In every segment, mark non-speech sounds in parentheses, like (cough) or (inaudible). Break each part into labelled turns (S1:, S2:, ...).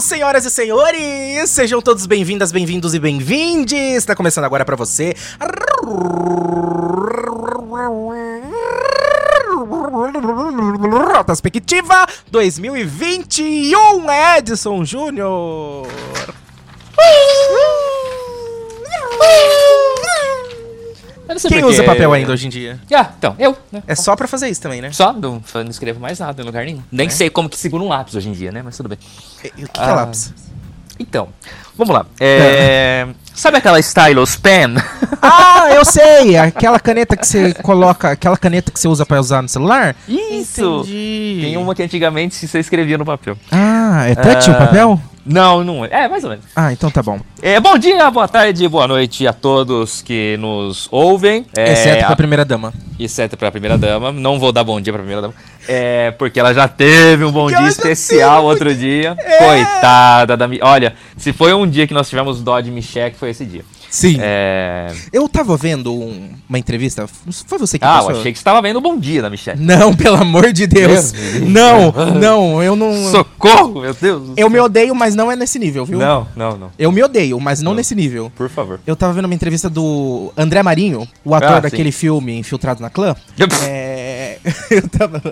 S1: senhoras e senhores, sejam todos bem-vindas, bem-vindos e bem-vindes. Está começando agora para você. Rota Expectativa 2021, Edson Júnior.
S2: Eu não sei
S1: Quem
S2: pra quê.
S1: usa papel ainda hoje em dia?
S2: Ah, então, eu, né?
S1: É só pra fazer isso também, né?
S2: Só, não, não escrevo mais nada em lugar nenhum. Nem sei como que segura um lápis hoje em dia, né? Mas tudo bem.
S1: E- e O que, que é
S2: Ah.
S1: lápis?
S2: Então, vamos lá. (laughs) É, sabe aquela Stylus Pen?
S1: Ah, eu sei! Aquela caneta que você coloca, aquela caneta que você usa pra usar no celular?
S2: Isso!
S1: Entendi.
S2: Tem uma que antigamente você escrevia no papel.
S1: Ah, é touch o
S2: Ah.
S1: papel?
S2: Não, não é. É, mais ou menos.
S1: Ah, então tá bom.
S2: É, bom dia, boa tarde, boa noite a todos que nos ouvem. É,
S1: Exceto pra
S2: a-
S1: primeira dama.
S2: exceto pra primeira dama. Não vou dar bom dia pra primeira dama. É, porque ela já teve um bom
S1: Porque ela
S2: dia
S1: já
S2: especial
S1: teve, um
S2: outro dia.
S1: É.
S2: Coitada da Mi. Olha, se foi um dia que nós tivemos dó de Michelle, foi esse dia.
S1: Sim.
S2: É...
S1: Eu tava vendo um- uma entrevista. Foi você que
S2: Ah, eu
S1: passou?
S2: achei que você tava vendo o bom dia da Michelle.
S1: Não, pelo amor de Deus.
S2: Meu Deus.
S1: Não, não, eu não.
S2: Socorro, meu Deus. do
S1: Eu me
S2: céu.
S1: odeio, mas não é nesse nível, viu?
S2: Não, não, não.
S1: Eu me odeio, mas não nesse nível.
S2: Por favor.
S1: Eu tava vendo uma entrevista do André Marinho, o ator
S2: Ah, sim.
S1: daquele filme Infiltrado na Clã.
S2: (laughs)
S1: É, (laughs) Eu tava.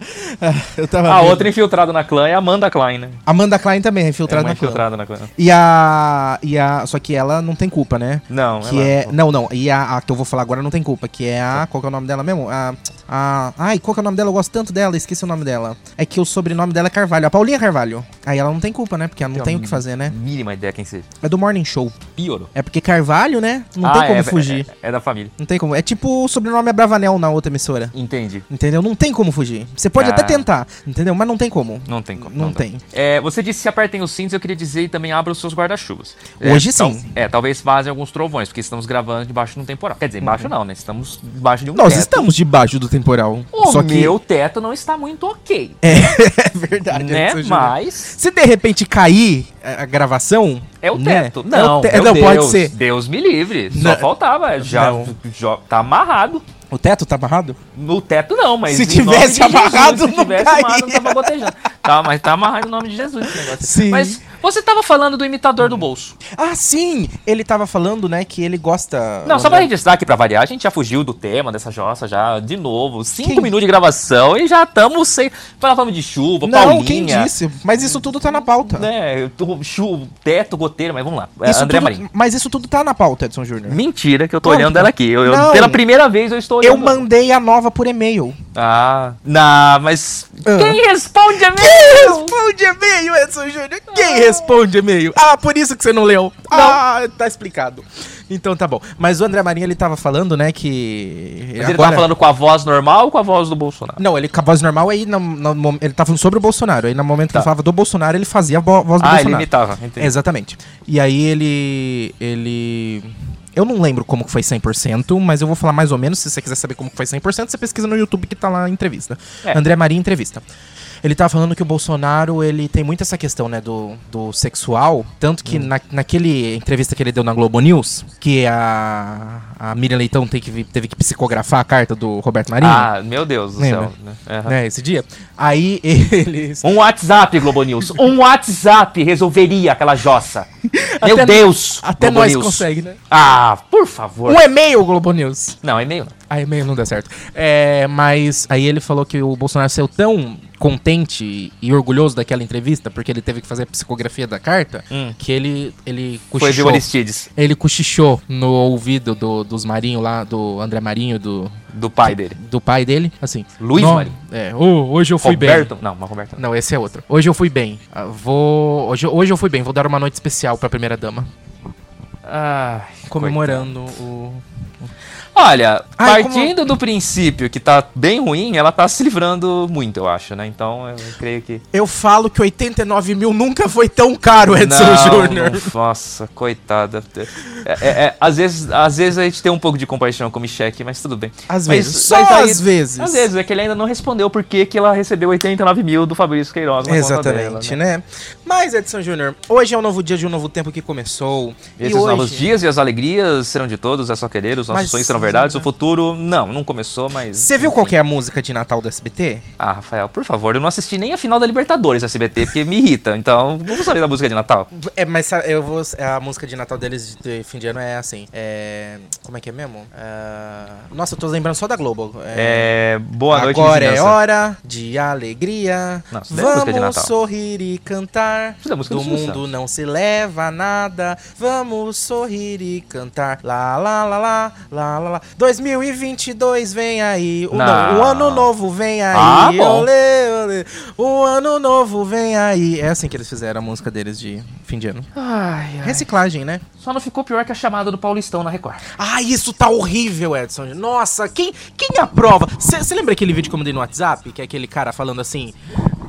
S1: ah, Eu tava.
S2: A
S1: vendo.
S2: Ah, outra infiltrada na clã é a Amanda Klein, né?
S1: Amanda Klein também é
S2: É
S1: infiltrada
S2: uma
S1: na Clã.
S2: infiltrada na clã.
S1: E a. E a. Só que ela não tem culpa, né?
S2: Não, Tá.
S1: Que
S2: lá.
S1: é. Não, não. E a, a que eu vou falar agora não tem culpa. Que é a. Qual que é o nome dela mesmo? A. a ai, qual que é o nome dela? Eu gosto tanto dela, esqueci o nome dela. É que o sobrenome dela é Carvalho. A Paulinha Carvalho. Aí ela não tem culpa, né? Porque ela não
S2: um
S1: tem o que fazer, né?
S2: Mínima ideia quem seja.
S1: É do Morning Show.
S2: Piorou.
S1: É porque Carvalho, né? Não
S2: Ah,
S1: tem como
S2: é-
S1: fugir.
S2: É, é da família.
S1: Não tem como. É tipo o sobrenome é Bravanel na outra emissora.
S2: Entendi.
S1: Entendeu? Não tem como fugir. Você pode
S2: Ah.
S1: até tentar, entendeu? Mas não tem como.
S2: Não tem como.
S1: Não
S2: dá.
S1: tem.
S2: É, você disse se apertem os cintos, eu queria dizer e também abra os seus guarda-chuvas.
S1: Hoje
S2: é, tal-
S1: sim.
S2: é, talvez fazem alguns trovões, porque estamos gravando debaixo de um temporal. Quer dizer, embaixo não, né? Estamos debaixo de um
S1: Uhum. Nós
S2: teto.
S1: estamos debaixo do temporal.
S2: O
S1: só que
S2: meu teto não está muito ok,
S1: (laughs) é verdade.
S2: né?
S1: Edson Júnior.
S2: Mas
S1: Se de repente cair a a gravação.
S2: é o
S1: né?
S2: teto.
S1: É
S2: Não,
S1: o te-
S2: meu
S1: não
S2: Deus,
S1: pode ser.
S2: Deus me livre.
S1: Não.
S2: Só faltava. Já,
S1: Não.
S2: já tá amarrado.
S1: O teto tá amarrado?
S2: No teto não, mas
S1: Se
S2: em nome de
S1: tivesse amarrado,
S2: Jesus, se
S1: não
S2: tivesse
S1: caía.
S2: amarrado, não tava gotejando. Tá, mas tá amarrado em nome de Jesus esse negócio.
S1: Sim.
S2: Mas você tava falando do imitador do bolso.
S1: Ah, sim! Ele tava falando, né, que ele gosta.
S2: Não, só pra registrar aqui pra variar, a gente já fugiu do tema dessa jossa já de novo. Cinco
S1: Quem-
S2: minutos de gravação e já estamos sem. Falamos de chuva,
S1: Não,
S2: Paulinha.
S1: quem disse? Mas isso tudo tá na pauta.
S2: Né, tu- chuva, teto, goteiro, mas vamos lá. É,
S1: Isso
S2: André
S1: tudo-
S2: Marinho.
S1: Mas isso tudo tá na pauta, Edson Júnior.
S2: Mentira que eu tô
S1: Não,
S2: olhando ela aqui. Eu, eu-
S1: não.
S2: pela primeira vez eu estou olhando.
S1: Eu mandei a nova por e-mail.
S2: Ah, não, mas.
S1: Ah.
S2: Quem responde é a mim?
S1: responde e-mail, Edson Júnior? Quem responde e-mail? Ah, por isso que você não leu. Ah, tá explicado. Então tá bom. Mas o André Marinho, ele tava falando, né, que.
S2: Mas ele tava falando com a voz normal ou com a voz do Bolsonaro?
S1: Não, ele com a voz normal aí, no, no mom- ele tava falando sobre o Bolsonaro. Aí no momento que
S2: Tá.
S1: ele falava do Bolsonaro, ele fazia a bo- voz do
S2: ah, ele
S1: Bolsonaro. É,
S2: imitava. Entendi.
S1: Exatamente. E aí ele. ele. Eu não lembro como que foi 100%, mas eu vou falar mais ou menos. Se você quiser saber como que foi 100%, você pesquisa no YouTube que tá lá a entrevista.
S2: É.
S1: André Maria entrevista. Ele tava falando que o Bolsonaro, ele tem muito essa questão, né, do, do sexual. Tanto que
S2: Uhum.
S1: na, naquele entrevista que ele deu na Globo News, que a, a Miriam Leitão tem que, vi- teve que psicografar a carta do Roberto Marinho,
S2: Ah, meu Deus do
S1: Lembra?
S2: céu. né? Aham.
S1: né, esse dia. Aí (laughs) eles...
S2: Um WhatsApp, Globo News. Um WhatsApp resolveria
S1: (laughs)
S2: aquela jossa. Meu
S1: Até-
S2: Deus,
S1: Até
S2: Globo
S1: nós
S2: News.
S1: consegue, né?
S2: Ah, por favor.
S1: Um e-mail, Globo News.
S2: Não, e-mail não.
S1: Aí meio não deu certo. É, mas aí ele falou que o Bolsonaro saiu tão contente e orgulhoso daquela entrevista, porque ele teve que fazer a psicografia da carta,
S2: Hum.
S1: que ele, ele
S2: Foi de
S1: cochichou.
S2: Aristides,
S1: Ele cochichou no ouvido do- dos Marinho lá, do André Marinho, do,
S2: do pai dele.
S1: do pai dele, assim.
S2: Luiz
S1: "Não,
S2: Marinho.
S1: É, "Oh, hoje eu fui bem.
S2: Roberto? Não, mas Roberto não.
S1: Não, esse é outro. Hoje eu fui bem. Ah, Vou. Hoje, hoje eu fui bem, vou dar uma noite especial pra primeira dama.
S2: Ai,
S1: Comemorando o.
S2: coitado. Olha,
S1: Ai,
S2: partindo do princípio que tá bem ruim, ela tá se livrando muito, eu acho, né? Então eu creio que.
S1: Eu falo que 89 mil nunca foi tão caro,
S2: Não, não- Nossa, coitada. É, é, é, às, vezes, às vezes a gente tem um pouco de compaixão com o Michele, mas tudo bem.
S1: Às
S2: Mas-
S1: vezes. Só
S2: mas aí-
S1: às vezes.
S2: Às vezes, é que ele ainda não respondeu por que que ela recebeu 89 mil do Fabrício Queiroz na conta
S1: Exatamente,
S2: dela, né?
S1: né? Mas, Edson Júnior, hoje é um novo dia de um novo tempo que começou.
S2: Esses novos dias e as alegrias serão de todos, é só querer os nossos
S1: Mas- né?
S2: sonhos serão verdades, o futuro. Não, não começou, mas.
S1: Você viu qual que é a música de Natal do SBT?
S2: Ah, Rafael, por favor, eu não assisti nem a final da Libertadores SBT, porque me irrita. Então, vamos saber da música de Natal.
S1: É, mas sa- eu vou. A música de Natal deles de fim de ano é assim. É. Como é que é mesmo? É, Nossa, eu tô lembrando só da Globo.
S2: É. Boa noite,
S1: Agora é
S2: vizinhança.
S1: hora de alegria.
S2: Não, isso daí é música de
S1: Vamos
S2: Natal.
S1: sorrir e cantar.
S2: Isso daí é música
S1: Do
S2: do Silvio
S1: mundo
S2: Santos.
S1: não se leva nada. Vamos sorrir e cantar. Lá, lá, lá, lá, lá, lá, lá. 2022 vem aí. O, não,
S2: Não.
S1: o ano novo vem aí.
S2: Ah, bom.
S1: Olê, olê. O ano novo vem aí. É assim que eles fizeram a música deles de fim de ano.
S2: Ai, ai.
S1: Reciclagem, né?
S2: Só não ficou pior que a chamada do Paulistão na Record.
S1: Ah, isso tá horrível, Edson. Nossa, quem, quem aprova? Você lembra aquele vídeo que eu mandei no WhatsApp? Que é aquele cara falando assim.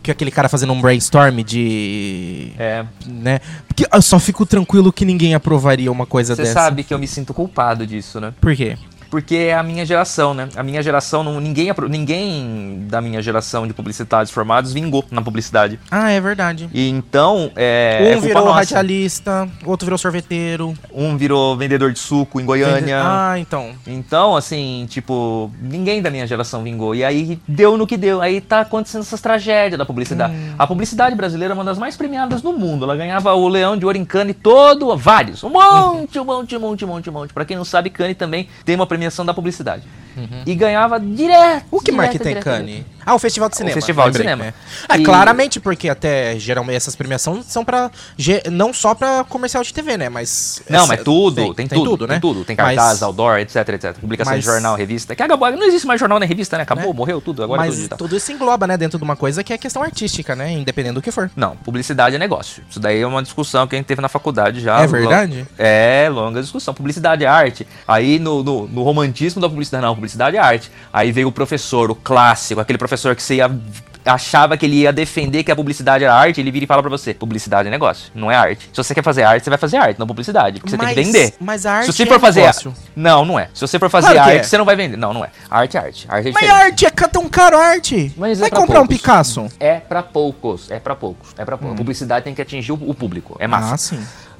S1: Que é aquele cara fazendo um brainstorm de.
S2: É.
S1: Né? Porque eu só fico tranquilo que ninguém aprovaria uma coisa
S2: Você
S1: dessa.
S2: sabe que eu me sinto culpado disso, né?
S1: Por quê?
S2: Porque é a minha geração, né? A minha geração, não, ninguém, apro- ninguém da minha geração de publicitários formados vingou na publicidade.
S1: Ah, é verdade.
S2: E então, é. é
S1: um
S2: culpa
S1: virou
S2: nossa.
S1: radialista, outro virou sorveteiro.
S2: Um virou vendedor de suco em Goiânia.
S1: Vende- Ah, então.
S2: Então, assim, tipo, ninguém da minha geração vingou. E aí deu no que deu. Aí tá acontecendo essas tragédias da publicidade. A publicidade brasileira é uma das mais premiadas do mundo. Ela ganhava o Leão de Ouro em Cannes todo, vários. Um monte, um monte, um monte, um monte, um monte. Pra quem não sabe, Cannes também tem uma premiação da publicidade. E ganhava direto.
S1: O que mais que
S2: direto,
S1: tem,
S2: direto,
S1: Cane? Ah, o Festival de Cinema.
S2: Festival de
S1: lembrei,
S2: Cinema.
S1: né? Ah,
S2: E-
S1: claramente, porque até geralmente essas premiações são para não só pra comercial de TV, né? Mas
S2: Não,
S1: essa-
S2: mas tudo, tem, tudo,
S1: né?
S2: Tem tudo, tem cartaz,
S1: mas,
S2: outdoor, etc, etc. Publicação
S1: Mas-
S2: de jornal, revista. É Que agora não existe mais jornal nem revista, né? Acabou,
S1: Né?
S2: morreu tudo, agora é
S1: mas
S2: tudo digital.
S1: tudo isso engloba, né, dentro de uma coisa que é questão artística, né, independente do que for.
S2: Não, publicidade é negócio. Isso daí é uma discussão que a gente teve na faculdade já.
S1: É verdade?
S2: É, longa discussão. Publicidade é arte. Aí no, no, no romantismo da publicidade, não, publicidade é arte. Aí veio o professor, o clássico, aquele professor que você ia- achava que ele ia defender que a publicidade era arte, ele vira e fala pra você, publicidade é negócio, não é arte. Se você quer fazer arte, você vai fazer arte, não publicidade, porque você
S1: mas,
S2: tem que vender.
S1: Mas a arte
S2: Se você
S1: é
S2: for fazer...
S1: negócio.
S2: Não, não é. Se você for fazer
S1: Claro que
S2: arte,
S1: é.
S2: você não vai vender. Não, não é. Arte é arte. Arte é
S1: Mas
S2: diferente.
S1: a arte é ca- tão caro a arte.
S2: Mas é
S1: Vai
S2: pra
S1: comprar um
S2: poucos.
S1: Picasso.
S2: É pra poucos, é pra poucos, é pra poucos. A publicidade tem que atingir o, o público, é massa.
S1: Ah, sim.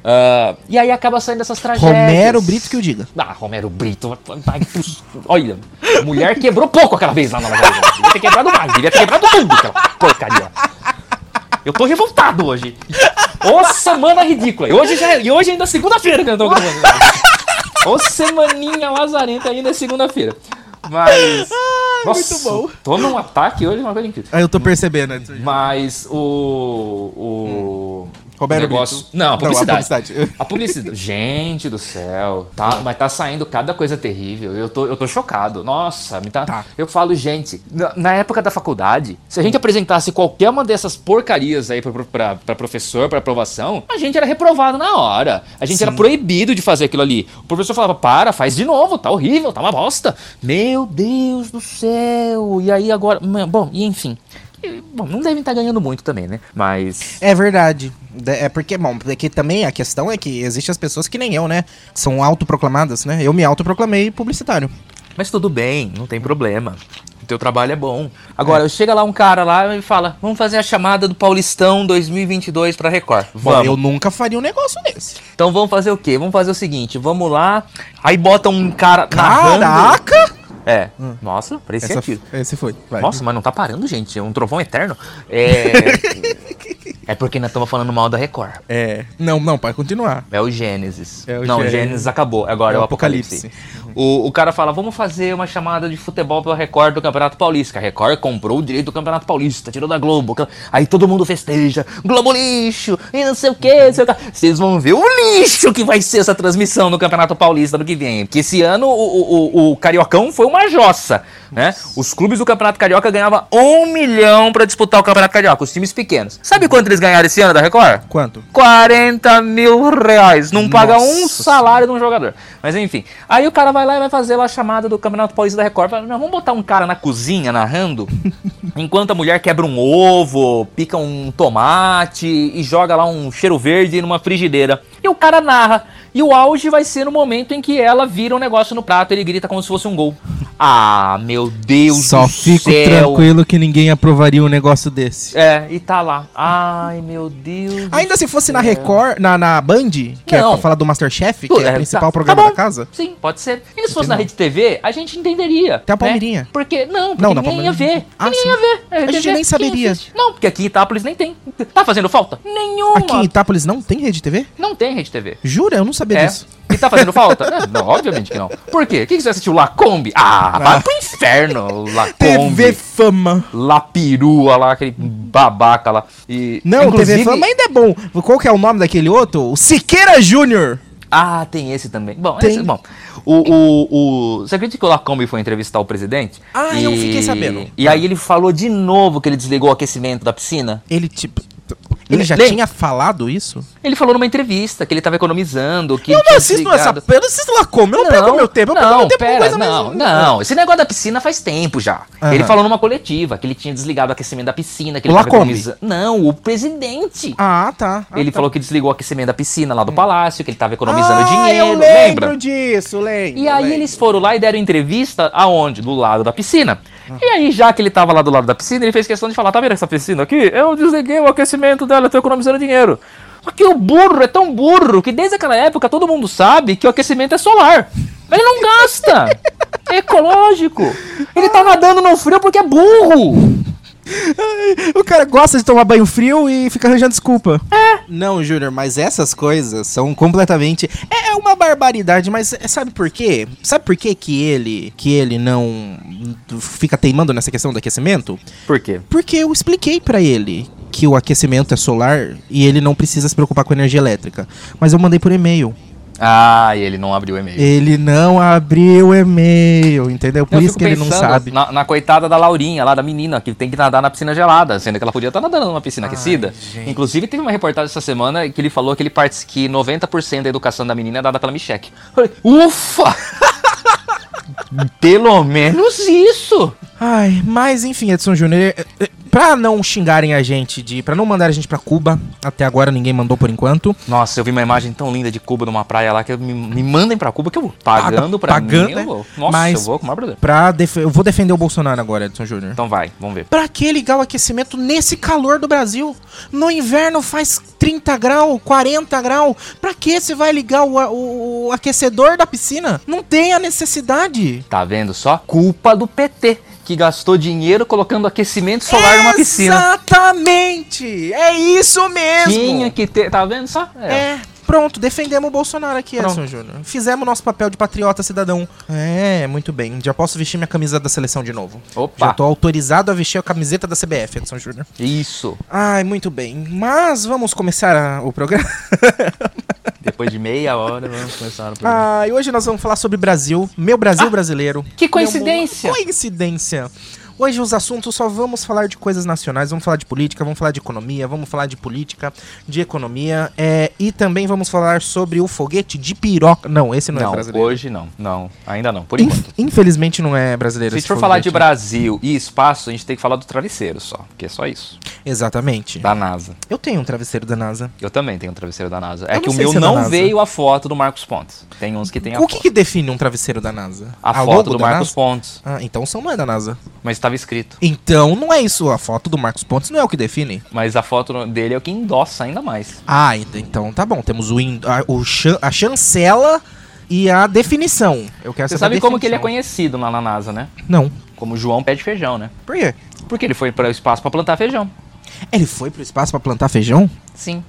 S2: Ah, e aí acaba saindo essas tragédias.
S1: Romero Brito que o diga.
S2: Ah, Romero Brito. vai- Olha, a mulher quebrou pouco aquela vez lá na Lava Jato. Devia ter quebrado mais, devia ter quebrado tudo aquela porcaria. Eu tô revoltado hoje. Ô semana ridícula. E hoje, já, e hoje ainda é segunda-feira que eu tô gravando. Ô semaninha lazarenta ainda é segunda-feira. Mas. nossa,
S1: muito bom.
S2: Tô num ataque hoje, uma coisa incrível.
S1: Ah, eu tô percebendo, né?
S2: Mas o. O.
S1: Roberto
S2: negócio.
S1: Hum. Brito.
S2: Não, a publicidade.
S1: Não, a publicidade.
S2: A publicidade. Gente do céu. Tá, mas tá saindo cada coisa terrível. Eu tô, eu tô chocado. Nossa, me tá.
S1: Tá.
S2: Eu falo, gente, na, na época da faculdade, se a gente apresentasse qualquer uma dessas porcarias aí pra, pra, pra professor, pra aprovação, a gente era reprovado na hora. A gente era proibido de fazer aquilo ali. O professor falava, para, faz de novo, tá horrível, tá uma bosta. Meu Deus do céu. E aí agora. Bom, e enfim. E, Bom, não devem estar ganhando muito também, né? Mas.
S1: É verdade. De- É porque, bom, porque também a questão é que existem as pessoas que nem eu, né? Que são autoproclamadas, né? Eu me autoproclamei publicitário.
S2: Mas tudo bem, não tem problema. O teu trabalho é bom. Agora, chega lá um cara lá e fala: "Vamos fazer a chamada do Paulistão 2022 pra Record".
S1: Bom,
S2: Vamos.
S1: eu nunca faria um negócio desse.
S2: Então vamos fazer o quê? Vamos fazer o seguinte, vamos lá. Aí bota um cara narrando.
S1: Caraca! Hum.
S2: É. Nossa, parecia
S1: Essa,
S2: aquilo.
S1: esse foi. Vai.
S2: Nossa, mas não tá parando, gente. É um trovão eterno.
S1: (laughs)
S2: É É porque nós estamos falando mal da Record.
S1: É. Não, não, pode continuar.
S2: É o Gênesis.
S1: É o
S2: não,
S1: Gênesis.
S2: o Gênesis acabou. Agora
S1: É
S2: é
S1: o
S2: o Apocalipse. O, o cara fala: vamos fazer uma chamada de futebol pela Record do Campeonato Paulista. que A Record comprou o direito do Campeonato Paulista, tirou da Globo. Aí todo mundo festeja. Globo lixo! E não sei o que. não sei o quê. Vocês vão ver o lixo que vai ser essa transmissão do Campeonato Paulista do que vem. Porque esse ano o, o, o- o Cariocão foi uma jossa. Né? Os clubes do Campeonato Carioca ganhavam um milhão pra disputar o Campeonato Carioca, os times pequenos. Sabe quanto eles ganharam esse ano da Record?
S1: Quanto?
S2: 40 mil reais. Não paga um
S1: Nossa
S2: salário de um jogador. Mas enfim. Aí o cara vai lá e vai fazer lá a chamada do Campeonato Paulista da Record. Fala, não, vamos botar um cara na cozinha
S1: (laughs)
S2: narrando, enquanto a mulher quebra um ovo, pica um tomate e joga lá um cheiro verde numa frigideira. E o cara narra. E o auge vai ser no momento em que ela vira um negócio no prato, ele grita como se fosse um gol. Ah, meu Deus
S1: Só
S2: do
S1: fico
S2: céu.
S1: tranquilo que ninguém aprovaria um negócio desse.
S2: É, e tá lá. Ai, meu Deus. do
S1: Ainda se fosse na
S2: céu.
S1: Record, na, na Band, que é
S2: Não.
S1: pra falar do Masterchef, que
S2: Tudo,
S1: é
S2: é,
S1: o principal
S2: tá.
S1: programa
S2: Tá
S1: da
S2: bom.
S1: casa.
S2: Sim, pode ser. E se
S1: Entendeu?
S2: fosse na Rede TV, a gente entenderia.
S1: Tem a
S2: né?
S1: Palmeirinha.
S2: Porque, não, porque
S1: Não, na
S2: ninguém ia
S1: Palmeirinha.
S2: ver.
S1: Ah,
S2: ninguém
S1: sim.
S2: ia ver. É,
S1: gente
S2: TV,
S1: nem saberia.
S2: quem assiste? Não, porque aqui em Itápolis nem tem. Tá fazendo falta? Nenhuma.
S1: Aqui em Itápolis não tem rede TV?
S2: Não tem Rede TV.
S1: Jura? Eu não sabia
S2: É.
S1: disso.
S2: E
S1: (laughs)
S2: tá fazendo falta? É, não, obviamente que não. Por quê? O que que você assistiu? Lacombe? Ah, vai pro inferno,
S1: TV
S2: Lacombe.
S1: Fama.
S2: La perua lá, aquele babaca lá. E,
S1: Não,
S2: inclusive-
S1: TV Fama ainda é bom. Qual que é o nome daquele outro? O Siqueira Júnior.
S2: Ah, tem esse também. Bom,
S1: Tem.
S2: esse- é bom. O, o, o, você acredita que o Lacombe foi entrevistar o presidente?
S1: Ah, eu fiquei sabendo.
S2: E aí ele falou de novo que ele desligou o aquecimento da piscina.
S1: Ele, tipo... Ele já
S2: Lem-
S1: tinha falado isso?
S2: Ele falou numa entrevista que ele tava economizando, que
S1: Eu
S2: ele
S1: não
S2: tinha
S1: assisto
S2: desligado.
S1: essa... Eu não assisto Lacombe, eu não, perco meu tempo. Eu perco
S2: não,
S1: meu tempo
S2: pera,
S1: mais-
S2: não, não. Esse negócio da piscina faz tempo já.
S1: Aham.
S2: Ele falou numa coletiva que ele tinha desligado o aquecimento da piscina,
S1: O
S2: que ele tava
S1: Lacombe.
S2: economizando. Não, o presidente.
S1: Ah, tá. Ah,
S2: ele
S1: tá.
S2: falou que desligou o aquecimento da piscina lá do palácio, que ele tava economizando
S1: Ah,
S2: dinheiro,
S1: eu
S2: lembra?
S1: lembro disso, lembro.
S2: E aí
S1: lembro.
S2: eles foram lá e deram entrevista aonde? Do lado da piscina. E aí, já que ele tava lá do lado da piscina, ele fez questão de falar: tá vendo essa piscina aqui? Eu desliguei o aquecimento dela, eu tô economizando dinheiro. Só que o burro é tão burro que desde aquela época todo mundo sabe que o aquecimento é solar. Mas ele não gasta! É ecológico! Ele tá nadando no frio porque é burro!
S1: O cara gosta de tomar banho frio e fica arranjando desculpa. É. Não, Júnior, mas essas coisas são completamente. É é uma barbaridade, mas é- sabe por quê? Sabe por quê que ele, que ele não fica teimando nessa questão do aquecimento?
S2: Por quê?
S1: Porque eu expliquei pra ele que o aquecimento é solar e ele não precisa se preocupar com energia elétrica. Mas eu mandei por e-mail.
S2: Ah, e ele não abriu o e-mail.
S1: Ele não abriu o e-mail, entendeu? Por
S2: Eu
S1: isso
S2: fico
S1: que ele não
S2: pensando
S1: sabe.
S2: assim. Na, na coitada da Laurinha, lá da menina, que tem que nadar na piscina gelada, sendo que ela podia estar nadando numa piscina aquecida. Inclusive, teve uma reportagem essa semana que ele falou que ele partic- que 90% da educação da menina é dada pela Micheque. Falei,
S1: (laughs)
S2: Ufa! Pelo menos isso!
S1: Ai, mas enfim, Edson Júnior, eh, eh, pra não xingarem a gente de, pra não mandar a gente pra Cuba, até agora ninguém mandou por enquanto.
S2: Nossa, eu vi uma imagem tão linda de Cuba numa praia lá que eu- me, me mandem pra Cuba que eu vou. Pagando pra
S1: pagando,
S2: mim,
S1: né?
S2: eu vou. Nossa,
S1: Mas-
S2: eu vou com o maior prazer.
S1: Pra def- eu vou defender o Bolsonaro agora, Edson Júnior.
S2: Então vai, vamos ver.
S1: Pra que ligar o aquecimento nesse calor do Brasil? No inverno faz 30 graus, 40 graus. Pra que você vai ligar o, a- o- o aquecedor da piscina? Não tem a necessidade.
S2: Tá vendo só? Culpa do PT, que gastou dinheiro colocando aquecimento solar numa piscina.
S1: Exatamente! É isso mesmo!
S2: Tinha que ter, tá vendo só? É.
S1: É, pronto, defendemos o Bolsonaro aqui, Edson
S2: Pronto.
S1: Júnior. Fizemos nosso papel de patriota cidadão. É, muito bem. Já posso vestir minha camisa da seleção de novo.
S2: Opa.
S1: Já tô autorizado a vestir a camiseta da CBF, Edson Júnior.
S2: Isso.
S1: Ai, muito bem. Mas vamos começar a- o programa.
S2: Depois de meia hora, vamos começar o programa.
S1: Ah, e hoje nós vamos falar sobre Brasil, meu Brasil brasileiro.
S2: que
S1: Meu
S2: coincidência!
S1: mundo- Coincidência! Hoje os assuntos só vamos falar de coisas nacionais, vamos falar de política, vamos falar de economia, vamos falar de política, de economia, é, e também vamos falar sobre o foguete de piroca. Não, esse não, é
S2: não,
S1: brasileiro.
S2: hoje não. Não, ainda não, por
S1: Inf-
S2: enquanto.
S1: Infelizmente não é brasileiro.
S2: Se a
S1: esse
S2: gente for falar de
S1: foguete.
S2: Brasil e espaço, a gente tem que falar do travesseiro só, porque é só isso.
S1: Exatamente.
S2: Da NASA.
S1: Eu tenho um travesseiro da NASA.
S2: Eu também tenho um travesseiro da NASA. É
S1: Eu
S2: que
S1: não
S2: o
S1: sei
S2: meu
S1: se é da
S2: não
S1: NASA.
S2: veio a foto do Marcos Pontes. Tem uns que tem a
S1: o
S2: foto.
S1: que, que define um travesseiro da NASA?
S2: A,
S1: logo
S2: foto do
S1: da
S2: Marcos
S1: NASA?
S2: Pontes.
S1: Ah, então são não é da NASA.
S2: Mas estava escrito.
S1: Então não é isso. A foto do Marcos Pontes não é o que define.
S2: Mas a foto dele é o que endossa ainda mais.
S1: Ah, ent- então tá bom. Temos o, in- a, o chan- a chancela e a definição. Eu quero
S2: Você
S1: saber
S2: sabe
S1: a
S2: como que ele é
S1: definição.
S2: conhecido lá na NASA, né?
S1: Não.
S2: Como João Pé de Feijão, né?
S1: Por quê?
S2: Porque ele foi para o espaço para plantar feijão.
S1: Ele foi pro espaço pra plantar feijão?
S2: Sim.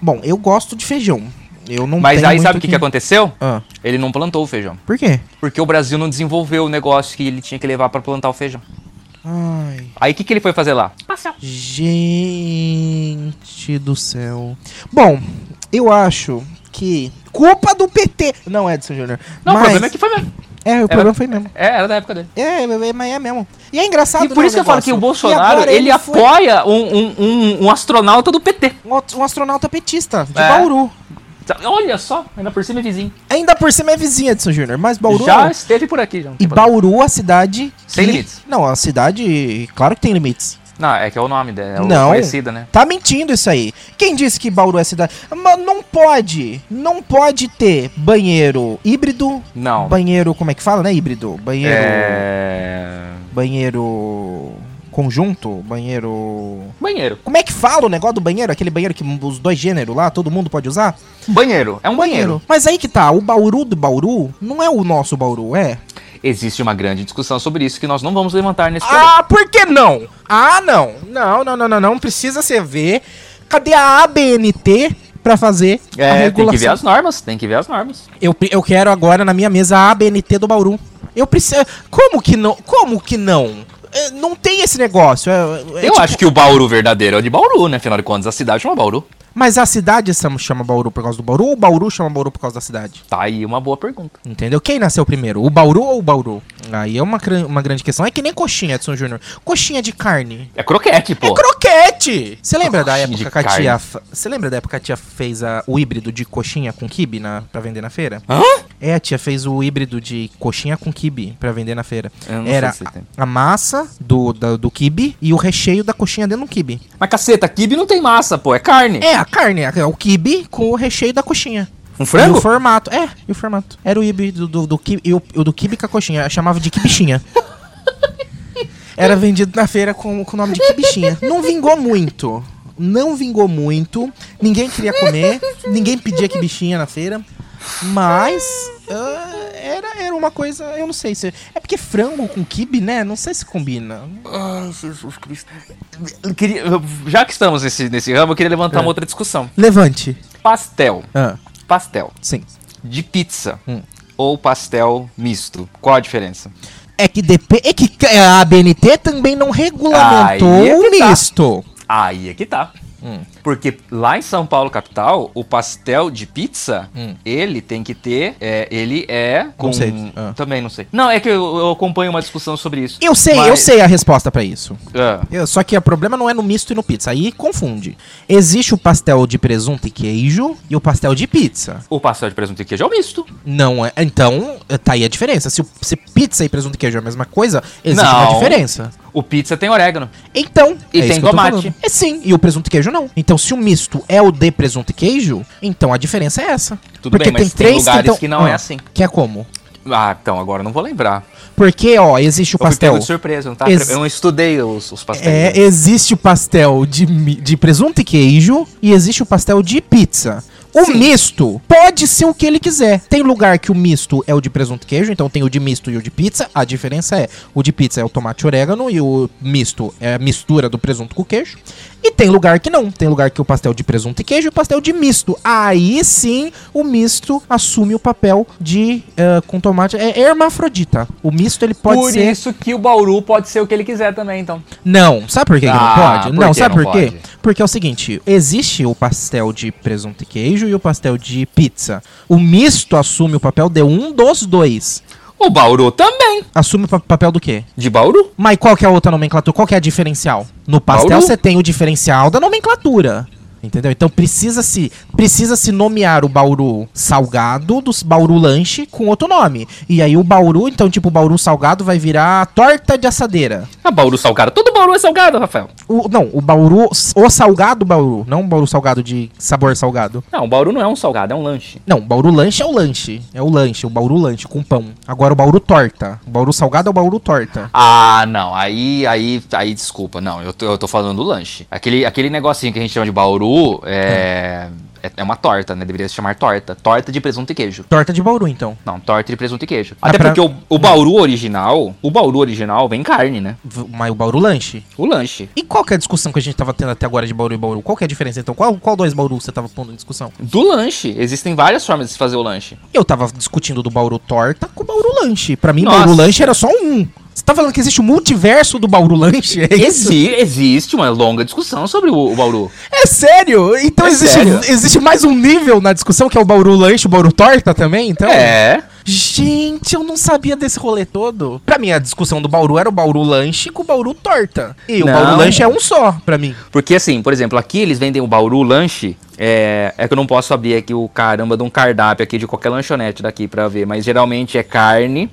S1: Bom, eu gosto de feijão. Eu não
S2: Mas
S1: tenho
S2: aí
S1: muito
S2: sabe o Um que, que aconteceu?
S1: Ah,
S2: Ele não plantou o feijão.
S1: por quê?
S2: Porque o Brasil não desenvolveu o negócio que ele tinha que levar pra plantar o feijão.
S1: Ai...
S2: Aí o que, que ele foi fazer lá?
S1: Gente do céu. Bom, eu acho que. Culpa do PT! Não, Edson Júnior.
S2: Não,
S1: Mas-
S2: o problema é que foi mesmo.
S1: É, o problema foi mesmo.
S2: É, era da época dele.
S1: É, é, é, mas é mesmo. E é engraçado.
S2: E por
S1: né,
S2: isso que eu falo que
S1: negócio. E
S2: o Bolsonaro,
S1: agora
S2: ele,
S1: foi
S2: apoia um, um- um- um astronauta do PT.
S1: Um aut- um astronauta petista, de
S2: É.
S1: Bauru.
S2: Olha só, ainda por cima é vizinho.
S1: Ainda por cima é vizinha, Edson Júnior. Mas Bauru.
S2: Já é esteve por aqui, já.
S1: E Bauru, a cidade.
S2: Sem
S1: que-
S2: limites.
S1: Não, a cidade. Claro que tem limites.
S2: Não, é que é o nome dela. É o
S1: Não.
S2: Conhecida, né?
S1: Tá mentindo isso aí. Quem disse que Bauru é cidade? Mas não pode, não pode ter banheiro híbrido,
S2: Não.
S1: banheiro, como é que fala, né? Híbrido, banheiro,
S2: É...
S1: banheiro conjunto, banheiro
S2: Banheiro.
S1: Como é que fala o negócio do banheiro? Aquele banheiro que os dois gêneros lá, todo mundo pode usar?
S2: Banheiro. É um banheiro.
S1: Mas aí que tá, o Bauru do Bauru não é o nosso Bauru, é?
S2: Existe uma grande discussão sobre isso que nós não vamos levantar nesse programa.
S1: Ah, por que não? Ah, não. Não, não, não, não, não. Precisa ser ver. Cadê a ABNT pra fazer a
S2: É, tem que ver
S1: regulação?
S2: as normas, tem que ver as normas.
S1: Eu, pre- eu quero agora na minha mesa a ABNT do Bauru. Eu preciso. Como que não? Como que não? É, Não tem esse negócio. É- é
S2: Eu
S1: tipo-
S2: acho que o Bauru verdadeiro é o de Bauru, né? Afinal de contas, a cidade chama Bauru.
S1: Mas a cidade chama- chama Bauru por causa do Bauru ou o Bauru chama Bauru por causa da cidade?
S2: Tá aí uma boa pergunta.
S1: Entendeu? Quem nasceu primeiro? O Bauru ou o Bauru? Aí é uma, cran- uma grande questão. É que nem coxinha, Edson Júnior. Coxinha de carne.
S2: É croquete, pô.
S1: É croquete! Você lembra da
S2: Coxinha
S1: época
S2: de
S1: que a
S2: carne.
S1: tia. fa- Você lembra da época que a tia fez a- o híbrido de coxinha com kibe na, pra vender na feira?
S2: Hã?
S1: É, a tia fez o híbrido de coxinha com kibe pra vender na feira.
S2: Eu não sei
S1: Era
S2: se tem.
S1: a massa do, da- do kibe e o recheio da coxinha dentro do kibe.
S2: Mas caceta, kibe não tem massa, pô, é carne.
S1: É, a carne, a- o kibe com o recheio da coxinha.
S2: Um
S1: E
S2: frango?
S1: o formato. É, e o formato. Era o Ibi do, do, do, ki- e o, e o do Kibe com a coxinha. Eu chamava de Kibichinha. Era vendido na feira com, com o nome de Kibichinha. Não vingou muito. Não vingou muito. Ninguém queria comer. Ninguém pedia Kibichinha na feira. Mas. ah, era, era uma coisa. Eu não sei se. É porque frango com kibe, né? Não sei se combina.
S2: Ai, Jesus Cristo. Eu queria- eu- já que estamos nesse, nesse ramo, eu queria levantar
S1: É.
S2: uma outra discussão.
S1: Levante.
S2: Pastel.
S1: Ah,
S2: Pastel.
S1: sim.
S2: De pizza.
S1: Hum.
S2: Ou pastel misto. Qual a diferença?
S1: É que, depe- é que a ABNT também não regulamentou
S2: Aí é
S1: o
S2: que tá.
S1: misto.
S2: Aí é que tá.
S1: Hum.
S2: Porque lá em São Paulo, capital, o pastel de pizza,
S1: Hum.
S2: ele tem que ter. é, ele é. Com...
S1: sei. Ah.
S2: Também não sei. Não, é que eu, eu acompanho uma discussão sobre isso.
S1: Eu sei, eu
S2: Mas-
S1: sei a resposta pra isso.
S2: Ah,
S1: Eu- só que o problema não é no misto e no pizza. Aí confunde. Existe o pastel de presunto e queijo e o pastel de pizza.
S2: o pastel de presunto e queijo é o misto.
S1: Não é. Então, tá aí a diferença. Se, o- se pizza e presunto e queijo é a mesma coisa, existe uma
S2: Não.
S1: diferença.
S2: O pizza tem orégano.
S1: Então,
S2: E
S1: é
S2: tem
S1: isso que eu tô
S2: tomate.
S1: falando. É sim, e o presunto e queijo não. Então, se o misto é o de presunto e queijo, então a diferença é essa.
S2: Tudo bem, mas tem lugares que não é assim.
S1: Que é como?
S2: Ah, então, agora eu não vou lembrar.
S1: Porque, ó, existe o
S2: Eu fui pego
S1: pastel.
S2: de surpresa, eu não, tava
S1: Ex-
S2: pre- eu não estudei os, os pastéis.
S1: É,
S2: né?
S1: existe o pastel de, mi- de presunto e queijo e existe o pastel de pizza. O misto pode ser o que ele quiser. Tem lugar que o misto é o de presunto e queijo, então tem o de misto e o de pizza. A diferença é, o de pizza é o tomate e orégano e o misto é a mistura do presunto com o queijo. E tem lugar que não. Tem lugar que o pastel de presunto e queijo e o pastel de misto. Aí sim, o misto assume o papel de eh, com tomate. É hermafrodita. O misto ele pode
S2: Por
S1: ser
S2: isso que o Bauru pode ser o que ele quiser também, então.
S1: não, sabe por que, que não
S2: Ah,
S1: pode?
S2: por
S1: Não,
S2: que
S1: sabe
S2: não
S1: por quê?
S2: pode?
S1: Porque é o seguinte, existe o pastel de presunto e queijo e o pastel de pizza. O misto assume o papel de um dos dois.
S2: O Bauru também.
S1: Assume o pa- papel do quê?
S2: De Bauru?
S1: Mas qual que é a outra nomenclatura? Qual que é a diferencial? No pastel
S2: Bauru?
S1: você tem o diferencial da nomenclatura. Entendeu? Então precisa se precisa se nomear o Bauru salgado dos Bauru lanche com outro nome. E aí o Bauru, então tipo o Bauru salgado vai virar torta de assadeira.
S2: Ah, Bauru salgado. Todo Bauru é salgado, Rafael.
S1: O- não, o Bauru, o salgado Bauru, não o Bauru salgado de sabor salgado.
S2: Não, o Bauru não é um salgado, é um lanche.
S1: Não, o Bauru lanche é o lanche, é o lanche, o Bauru lanche com pão. Agora o Bauru torta, o Bauru salgado é o Bauru torta.
S2: Ah, não. Aí, aí, aí, desculpa. Não, eu tô, eu tô falando do lanche. Aquele, aquele negocinho que a gente chama de Bauru é, é, é uma torta, né? Deveria se chamar torta. Torta de presunto e queijo.
S1: Torta de Bauru então.
S2: Não, torta de presunto e queijo.
S1: Ah,
S2: Até
S1: pra-
S2: porque o, o Bauru original, o Bauru original vem carne, né?
S1: V- Mas o Bauru lanche.
S2: O lanche.
S1: E qual que é a discussão que a gente tava tendo até agora de Bauru e Bauru? Qual que é a diferença então? Qual, qual dois Bauru você tava pondo em discussão?
S2: Do lanche. Existem várias formas de se fazer o lanche.
S1: Eu tava discutindo do Bauru torta com o Bauru lanche. Pra mim,
S2: Nossa.
S1: Bauru lanche era só um. Você tá falando que existe o multiverso do Bauru lanche? É isso?
S2: Exi- existe uma longa discussão sobre o, o Bauru.
S1: É sério? Então
S2: É
S1: existe,
S2: sério.
S1: existe mais um nível na discussão que é o Bauru lanche, o Bauru torta também, então?
S2: É.
S1: Gente, eu não sabia desse rolê todo. Pra mim, a discussão do Bauru era o Bauru lanche com o Bauru torta. E o
S2: Não.
S1: Bauru lanche é um só, pra mim.
S2: Porque assim, por exemplo, aqui eles vendem o Bauru lanche. É, é que eu não posso abrir aqui o caramba de um cardápio aqui de qualquer lanchonete daqui pra ver. Mas geralmente é carne.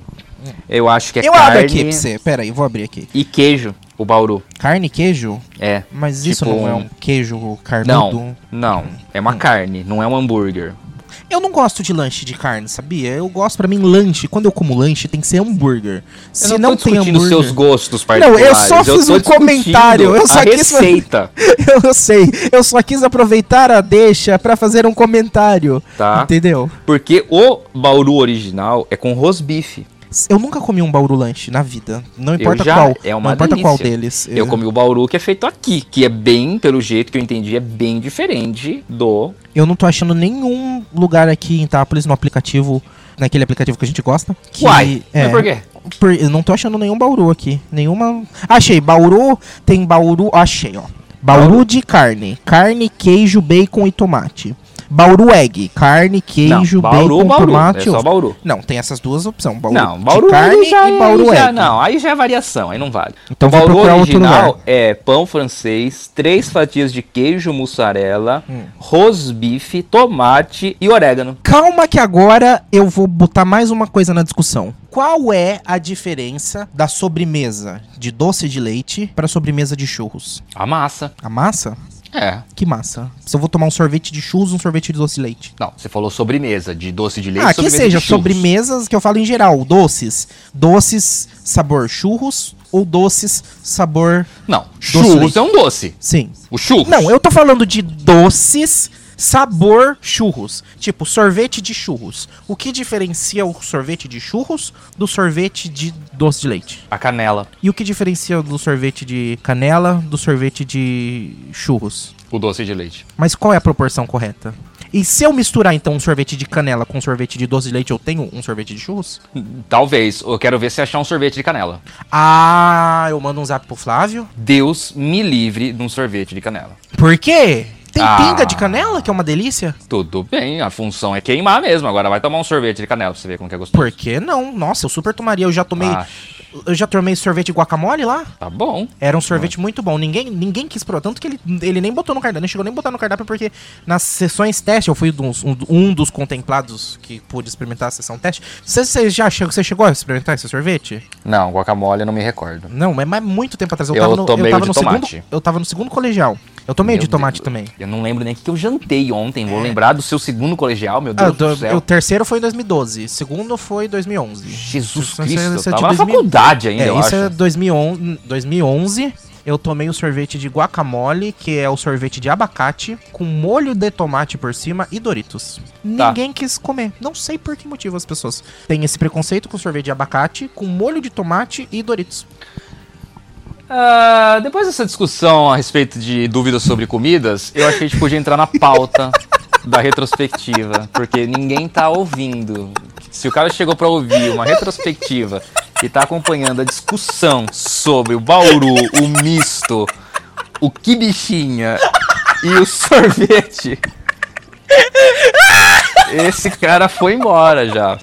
S2: Eu acho que é
S1: eu
S2: carne
S1: abro aqui pra você. Pera aí, vou abrir aqui.
S2: e queijo. o Bauru.
S1: Carne e queijo?
S2: É.
S1: Mas isso
S2: Tipo
S1: não é um
S2: um-
S1: queijo carnudo?
S2: Não, não. É uma carne, não é um hambúrguer.
S1: Eu não gosto de lanche de carne, sabia? Eu gosto, pra mim, lanche. Quando eu como lanche, tem que ser hambúrguer. Se
S2: eu
S1: não,
S2: não, tô
S1: tem
S2: discutindo
S1: hambúrguer.
S2: seus gostos particulares.
S1: só fiz
S2: tô
S1: um
S2: discutindo
S1: comentário, eu só
S2: a
S1: quis-
S2: receita,
S1: (laughs) Eu sei, eu só quis aproveitar a deixa pra fazer um comentário.
S2: tá?
S1: Entendeu?
S2: Porque o Bauru original é com rosbife.
S1: Eu nunca comi um bauru lanche na vida. Não
S2: Eu
S1: importa
S2: já-
S1: qual.
S2: é uma
S1: não importa
S2: delícia.
S1: qual deles.
S2: Eu comi o Bauru que é feito aqui, que é bem, pelo jeito que eu entendi, é bem diferente do
S1: eu não tô achando nenhum lugar aqui em Itápolis no aplicativo. Naquele aplicativo que a gente gosta. Que
S2: Uai,
S1: é,
S2: mas por quê?
S1: Por- eu não tô achando nenhum Bauru aqui. Nenhuma. Achei, Bauru tem Bauru. Achei, ó. Bauru,
S2: Bauru.
S1: de carne. Carne, queijo, bacon e tomate. Bauru egg. Carne, queijo,
S2: não, Bauru,
S1: bacon,
S2: Bauru,
S1: tomate.
S2: é só
S1: ovo.
S2: Bauru.
S1: Não, tem essas duas opções. Bauru,
S2: não, Bauru
S1: de carne
S2: aí já,
S1: e Bauru
S2: aí já,
S1: egg.
S2: não, aí já é variação, aí não vale.
S1: Então
S2: o
S1: vou
S2: Bauru
S1: procurar outro
S2: original
S1: lugar.
S2: é pão francês, três fatias de queijo mussarela,
S1: Hum.
S2: rosbife, tomate e orégano.
S1: Calma que agora eu vou botar mais uma coisa na discussão. Qual é a diferença da sobremesa de doce de leite para sobremesa de churros?
S2: A massa.
S1: A massa?
S2: É.
S1: Que massa? Se eu vou tomar um sorvete de churros, um sorvete de doce de leite.
S2: Não, você falou sobremesa, de doce de leite,
S1: Ah, que
S2: sobremesa de
S1: seja
S2: churros.
S1: sobremesas que eu falo em geral, doces, doces sabor churros ou doces sabor,
S2: Não,
S1: de
S2: churros
S1: leite.
S2: é um doce.
S1: sim.
S2: O churros.
S1: Não, eu tô falando de doces sabor churros, tipo sorvete de churros. O que diferencia o sorvete de churros do sorvete de doce de leite?
S2: A canela,
S1: E o que diferencia do sorvete de canela do sorvete de churros?
S2: o doce de leite.
S1: Mas qual é a proporção correta? E se eu misturar então um sorvete de canela com um sorvete de doce de leite, eu tenho um sorvete de churros?
S2: Talvez. Eu quero ver se achar um sorvete de canela.
S1: Ah, eu mando um zap pro Flávio.
S2: Deus me livre de um sorvete de canela.
S1: Por quê? Tem
S2: Ah.
S1: pinga de canela, que é uma delícia?
S2: Tudo bem, a função é queimar mesmo. Agora vai tomar um sorvete de canela pra você ver como que é gostoso.
S1: Por que não? Nossa, eu super tomaria. Eu já tomei.
S2: Ah,
S1: Eu já tomei sorvete de guacamole lá.
S2: tá bom.
S1: Era um sorvete muito bom. Ninguém, ninguém quis provar. Tanto que ele, ele nem botou no cardápio. Nem chegou nem a botar no cardápio, porque nas sessões teste, eu fui dos- um, um dos contemplados que pude experimentar a sessão teste. Você, você já chegou, você chegou a experimentar esse sorvete?
S2: Não, guacamole eu não me recordo.
S1: Não, mas, mas muito tempo atrás. Eu,
S2: Eu
S1: tava no,
S2: tomei o
S1: tava
S2: de
S1: no
S2: tomate.
S1: segundo. Eu tava no segundo colegial. Eu tomei o
S2: Meu
S1: de tomate
S2: Deus.
S1: também.
S2: Eu não lembro nem o que que eu jantei ontem. Vou lembrar do seu segundo colegial, meu
S1: Ah,
S2: Deus
S1: do-
S2: do céu.
S1: o terceiro foi em 2012, segundo foi em 2011.
S2: Jesus
S1: Isso- isso-
S2: Cristo, eu
S1: isso é de
S2: tava na
S1: 2000
S2: faculdade ainda,
S1: É,
S2: eu
S1: isso
S2: acho.
S1: é 2011, 2011. Eu tomei o sorvete de guacamole, que é o sorvete de abacate, com molho de tomate por cima e Doritos.
S2: Tá.
S1: Ninguém quis comer. Não sei por que motivo as pessoas têm esse preconceito com sorvete de abacate, com molho de tomate e Doritos.
S2: Ah, depois dessa discussão a respeito de dúvidas sobre comidas, eu acho que a gente podia entrar na pauta da retrospectiva, porque ninguém tá ouvindo. Se o cara chegou pra ouvir uma retrospectiva e tá acompanhando a discussão sobre o bauru, o misto, o que bichinha e o sorvete, esse cara foi embora já.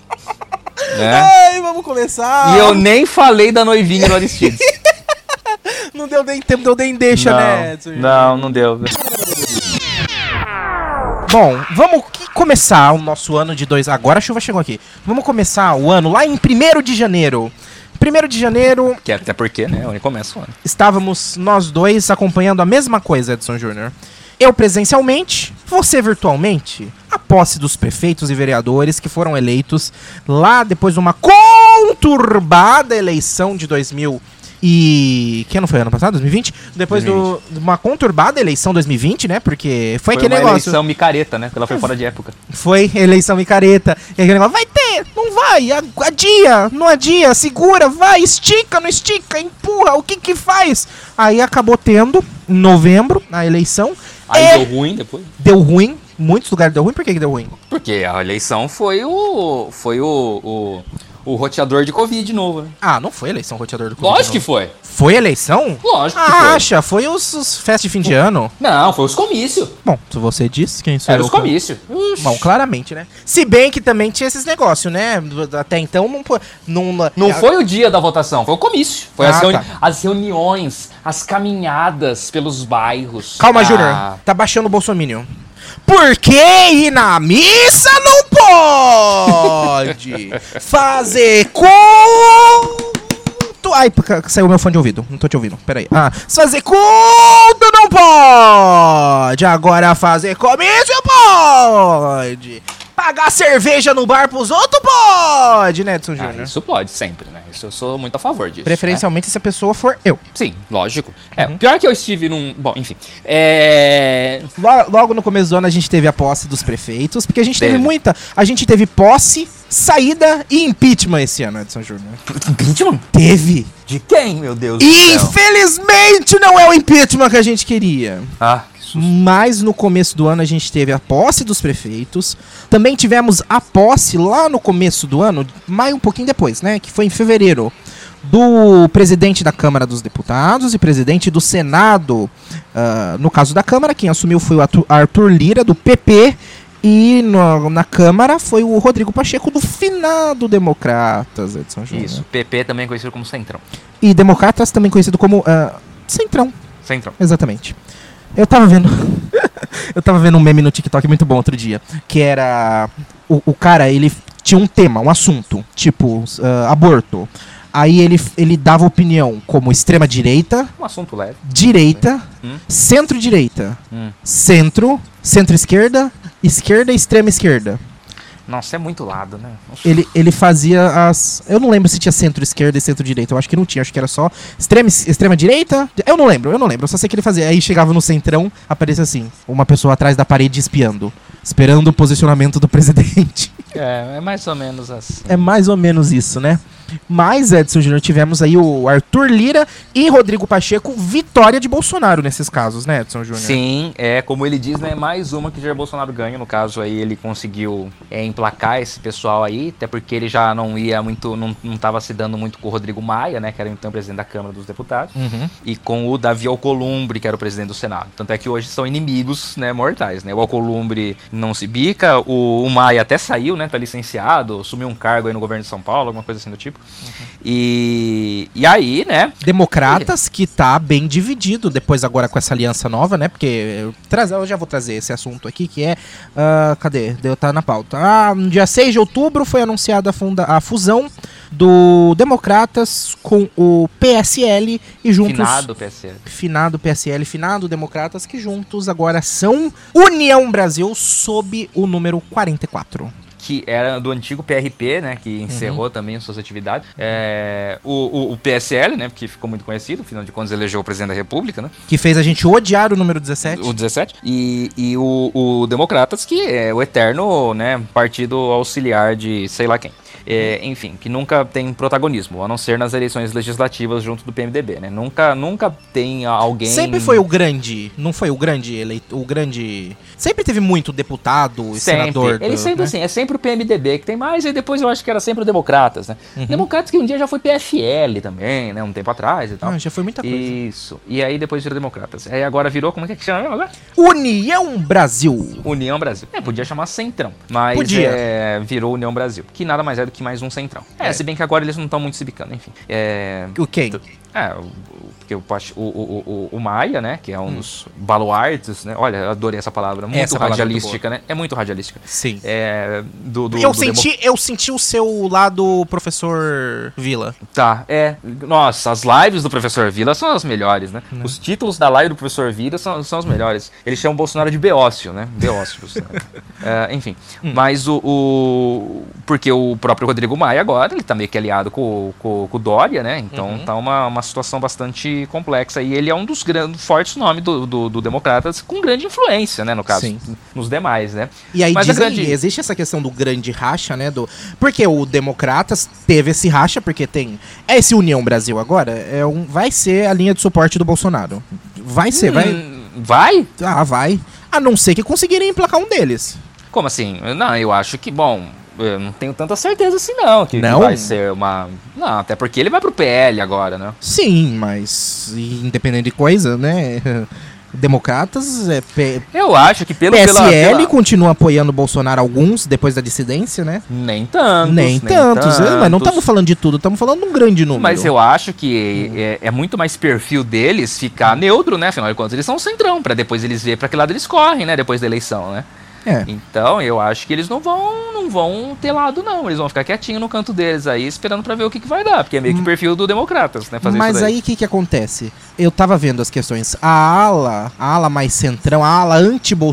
S2: Né?
S1: Ai, vamos começar!
S2: E eu nem falei da noivinha do Aristides.
S1: Não deu nem tempo, deu nem deixa, né?
S2: não, não, não deu.
S1: Bom, vamos que- começar o nosso ano de dois. Agora a chuva chegou aqui. Vamos começar o ano lá em 1 de janeiro. 1 de janeiro,
S2: Que até porque, né? Onde começa o ano.
S1: estávamos nós dois acompanhando a mesma coisa, Edson Júnior. Eu presencialmente, você virtualmente, a posse dos prefeitos e vereadores que foram eleitos lá depois de uma conturbada eleição de 2000 e que ano foi ano passado, 2020? Depois do- de uma conturbada eleição 2020, né? Porque foi,
S2: Foi uma
S1: aquele negócio.
S2: eleição micareta, né? Porque ela foi fora de época.
S1: Foi eleição micareta. E aquele negócio, vai ter, não vai, a- adia, não adia, segura, vai, estica, não estica, empurra, o que que faz? Aí acabou tendo, em novembro, a eleição.
S2: (laughs) Aí
S1: e
S2: deu ruim depois.
S1: deu ruim, muitos lugares deu ruim, por que que deu ruim?
S2: Porque a eleição foi o. Foi o. o, o roteador de Covid de novo, né?
S1: Ah, não foi eleição roteador do
S2: Lógico que foi.
S1: Foi eleição?
S2: Lógico que
S1: Ah,
S2: foi.
S1: acha, foi os, os festas de fim de ano.
S2: Não, foi os comícios.
S1: Bom, se você disse, quem sou
S2: Era
S1: eu
S2: os
S1: pra-
S2: comícios.
S1: Bom, claramente, né? Se bem que também tinha esses negócios, né? Até então não... po- Não,
S2: Não foi o dia da votação, foi o comício. Foi as,
S1: É Ah,
S2: reuni-
S1: tá.
S2: as reuniões, as caminhadas pelos bairros.
S1: Calma,
S2: Ah,
S1: Júnior. Tá baixando o Bolsominion. Por que ir na missa não
S2: (laughs)
S1: pode? Fazer culto Ai, ca- saiu meu fone de ouvido. Não tô te ouvindo. Peraí. Ah, se fazer conta não pode! Agora fazer comício pode! Pagar cerveja no bar pros outros pode, Netson
S2: Ah,
S1: Júnior.
S2: isso é. pode, sempre, né? Isso eu sou muito a favor disso.
S1: Preferencialmente se a pessoa for eu.
S2: né? Sim, lógico. É, pior que eu estive num. Bom, enfim. É. (laughs)
S1: Lo- Logo no começo do ano a gente teve a posse dos prefeitos, porque a gente teve
S2: Teve.
S1: muita. A gente teve posse, saída e impeachment esse ano, Edson Júnior.
S2: Impeachment?
S1: Teve.
S2: De quem, meu Deus do céu?
S1: Infelizmente não é o impeachment que a gente queria.
S2: Ah, que susto.
S1: Mas no começo do ano a gente teve a posse dos prefeitos. Também tivemos a posse lá no começo do ano, mais um pouquinho depois, né? Que foi em fevereiro. Do presidente da Câmara dos Deputados e presidente do Senado. Ah, no caso da Câmara, quem assumiu foi o Arthur- Arthur Lira, do PP. E no- na Câmara foi o Rodrigo Pacheco, do finado Democratas, Edson Júnior.
S2: Isso, PP também é conhecido como Centrão.
S1: E Democratas, também conhecido como ah, Centrão.
S2: Centrão.
S1: Exatamente. Eu tava vendo. (laughs) eu tava vendo um meme no TikTok muito bom outro dia. Que era. O, o cara, ele tinha um tema, um assunto. Tipo, ah, aborto. Aí ele, ele dava opinião como extrema-direita,
S2: Um assunto leve.
S1: direita,
S2: Hum.
S1: centro-direita,
S2: Hum.
S1: centro, centro-esquerda, esquerda e extrema-esquerda.
S2: Nossa, é muito lado, né? Nossa.
S1: Ele, ele fazia as. Eu não lembro se tinha centro-esquerda e centro-direita. Eu acho que não tinha. Acho que era só extrema- extrema-direita. eu não lembro, eu não lembro. Eu só sei que ele fazia. Aí chegava no centrão, aparecia assim: uma pessoa atrás da parede espiando. Esperando o posicionamento do (laughs) presidente.
S2: É, é mais ou menos assim.
S1: É mais ou menos isso, né? Mas, Edson Júnior, tivemos aí o Arthur Lira e Rodrigo Pacheco, vitória de Bolsonaro nesses casos, né, Edson Júnior?
S2: Sim, é como ele diz, né? Mais uma que Jair Bolsonaro ganha. No caso aí, ele conseguiu é, emplacar esse pessoal aí, até porque ele já não ia muito, não, não tava se dando muito com o Rodrigo Maia, né? Que era então presidente da Câmara dos Deputados,
S1: Uhum.
S2: e com o Davi Alcolumbre, que era o presidente do Senado. Tanto é que hoje são inimigos, né? Mortais, né? O Alcolumbre não se bica, o, o Maia até saiu, né? Tá licenciado, assumiu um cargo aí no governo de São Paulo, alguma coisa assim do tipo.
S1: Uhum.
S2: E, e aí, né?
S1: Democratas, que tá bem dividido depois agora com essa aliança nova, né? Porque eu, traz- eu já vou trazer esse assunto aqui, que é. ah, cadê? Deu, tá na pauta. Ah, no dia 6 de outubro foi anunciada a, funda- a fusão do Democratas com o PSL e juntos.
S2: Finado, PSL.
S1: Finado PSL, finado Democratas, que juntos agora são União Brasil sob o número 44.
S2: que era do antigo PRP, né? Que
S1: Uhum.
S2: encerrou também suas atividades. É, o, o- o PSL, né? Porque ficou muito conhecido, afinal de contas elegeu o presidente da República, né?
S1: Que fez a gente odiar o número 17.
S2: O 17. E, e o, o Democratas, que é o eterno né, partido auxiliar de sei lá quem. É, enfim, que nunca tem protagonismo, a não ser nas eleições legislativas junto do PMDB, né? Nunca, nunca tem alguém.
S1: Sempre foi o grande, não foi o grande eleito, o grande. Sempre teve muito deputado e senador.
S2: Ele
S1: do-
S2: sempre
S1: né?
S2: assim, é sempre o PMDB que tem mais, e depois eu acho que era sempre o Democratas, né?
S1: Uhum.
S2: Democratas que um dia já foi PFL também, né? Um tempo atrás e tal.
S1: Ah, já foi muita coisa.
S2: Isso. E aí depois virou Democratas. Aí agora virou, como é que é que chama mesmo agora?
S1: União Brasil.
S2: União Brasil. É, podia chamar Centrão, mas
S1: Podia.
S2: é, virou União Brasil, que nada mais é do que mais um Centrão. É,
S1: É.
S2: se bem que agora eles não estão muito se bicando, enfim. É,
S1: O quem?
S2: é, o- o- porque o, Pache- o, o, o, o Maia, né, que é um dos baluartes, né, olha, eu adorei essa palavra, muito
S1: Hum. Essa palavra é muito
S2: radialística, né, é muito radialística.
S1: Sim.
S2: É, do, do,
S1: eu
S2: do
S1: senti, eu senti o seu lado professor Vila.
S2: Tá, é. Nossa, as lives do professor Vila são as melhores, né? Os títulos da live do professor Vila são, são os melhores. Ele chama o Bolsonaro de Beócio, né?
S1: (laughs)
S2: Beócio, Bolsonaro. É, enfim.
S1: Hum.
S2: Mas o, o- Porque o próprio Rodrigo Maia agora, ele tá meio que aliado com, o- com, o- com o Dória, né? Então
S1: Uhum.
S2: tá uma, uma situação bastante complexa. E ele é um dos grandes, fortes nomes do, do, do Democratas, com grande influência, né? No caso,
S1: Sim.
S2: nos demais, né?
S1: E aí
S2: Mas a
S1: dizem,
S2: grande-
S1: existe essa questão do grande racha, né? Do, porque o Democratas teve esse racha, porque tem. É esse União Brasil agora? É um, vai ser a linha de suporte do Bolsonaro. Vai ser, vai.
S2: Hum, Vai?
S1: Ah, vai. A não ser que conseguirem emplacar um deles.
S2: Como assim? Não, eu acho que, bom, eu não tenho tanta certeza assim não, que
S1: Não?
S2: vai ser uma... Não, até porque ele vai pro PL agora, né?
S1: Sim, mas independente de coisa, né? (laughs) Democratas, é, P-
S2: Eu acho que pelo... pela-
S1: PSL
S2: pela-
S1: continua apoiando o Bolsonaro alguns, depois da dissidência, né?
S2: Nem tantos.
S1: nem tantos, né? mas não
S2: tantos.
S1: estamos falando de tudo, estamos falando de um grande número.
S2: Mas eu acho que é, é muito mais perfil deles ficar neutro, né? Afinal de contas, eles são um centrão, pra depois eles verem pra que lado eles correm, né? Depois da eleição, né?
S1: É.
S2: Então, eu acho que eles não vão, não vão ter lado, não. Eles vão ficar quietinho no canto deles aí, esperando pra ver o que, que vai dar, porque é meio que o perfil do Democratas, né? Fazer
S1: Hum. Mas
S2: isso daí.
S1: aí o que, que acontece? Eu tava vendo as questões. A ala, a ala mais centrão, a ala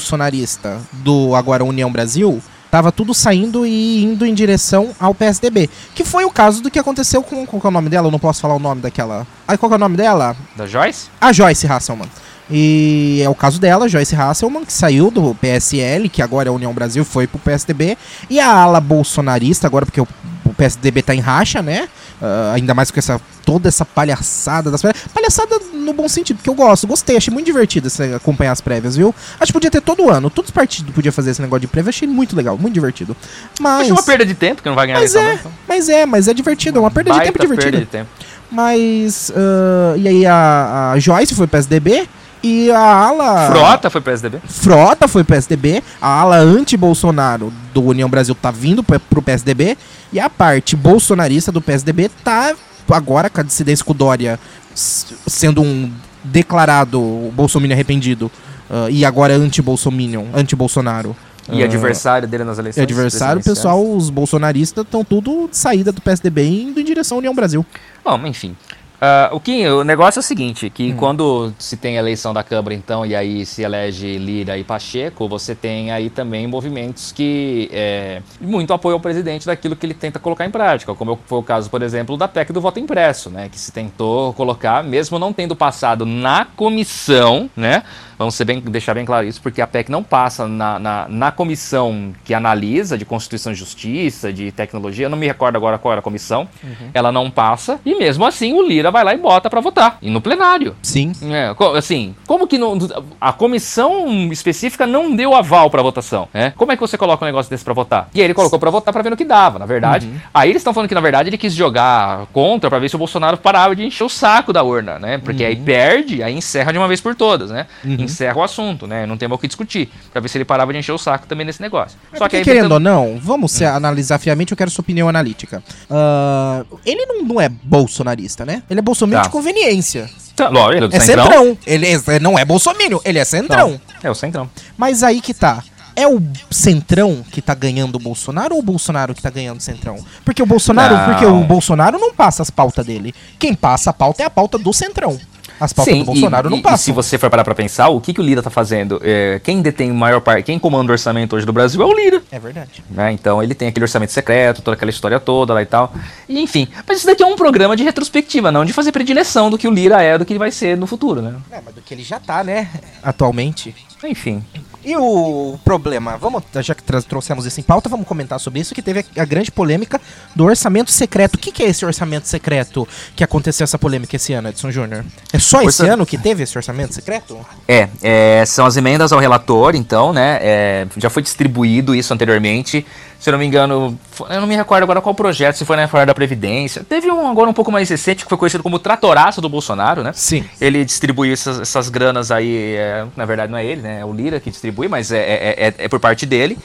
S1: anti-bolsonarista do agora União Brasil, tava tudo saindo e indo em direção ao PSDB. Que foi o caso do que aconteceu com. Qual que é o nome dela? Eu não posso falar o nome daquela. Aí qual que é o nome dela?
S2: Da Joyce?
S1: A Joyce Hasselman. E é o caso dela, Joyce Hasselman, que saiu do PSL, que agora é União Brasil, foi pro PSDB. E a ala bolsonarista, agora porque o, o PSDB tá em racha, né? Ah, ainda mais com essa, toda essa palhaçada das prévias. Palhaçada no bom sentido, porque eu gosto, gostei, achei muito divertido esse, acompanhar as prévias, viu? Acho que podia ter todo ano, todos os partidos podiam fazer esse negócio de prévia, achei muito legal, muito divertido. Mas,
S2: Acho uma perda de tempo, que não vai ganhar
S1: Mas
S2: eleição. não, então.
S1: mas é, mas é divertido, é uma perda de
S2: Baita
S1: tempo divertida.
S2: perda de tempo.
S1: Mas. ah, e aí a, a Joyce foi PSDB e a ala.
S2: Frota foi PSDB?
S1: Frota foi PSDB. A ala anti-Bolsonaro do União Brasil tá vindo pra- pro PSDB. E a parte bolsonarista do PSDB tá agora com a dissidência com o Dória s- sendo um declarado bolsominion arrependido. ah, e agora anti-bolsominion, anti-Bolsonaro.
S2: E
S1: Ah,
S2: adversário dele nas eleições.
S1: Adversário,
S2: presidenciais.
S1: pessoal, os bolsonaristas estão tudo de saída do PSDB e indo em direção à União Brasil.
S2: Bom, enfim. Ah, o, que, o negócio é o seguinte,
S1: Hum.
S2: que quando se tem eleição da Câmara, então, e aí se elege Lira e Pacheco, você tem aí também movimentos que é, muito apoio ao presidente daquilo que ele tenta colocar em prática, como foi o caso, por exemplo, da PEC do voto impresso, né, que se tentou colocar, mesmo não tendo passado na comissão, né, vamos ser bem, deixar bem claro isso, porque a PEC não passa na, na, na comissão que analisa de Constituição e Justiça, de tecnologia, eu não me recordo agora qual era a comissão, ela não passa, e mesmo assim o Lira vai lá e bota pra votar, e no plenário.
S1: Sim.
S2: É, co- assim, como que não, a comissão específica não deu aval pra votação, né? Como é que você coloca um negócio desse pra votar? E aí ele colocou pra votar pra ver no que dava, na verdade.
S1: Uhum.
S2: Aí eles estão falando que na verdade ele quis jogar contra pra ver se o Bolsonaro parava de encher o saco da urna, né? Porque
S1: Uhum.
S2: aí perde, aí encerra de uma vez por todas, né? Encerra o assunto, né? Não tem mais o que discutir, Pra ver se ele parava de encher o saco também nesse negócio.
S1: Só que
S2: tentando-
S1: É querendo ou não, vamos se analisar fiamente, eu quero sua opinião analítica. Ah, ele não, não é bolsonarista, né? Ele é bolsominion
S2: Tá.
S1: de conveniência.
S2: Tá, lógico, ele é do
S1: É
S2: centrão.
S1: centrão. Ele é- não é bolsominion, ele é centrão.
S2: É o centrão.
S1: Mas aí que tá. É o centrão que tá ganhando o Bolsonaro ou o Bolsonaro que tá ganhando o centrão? Porque o Bolsonaro,
S2: Não.
S1: porque o Bolsonaro não passa as pautas dele. Quem passa a pauta é a pauta do centrão. As pautas do
S2: e-
S1: Bolsonaro
S2: e,
S1: não
S2: E se
S1: passam.
S2: você for parar pra pensar, o que, que o Lira tá fazendo? É, quem detém o maior parte, quem comanda o orçamento hoje do Brasil é o Lira.
S1: É verdade.
S2: né? Então ele tem aquele orçamento secreto, toda aquela história toda lá e tal. E, enfim, mas isso daqui é um programa de retrospectiva, não de fazer predileção do que o Lira é, do que ele vai ser no futuro, né?
S1: É, mas do que ele já tá, né? Atualmente.
S2: Enfim.
S1: E o problema? Vamos, já que tra- trouxemos isso em pauta, vamos comentar sobre isso, que teve a grande polêmica do orçamento secreto. O que, que é esse orçamento secreto que aconteceu essa polêmica esse ano, Edson Júnior? É só esse
S2: Orça-
S1: ano que teve esse orçamento secreto?
S2: É, é, são as emendas ao relator, então, né? é, já foi distribuído isso anteriormente. Se eu não me engano, fo- eu não me recordo agora qual projeto, se foi na reforma da Previdência. Teve um agora um pouco mais recente que foi conhecido como o tratoraço do Bolsonaro, né?
S1: Sim.
S2: Ele distribuiu essas, essas granas aí, é, na verdade não é ele, né? É o Lira que distribui, mas é, é- é- é por parte dele.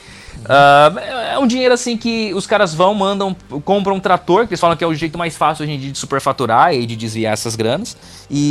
S2: Ah, é- é um dinheiro assim que os caras vão, mandam, compram um trator, que eles falam que é o jeito mais fácil hoje em dia de superfaturar e de desviar essas granas.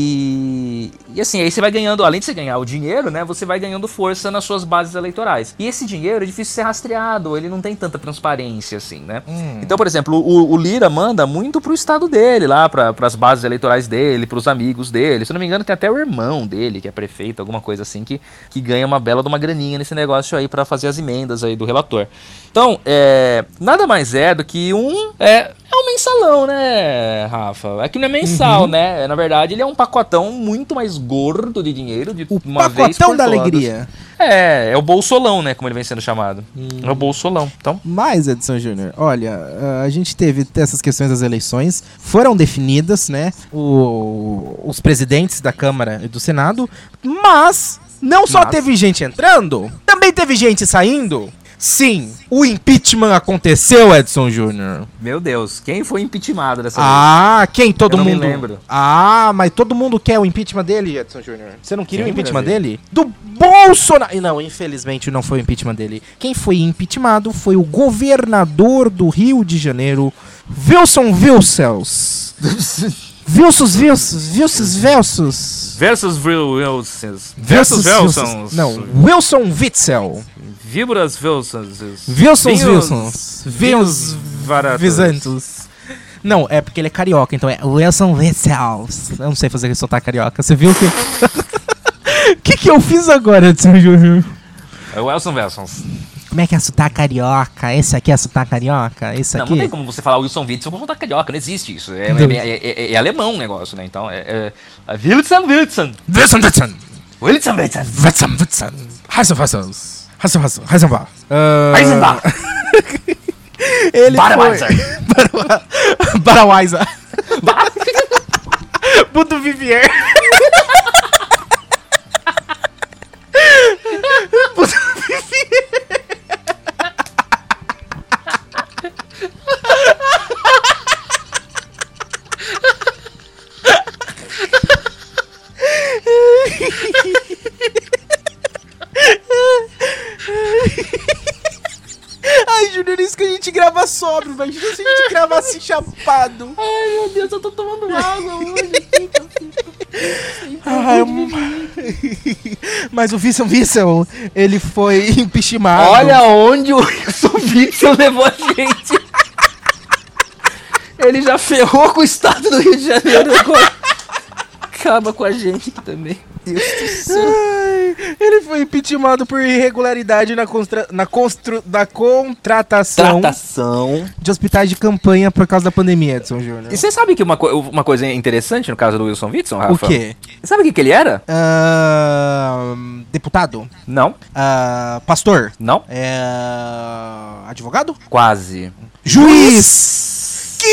S2: E, e assim, aí você vai ganhando, além de você ganhar o dinheiro, né? Você vai ganhando força nas suas bases eleitorais. E esse dinheiro é difícil de ser rastreado, ele não tem tanta transparência assim, né?
S1: Hum.
S2: Então, por exemplo, o, o Lira manda muito pro estado dele, lá, para as bases eleitorais dele, pros amigos dele. Se eu não me engano, tem até o irmão dele, que é prefeito, alguma coisa assim, que, que ganha uma bela de uma graninha nesse negócio aí para fazer as emendas aí do relator. Então, é, nada mais é do que um. É, é um mensalão, né, Rafa? É que não é mensal,
S1: Uhum.
S2: né? Na verdade, ele é um pacotão muito mais gordo de dinheiro de
S1: O
S2: uma vez
S1: pacotão
S2: por
S1: da
S2: todas.
S1: alegria. Hum.
S2: É, é o bolsolão, né? Como ele vem sendo chamado. É o bolsolão. Então,
S1: Mas, Edson Júnior, olha, a gente teve essas questões das eleições, foram definidas, né? o- os presidentes da Câmara e do Senado, mas não só
S2: Mas-
S1: teve gente entrando, também teve gente saindo. Sim, o impeachment aconteceu, Edson Júnior.
S2: meu Deus, quem foi impeachmentado dessa vez?
S1: Ah, quem todo
S2: Eu não me
S1: mundo.
S2: lembro.
S1: Ah, mas todo mundo quer o impeachment dele, Edson Júnior. Você não queria o
S2: Quem,
S1: impeachment
S2: Brasil?
S1: dele? Do Bolsonaro. E Não, infelizmente não foi o impeachment dele. Quem foi impeachmentado foi o governador do Rio de Janeiro,
S2: (laughs)
S1: Wilson Wilsels. Wilson Wilsons, Wilsons Velsos.
S3: Versus Wilsons.
S1: Versus
S3: Versus Wilsons.
S1: Não, Wilson Witzel.
S3: Víboras Wilsons.
S1: Wilson
S3: Vinhos-
S1: Wilsons. Vinhos
S3: Varatos.
S1: Visantos. Não, é porque ele é carioca, então é Wilson Witzel. Eu não sei fazer sotaque carioca. Você viu que... O que (laughs) que eu fiz agora, Edson Júnior?
S3: É o Wilson Wilsons.
S1: Como é que é sotaque carioca? Esse aqui é sotaque carioca? Esse
S2: Não,
S1: Tá aqui?
S2: não tem como você falar Wilson Witzel com sotaque carioca, não existe isso. É,
S1: Não.
S2: é, é- é- é alemão o negócio, né? Então, é. é- é Wilson Wilson!
S1: Wilson Witzel.
S2: Wilson Wilson!
S1: Witzel, Witzel. Hassan, Hassan. Hassan, Hassan. Hassan, Hassan.
S2: Eisenbach!
S1: Ah. Ele (laughs)
S2: Budweiser.
S1: foi... Budweiser. (laughs) Budo Vivier. Budo Vivier. Ai, Júnior, é isso que a gente grava sóbrio, imagina se a gente gravasse chapado. (laughs)
S2: Ai meu Deus, eu tô tomando água hoje.
S1: Ah, eu- Mas o Wilson Wilson, ele foi empichimado.
S2: Olha onde o Wilson Witzel levou a gente! Ele já ferrou com o estado do Rio de Janeiro agora. Acaba com a gente aqui também.
S1: Ai, ele foi impeachmentado por irregularidade na, constra- na, constru- na contratação
S2: Tratação.
S1: de hospitais de campanha por causa da pandemia, Edson Júnior.
S2: E você sabe que uma, co- uma coisa interessante no caso do Wilson Witzel, Rafa?
S1: O quê?
S2: Sabe o que, que ele era?
S1: Ahn, Ah, deputado?
S2: Não,
S1: Ah, pastor?
S2: não,
S1: É, advogado?
S2: quase.
S1: Juiz! Que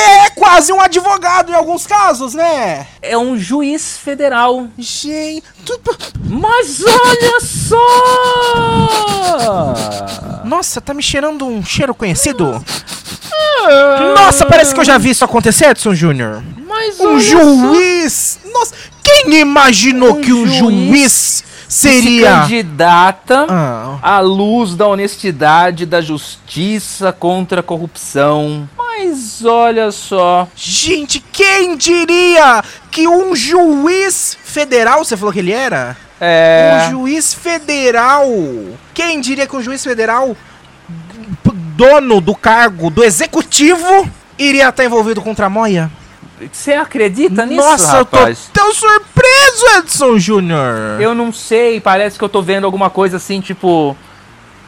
S1: é quase um advogado em alguns casos, né?
S2: É um juiz federal.
S1: Gente.
S2: Mas olha só!
S1: Nossa, tá me cheirando um cheiro conhecido?
S2: Ah.
S1: Nossa, parece que eu já vi isso acontecer, Edson Júnior.
S2: Mas
S1: Ah! Um
S2: olha
S1: juiz! Nossa, quem imaginou
S2: Um
S1: que um
S2: juiz
S1: juiz
S2: só.
S1: seria.
S2: Candidata
S1: Ah,
S2: à luz da honestidade, da justiça contra a corrupção. Mas olha só.
S1: gente, quem diria que um juiz federal. Você falou que ele era? Um
S2: É.
S1: juiz federal! Quem diria que um juiz federal, p- dono do cargo do executivo, iria estar envolvido com tramóia?
S2: Você acredita Tá nisso?
S1: Nossa,
S2: rapaz?
S1: eu tô tão surpreso, Edson Júnior!
S2: Eu não sei, parece que eu tô vendo alguma coisa assim, tipo.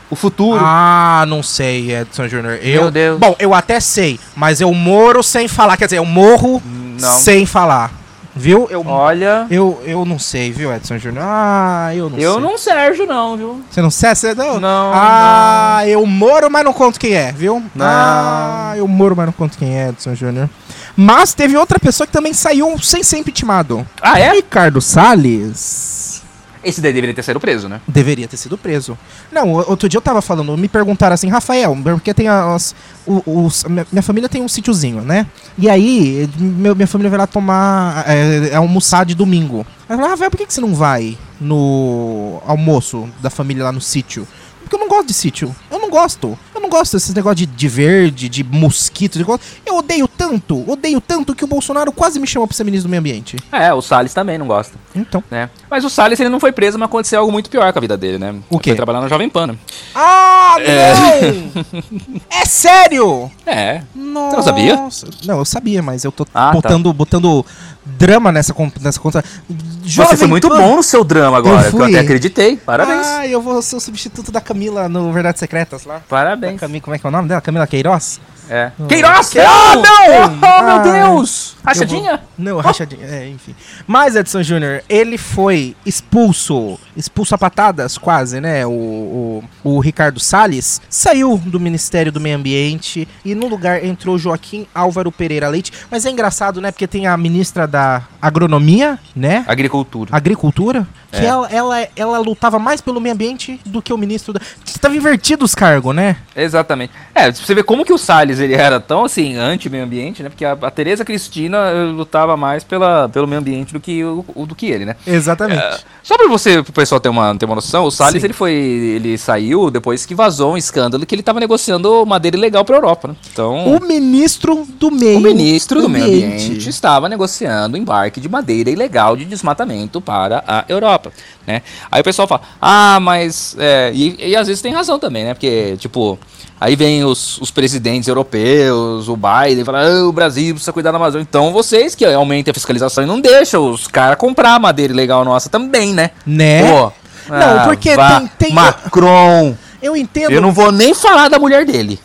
S2: O futuro.
S1: Ah, não sei, Edson Júnior. Eu...
S2: Meu Deus.
S1: Bom, eu até sei, mas eu moro sem falar. Quer dizer, eu morro
S2: Não.
S1: sem falar. Viu?
S2: é
S1: Eu,
S2: um Olha.
S1: eu, eu não sei, viu, Edson Júnior? Ah, eu não
S2: eu
S1: sei.
S2: não Sérgio, não, viu?
S1: Você não sabe? Você não?
S2: Não,
S1: Ah, eu moro, mas não conto quem é, viu?
S2: Não.
S1: Ah, eu moro, mas não conto quem é, Edson Júnior. Mas teve outra pessoa que também saiu sem ser impeachmentado.
S2: Ah, é?
S1: Ricardo Salles.
S2: Esse daí deveria ter saído preso, né?
S1: Deveria ter sido preso. Não, o- outro dia eu tava falando, me perguntaram assim, Rafael, porque tem as. o- os- a minha, minha família tem um sítiozinho, né? E aí, meu- minha família vai lá tomar. É, é, almoçar de domingo. Aí eu falei, Rafael, por que, que você não vai no almoço da família lá no sítio? Porque eu não gosto de sítio. Eu não gosto. Eu não gosto desses negócios de, de verde, de mosquito, de negócio. Eu odeio tanto, odeio tanto que o Bolsonaro quase me chamou pra ser ministro do meio ambiente.
S2: É, o Salles também não gosta,
S1: Então.
S2: né? Mas o Salles, ele não foi preso, mas aconteceu algo muito pior com a vida dele, né?
S1: O
S2: Ele
S1: quê?
S2: Foi trabalhar na Jovem Pan, né?
S1: Ah, não! (laughs) é sério!
S2: É.
S1: Nossa.
S2: não sabia?
S1: Não, eu sabia, mas eu tô
S2: Ah, tá.
S1: botando, botando drama nessa, con- nessa conta. Jovem
S2: Você foi muito
S1: Pan-
S2: bom no seu drama agora,
S1: Eu
S2: que eu
S1: fui.
S2: até acreditei. Parabéns.
S1: Ah, eu vou ser o substituto da Camila no Verdades Secretas lá. Da
S2: Parabéns.
S1: Cami, como é que é o nome dela? Camila Queiroz?
S2: É. Queiroz! Ah,
S1: Queiroz!
S2: não! Oh, meu
S1: Ah.
S2: Deus! Rachadinha? Oh.
S1: Não, rachadinha. É, enfim. Mas, Edson Júnior, ele foi expulso, expulso a patadas quase, né? O, o, o Ricardo Salles saiu do Ministério do Meio Ambiente e no lugar entrou Joaquim Álvaro Pereira Leite. Mas é engraçado, né? Porque tem a ministra da Agronomia, né?
S2: Agricultura.
S1: Agricultura, que
S2: É.
S1: ela, ela, ela lutava mais pelo meio ambiente do que o ministro da. Tava invertido os cargos, né?
S2: Exatamente. É, pra você ver como que o Salles, ele era tão assim, anti-meio ambiente, né? Porque a, a Tereza Cristina eh, lutava mais pela, pelo meio ambiente do que, o, o- do que ele, né?
S1: Exatamente.
S2: Só pra você, pro pessoal ter uma, ter uma noção, o Salles
S1: Sim.
S2: ele foi. ele saiu depois que vazou um escândalo que ele tava negociando madeira ilegal pra Europa, né? Então.
S1: É. O ministro do meio.
S2: O ministro do Meio Ambiente estava negociando o embarque de madeira ilegal de desmatamento para a Europa, né? Aí o pessoal fala, ah, mas... é, e, e às vezes tem razão também, né? Porque, tipo, aí vem os, os presidentes europeus, o Biden, fala, "Ah, o Brasil precisa cuidar da Amazônia. Então vocês que aumentem a fiscalização e não deixam os caras comprar madeira ilegal nossa também, né?
S1: Né?
S2: Pô, ah,
S1: Não, porque
S2: vá,
S1: tem- tem-
S2: Macron...
S1: Eu entendo.
S2: Eu não vou nem falar da mulher dele.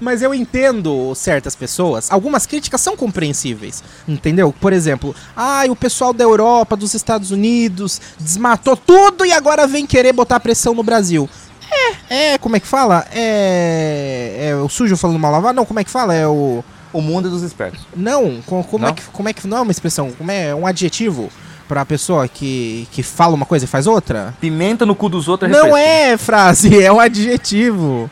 S1: Mas eu entendo certas pessoas, algumas críticas são compreensíveis, entendeu? Por exemplo, ai, o pessoal da Europa, dos Estados Unidos, desmatou tudo e agora vem querer botar pressão no Brasil. É, é, como é que fala? É, é o sujo falando mal lavado? Não, como é que fala? É o...
S2: O mundo é dos espertos.
S1: Não, co- como, É,
S2: Não?
S1: que, como é que... Não é uma expressão, como é é um adjetivo pra pessoa que, que fala uma coisa e faz outra?
S2: Pimenta no cu dos outros
S1: Não
S2: refresco.
S1: é frase, (laughs) é um adjetivo.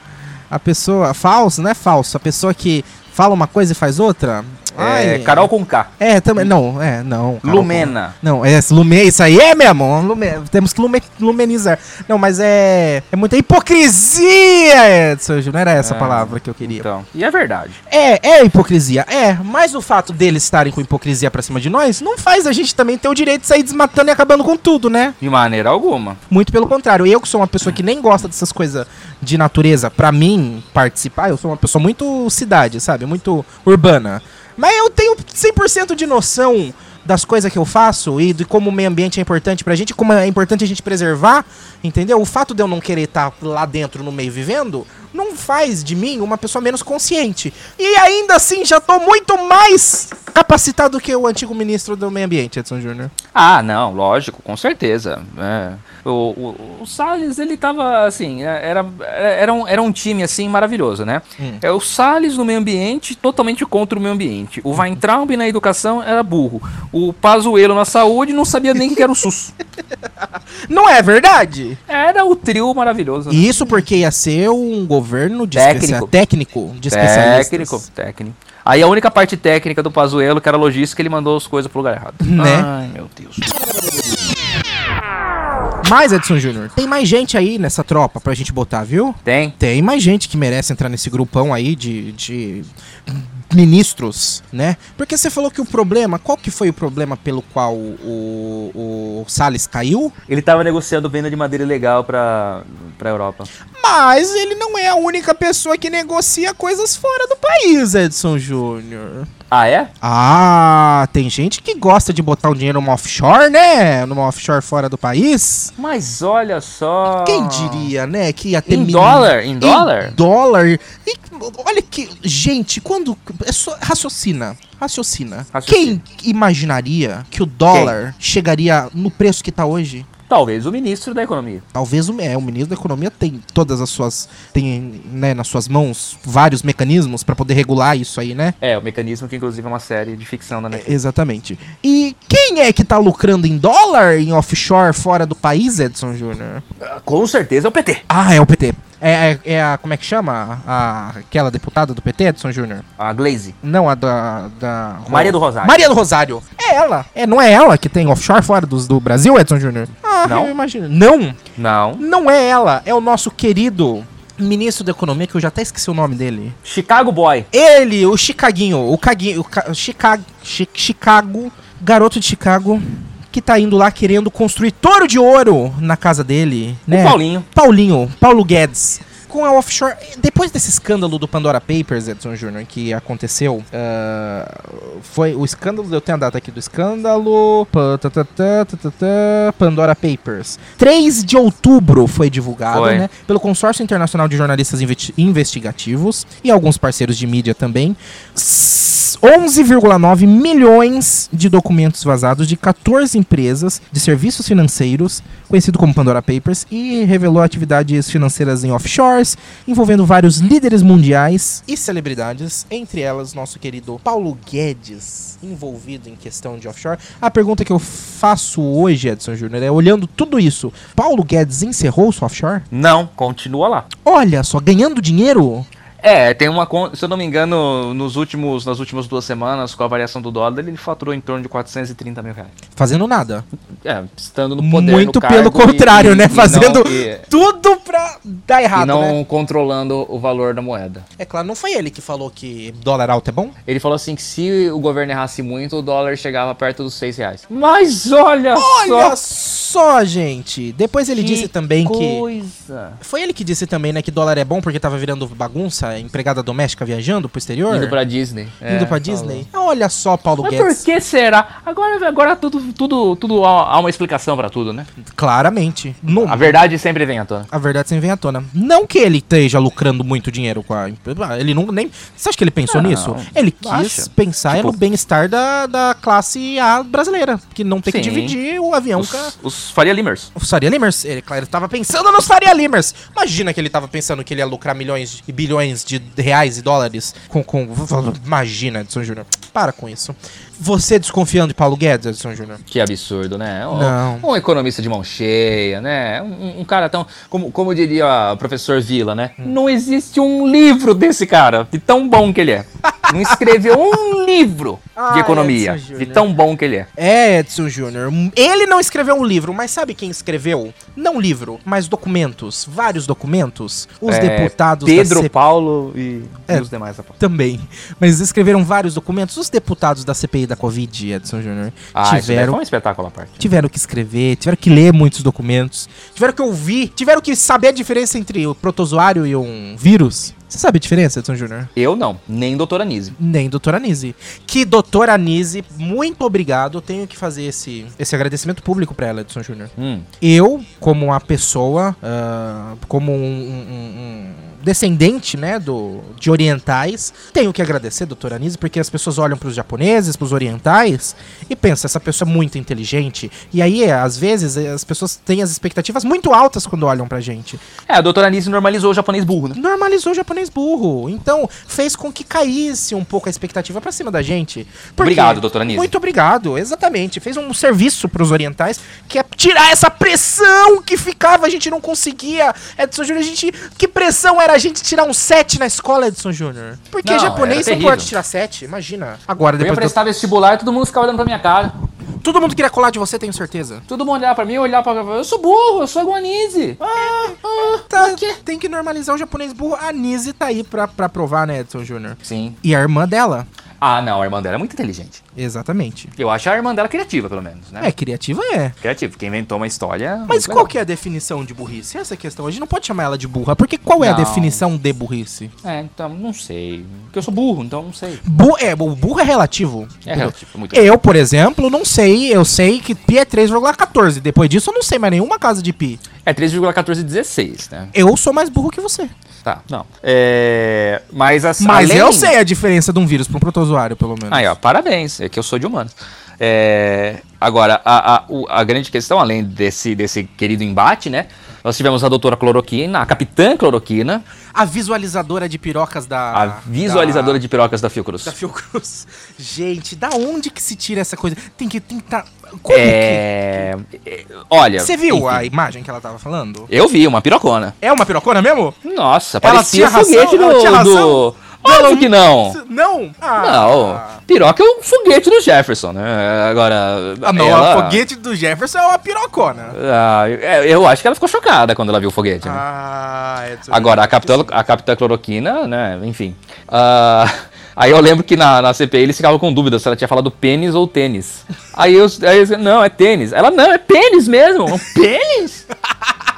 S1: A pessoa. Falso, não é falso. A pessoa que fala uma coisa e faz outra.
S2: É, Carol com K.
S1: É, também. Não, é, não. Carol
S2: Lumena.
S1: com- Não, é lume, isso aí é mesmo. lume- temos que lume- lumenizar. Não, mas é. É muita hipocrisia, Edson. Gil, Não era essa a
S2: É.
S1: palavra que eu queria.
S2: Então, e é verdade.
S1: É, é hipocrisia, é. Mas o fato deles estarem com hipocrisia pra cima de nós não faz a gente também ter o direito de sair desmatando e acabando com tudo, né?
S2: De maneira alguma.
S1: Muito pelo contrário, eu que sou uma pessoa que nem gosta dessas coisas de natureza, pra mim participar, eu sou uma pessoa muito cidade, sabe? Muito urbana. Mas eu tenho 100% de noção das coisas que eu faço e de como o meio ambiente é importante pra gente, como é importante a gente preservar, entendeu? O fato de eu não querer estar lá dentro no meio vivendo não faz de mim uma pessoa menos consciente. E ainda assim já tô muito mais capacitado que o antigo ministro do meio ambiente, Edson Júnior.
S2: Ah, não, lógico, com certeza. É. O, o, o Salles, ele tava assim, é, era, era, um, era um time assim maravilhoso, né?
S1: Hum.
S2: É o Salles no meio ambiente, totalmente contra o meio ambiente.
S1: Hum.
S2: O Weintraub na educação era burro. O Pazuello na saúde não sabia nem o que era
S1: (laughs)
S2: o SUS.
S1: Não é verdade?
S2: Era o trio maravilhoso. né?
S1: E isso porque ia ser um governo de
S2: Técnico.
S1: especia- técnico de especialistas.
S2: Técnico, técnico. Aí a única parte técnica do Pazuello, que era logística, ele mandou as coisas pro lugar errado.
S1: Né?
S2: Ai, meu Deus.
S1: Mas, Edson Júnior, tem mais gente aí nessa tropa pra gente botar, viu?
S2: Tem?
S1: Tem mais gente que merece entrar nesse grupão aí de, de ministros, né? Porque você falou que o problema, qual que foi o problema pelo qual o, o Salles caiu?
S2: Ele tava negociando venda de madeira ilegal pra, pra Europa.
S1: Mas ele não é a única pessoa que negocia coisas fora do país, Edson Júnior.
S2: Ah, é?
S1: Ah, tem gente que gosta de botar o dinheiro numa offshore, né? Numa offshore fora do país.
S2: Mas olha só.
S1: Quem diria, né, que ia ter
S2: Ah. Em
S1: mini-
S2: dólar? Em dólar?
S1: dólar. E olha que gente, quando é só raciocina, raciocina.
S2: Raciocina.
S1: Quem imaginaria que o dólar chegaria no preço que tá hoje?
S2: Talvez o ministro da economia.
S1: Talvez o, é, o ministro da economia tem todas as suas tem, né, nas suas mãos vários mecanismos pra poder regular isso aí, né?
S2: É, o mecanismo que inclusive é uma série de ficção da Netflix.
S1: Exatamente. E quem é que tá lucrando em dólar em offshore fora do país, Edson Júnior?
S2: Com certeza é o PT.
S1: Ah, é o PT. É, é, é a. Como é que chama? A, aquela deputada do PT, Edson Júnior?
S2: A Glaze.
S1: Não, a da. da
S2: Maria do Rosário.
S1: Maria do Rosário. É ela. É, não é ela que tem offshore fora dos, do Brasil, Edson Júnior? Ah,
S2: Não.
S1: eu imagino. Não,
S2: Não.
S1: não é ela. É o nosso querido ministro da Economia, que eu já até esqueci o nome dele.
S2: Chicago Boy.
S1: Ele, o Chicaguinho, o Caguinho, o Ca- Chicago, Chi- Chicago, garoto de Chicago, que tá indo lá querendo construir touro de ouro na casa dele, né?
S2: O Paulinho.
S1: Paulinho, Paulo Guedes. Com a offshore, depois desse escândalo do Pandora Papers, Edson Júnior, que aconteceu, ah, foi o escândalo, eu tenho a data aqui do escândalo, pã, tá, tá, tá, tá, tá, tá, Pandora Papers. 3 de outubro foi divulgado,
S2: Foi.
S1: né, pelo Consórcio Internacional de Jornalistas Investi- Investigativos e alguns parceiros de mídia também, s- 11,9 milhões de documentos vazados de 14 empresas de serviços financeiros, conhecido como Pandora Papers, e revelou atividades financeiras em offshores, envolvendo vários líderes mundiais e celebridades, entre elas nosso querido Paulo Guedes, envolvido em questão de offshore. A pergunta que eu faço hoje, Edson Júnior, é olhando tudo isso, Paulo Guedes encerrou o seu offshore?
S2: Não, continua lá.
S1: Olha só, ganhando dinheiro?
S2: É, tem uma. con- Se eu não me engano, nos últimos, nas últimas duas semanas, com a variação do dólar, ele faturou em torno de 430 mil reais.
S1: Fazendo nada.
S2: É, estando no poder.
S1: Muito
S2: no cargo
S1: pelo
S2: e-
S1: contrário,
S2: e-
S1: né?
S2: e não-
S1: Fazendo
S2: e-
S1: tudo pra dar errado,
S2: e não
S1: né?
S2: controlando o valor da moeda.
S1: É claro, não foi ele que falou que dólar alto é bom?
S2: Ele falou assim que se o governo errasse muito, o dólar chegava perto dos 6 reais. Mas olha,
S1: Olha só, gente. Depois ele disse também que.
S2: coisa.
S1: Foi ele que disse também, né, que dólar é bom porque tava virando bagunça, empregada doméstica viajando pro exterior?
S2: Indo pra Disney. É,
S1: Indo pra Disney? Ah, Olha só, Paulo
S2: Mas
S1: Guedes.
S2: por que será? Agora, agora tudo, tudo, tudo há há uma explicação pra tudo, né?
S1: Claramente. Não,
S2: A verdade sempre vem à tona.
S1: a verdade sempre vem à tona. Não que ele esteja lucrando muito dinheiro com a. empresa. Ele não nem. Você acha que ele pensou
S2: Não,
S1: nisso? Ele quis
S2: acha.
S1: pensar
S2: Tipo-
S1: no bem-estar da, da classe A brasileira, que não tem que
S2: Sim.
S1: dividir o avião com a-
S2: Os, os Faria Limers.
S1: Os Faria Limers, ele, claro, ele tava pensando nos Faria Limers. Imagina que ele tava pensando que ele ia lucrar milhões e bilhões de reais e dólares com. com imagina, Edson Júnior. Para com isso. Você desconfiando de Paulo Guedes, Edson Júnior?
S2: Que absurdo, né? Um,
S1: Não.
S2: um economista de mão cheia, né? Um, um cara tão. Como, como diria o professor Vila, né?
S1: Hum.
S2: Não existe um livro desse cara, de tão bom que ele é. Não
S1: (laughs)
S2: escreveu um livro
S1: Ah,
S2: de economia,
S1: Edson
S2: de
S1: Júnior.
S2: tão bom que ele é.
S1: É, Edson Júnior. Ele não escreveu um livro, mas sabe quem escreveu? Não livro, mas documentos. Vários documentos. Os
S2: É,
S1: deputados da
S2: Pedro,
S1: É. CPI
S2: Paulo e, e os demais. rapaz.
S1: também. Mas escreveram vários documentos. Os deputados da CPI da Covid, Edson Júnior,
S2: Ah, isso daí
S1: tiveram
S2: foi um espetáculo à parte.
S1: tiveram que escrever, tiveram que ler muitos documentos, tiveram que ouvir, tiveram que saber a diferença entre o protozoário e um vírus. Você sabe a diferença, Edson Júnior?
S2: Eu não, nem doutor Anísio.
S1: Nem doutora Anise. Que doutora Anise, muito obrigado. Eu tenho que fazer esse, esse agradecimento público pra ela, Edson Júnior.
S2: Hum,
S1: Eu, como uma pessoa, ah, como um, um- um descendente, né, do, de orientais, tenho que agradecer, doutora Anise, porque as pessoas olham pros japoneses, pros orientais, e pensam, essa pessoa é muito inteligente. E aí, às vezes, as pessoas têm as expectativas muito altas quando olham pra gente.
S2: É, a doutora Anísio normalizou o japonês burro, né?
S1: Normalizou o japonês burro. Então, fez com que caísse um pouco a expectativa pra cima da gente. Porque-
S2: Obrigado, doutora Anísio.
S1: Muito obrigado, exatamente. Fez um serviço pros orientais, que é tirar essa pressão que ficava, a gente não conseguia. Edson Júnior, a gente. Que pressão era a gente tirar um 7 na escola, Edson Júnior? Porque
S2: Não,
S1: japonês
S2: era
S1: não pode
S2: terrível.
S1: tirar 7, imagina. Agora,
S2: Eu ia
S1: depois.
S2: prestar vestibular e todo mundo ficava olhando pra minha cara.
S1: do- Todo mundo queria colar de você, tenho certeza.
S2: Todo mundo olhava pra mim, olhava pra Eu sou burro, eu sou agonise.
S1: Ah. Tá, tem que normalizar o japonês burro. A Nise tá aí pra, pra provar, né, Edson Júnior?
S2: Sim.
S1: E a irmã dela.
S2: Ah, não, a irmã dela é muito inteligente.
S1: Exatamente.
S2: Eu acho a irmã dela criativa, pelo menos, né?
S1: É, criativa é.
S2: Criativa, quem inventou uma história.
S1: Mas qual que é a definição de burrice? Essa é a questão. A gente não pode chamar ela de burra, porque qual é a
S2: Não.
S1: definição de burrice?
S2: É, então, não sei. Porque eu sou burro, então não sei.
S1: Bu é, o burro é relativo.
S2: É relativo, muito.
S1: Eu, por exemplo, não sei. Eu sei que pi é 3,14. Depois disso, eu não sei mais nenhuma casa de pi.
S2: É 3,1416, né?
S1: Eu sou mais burro que você.
S2: Tá, não. É. Mas assim.
S1: Mas
S2: além-
S1: eu sei a diferença de um vírus para um protozoário, pelo menos.
S2: Aí, ó, parabéns, é que eu sou de humanos. É, agora, a, a, o- a grande questão, além desse, desse querido embate, né? Nós tivemos a doutora Cloroquina, a capitã Cloroquina,
S1: A visualizadora de pirocas da.
S2: a
S1: da...
S2: visualizadora de pirocas da Fiocruz.
S1: Ah, tá. Da Fiocruz. Gente, da onde que se tira essa coisa? Tem que tentar. Como
S2: É... é, Olha.
S1: que. Você viu
S2: enfim,
S1: a imagem que ela tava falando?
S2: Eu vi, uma pirocona.
S1: É uma pirocona mesmo?
S2: Nossa,
S1: Ela
S2: parecia
S1: tinha razão?
S2: foguete
S1: Ela tinha
S2: do.
S1: razão?
S2: do... Óbvio que não!
S1: Não? Ah.
S2: Não, piroca é um foguete do Jefferson, né? Agora.
S1: Ah, não,
S2: ela-
S1: o foguete do Jefferson é uma pirocona.
S2: Ah, eu- eu acho que ela ficou chocada quando ela viu o foguete. né?
S1: Ah, Edson.
S2: Agora, a capitã, a capitã cloroquina, né? Enfim. Ah, (laughs) aí eu lembro que na, na CPI eles ficavam com dúvida se ela tinha falado pênis ou tênis. Aí eu, aí eu não, é tênis. Ela, não, é pênis mesmo. Eu, Pênis?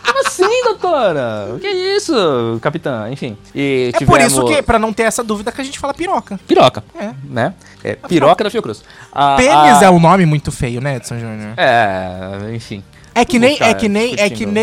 S2: Como assim, doutora? O que é isso, capitã? Enfim. E
S1: É por
S2: tivemos-
S1: isso que, pra não ter essa dúvida, que a gente fala piroca.
S2: Piroca.
S1: É.
S2: Né? É, piroca da Fiocruz. A-
S1: Pênis
S2: a-
S1: é um nome muito feio, né, Edson Júnior?
S2: Ah, É, enfim.
S1: É que nem, é
S2: cara,
S1: que nem, é que
S2: discutindo.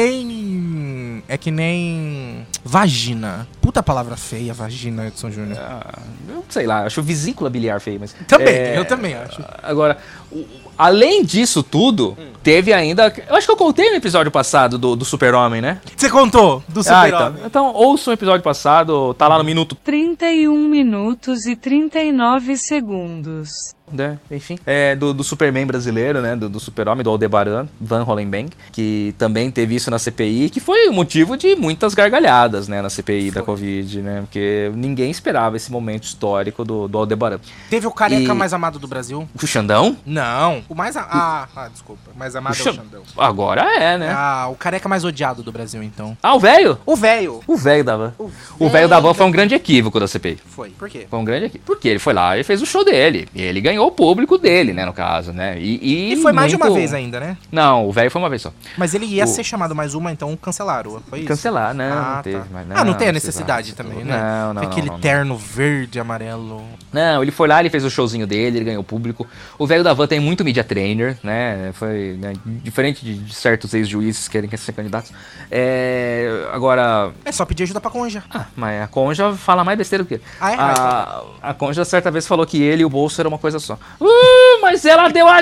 S1: nem, é que nem vagina. Puta palavra feia, vagina, Edson Júnior.
S2: Ah, eu sei lá, acho vesícula biliar feio, mas.
S1: Também,
S2: é,
S1: eu também acho.
S2: Agora, o- o- além disso tudo, teve ainda. Eu acho que eu contei no episódio passado do, do Super-Homem, né?
S1: Você contou do
S2: Ah,
S1: super-homem.
S2: então, então, ouça o episódio passado, tá lá no minuto.
S4: 31 minutos e 39 segundos.
S2: né? Enfim. É, do, do Superman brasileiro, né? Do, do Super-Homem, do Aldebaran, Van Hollenbank, que também teve isso na CPI, que foi o motivo de muitas gargalhadas, né? Na CPI da Covid, né? Porque ninguém esperava esse momento histórico do, do Aldebaran.
S1: Teve o careca
S2: E-
S1: mais amado do Brasil?
S2: O Xandão?
S1: Não. O mais. A... Ah, ah, desculpa. O mais amado é o
S2: Xan-
S1: Xandão.
S2: Agora é, né?
S1: Ah, o careca mais odiado do Brasil, então.
S2: Ah, o velho?
S1: O velho.
S2: O velho da van. O velho da van foi um grande equívoco da CPI.
S1: Foi. Por quê?
S2: Foi um grande equívoco. Porque ele foi lá e fez o show dele. E ele ganhou o público dele, né? No caso, né? E,
S1: E foi mais de uma
S2: muito-
S1: vez ainda, né?
S2: Não, o velho foi uma vez só.
S1: Mas ele ia
S2: O-
S1: ser chamado mais uma, então cancelaram. Foi isso?
S2: Cancelar, não,
S1: Ah,
S2: não teve
S1: tá.
S2: mais.
S1: ah, não tem a
S2: precisava.
S1: necessidade também, né?
S2: Não, não.
S1: Tem aquele
S2: não, não.
S1: terno verde, amarelo.
S2: Não, ele foi lá, ele fez o showzinho dele, ele ganhou público. O velho da van tem muito media trainer, né? Foi né, diferente de, de certos ex-juízes que querem que ser candidatos. É, agora,
S1: É só pedir ajuda pra conja.
S2: ah, mas a Conja fala mais besteira do que ele.
S1: Ah, é?
S2: a, a Conja certa vez falou que ele e o bolso eram uma coisa só. Uh, mas ela deu a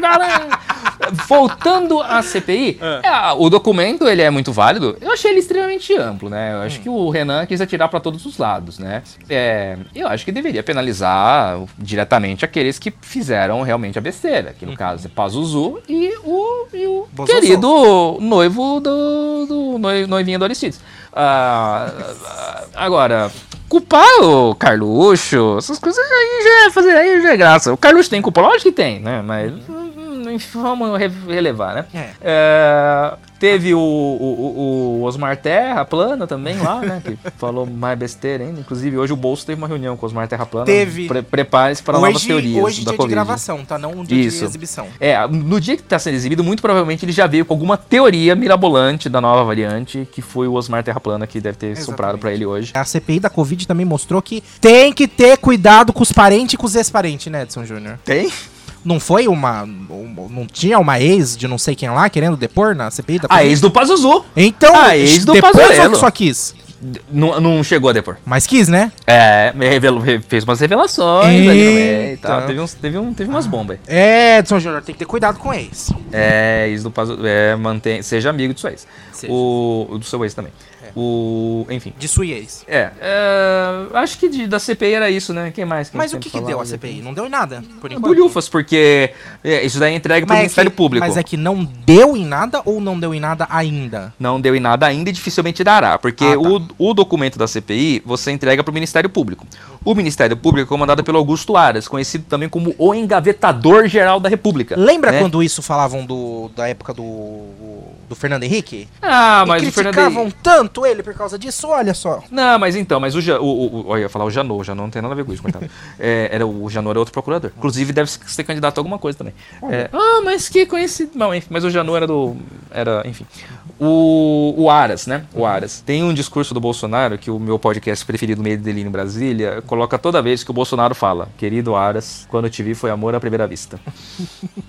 S1: (laughs)
S2: galera! Voltando à CPI, é, o documento ele é muito válido. Eu achei ele extremamente amplo, né? Eu
S1: Hum.
S2: acho que o Renan quis atirar para todos os lados, né? É, eu acho que deveria penalizar diretamente aqueles que fizeram realmente a besteira,
S1: Uhum.
S2: que no caso é Pazuzu e o, e o
S1: Bozuzu.
S2: querido noivo do, do noi- noivinho do Aristides. Ah, agora, culpar o Carluxo, essas coisas aí já é, fazer, aí já é graça. O Carluxo tem culpa? Lógico que tem, né? Mas hum, enfim, vamos re- relevar, né?
S1: É.
S2: É, teve o, o- o- o Osmar Terra Plana também lá, né? Que (laughs) falou mais besteira ainda. Inclusive, hoje o Bolso teve uma reunião com o Osmar Terra Plana.
S1: Teve.
S2: Pre- Prepare-se para novas
S1: hoje,
S2: teorias
S1: hoje é
S2: da
S1: dia de
S2: Covid.
S1: gravação, tá? Não um dia de
S2: Isso.
S1: exibição.
S2: É, no dia que está sendo exibido, muito provavelmente ele já veio com alguma teoria mirabolante da nova variante, que foi o Osmar Terraplana que deve ter soprado para ele hoje.
S1: A CPI da Covid também mostrou que tem que ter cuidado com os parentes e com os ex-parentes, né, Edson Júnior?
S2: Tem?
S1: Não foi uma, um- Não tinha uma ex de não sei quem lá querendo depor na CPI da
S2: A
S1: Covid?
S2: ex do Pazuzu.
S1: Então,
S2: a Ah, ex do
S1: depois
S2: Pazuello.
S1: que só quis.
S2: D- Não, não chegou a depor.
S1: Mas quis, né?
S2: É, me revelou- re- fez umas revelações ali no meio e tal.
S1: Eita.
S2: Teve, uns, teve, um, teve umas bombas. aí.
S1: É, Edson Júnior, tem que ter cuidado com ex.
S2: É, ex do Pazuzu. É, mantém, seja amigo do seu ex.
S1: Seja. É.
S2: O, do seu ex também. O, enfim.
S1: De sua ex.
S2: É, é, acho que de- da CPI era isso, né? Quem mais?
S1: Mas o
S2: nós
S1: que, que
S2: temos
S1: deu a
S2: falar? É,
S1: CPI? Não deu em nada, por enquanto.
S2: Bulhufas, porque é, isso daí é entregue para o Ministério
S1: que,
S2: Público.
S1: mas é que não deu em nada ou não deu em nada ainda?
S2: Não deu em nada ainda e dificilmente dará, porque
S1: Ah, tá.
S2: o, o documento da CPI você entrega para o Ministério Público. O Ministério Público é comandado pelo Augusto Aras, conhecido também como o engavetador geral da República.
S1: Lembra
S2: né?
S1: quando isso falavam do, da época do, do Fernando Henrique?
S2: Ah, mas
S1: e
S2: o Fernando
S1: criticavam tanto ele por causa disso? Olha só.
S2: Não, mas então, mas o, Ja- o, o, o- olha, eu ia falar o Janot, o Janot não tem nada a ver com isso, coitado. É, era, o Janot era outro procurador. Inclusive, deve ser candidato a alguma coisa também. É, ah, mas que conhecido. Não, enfim, mas o Janot era do. Era, enfim. O, o Aras, né? O Aras. Tem um discurso do Bolsonaro, que o meu podcast preferido, Meio dele em Brasília, coloca toda vez que o Bolsonaro fala: Querido Aras, quando te vi foi amor à primeira vista.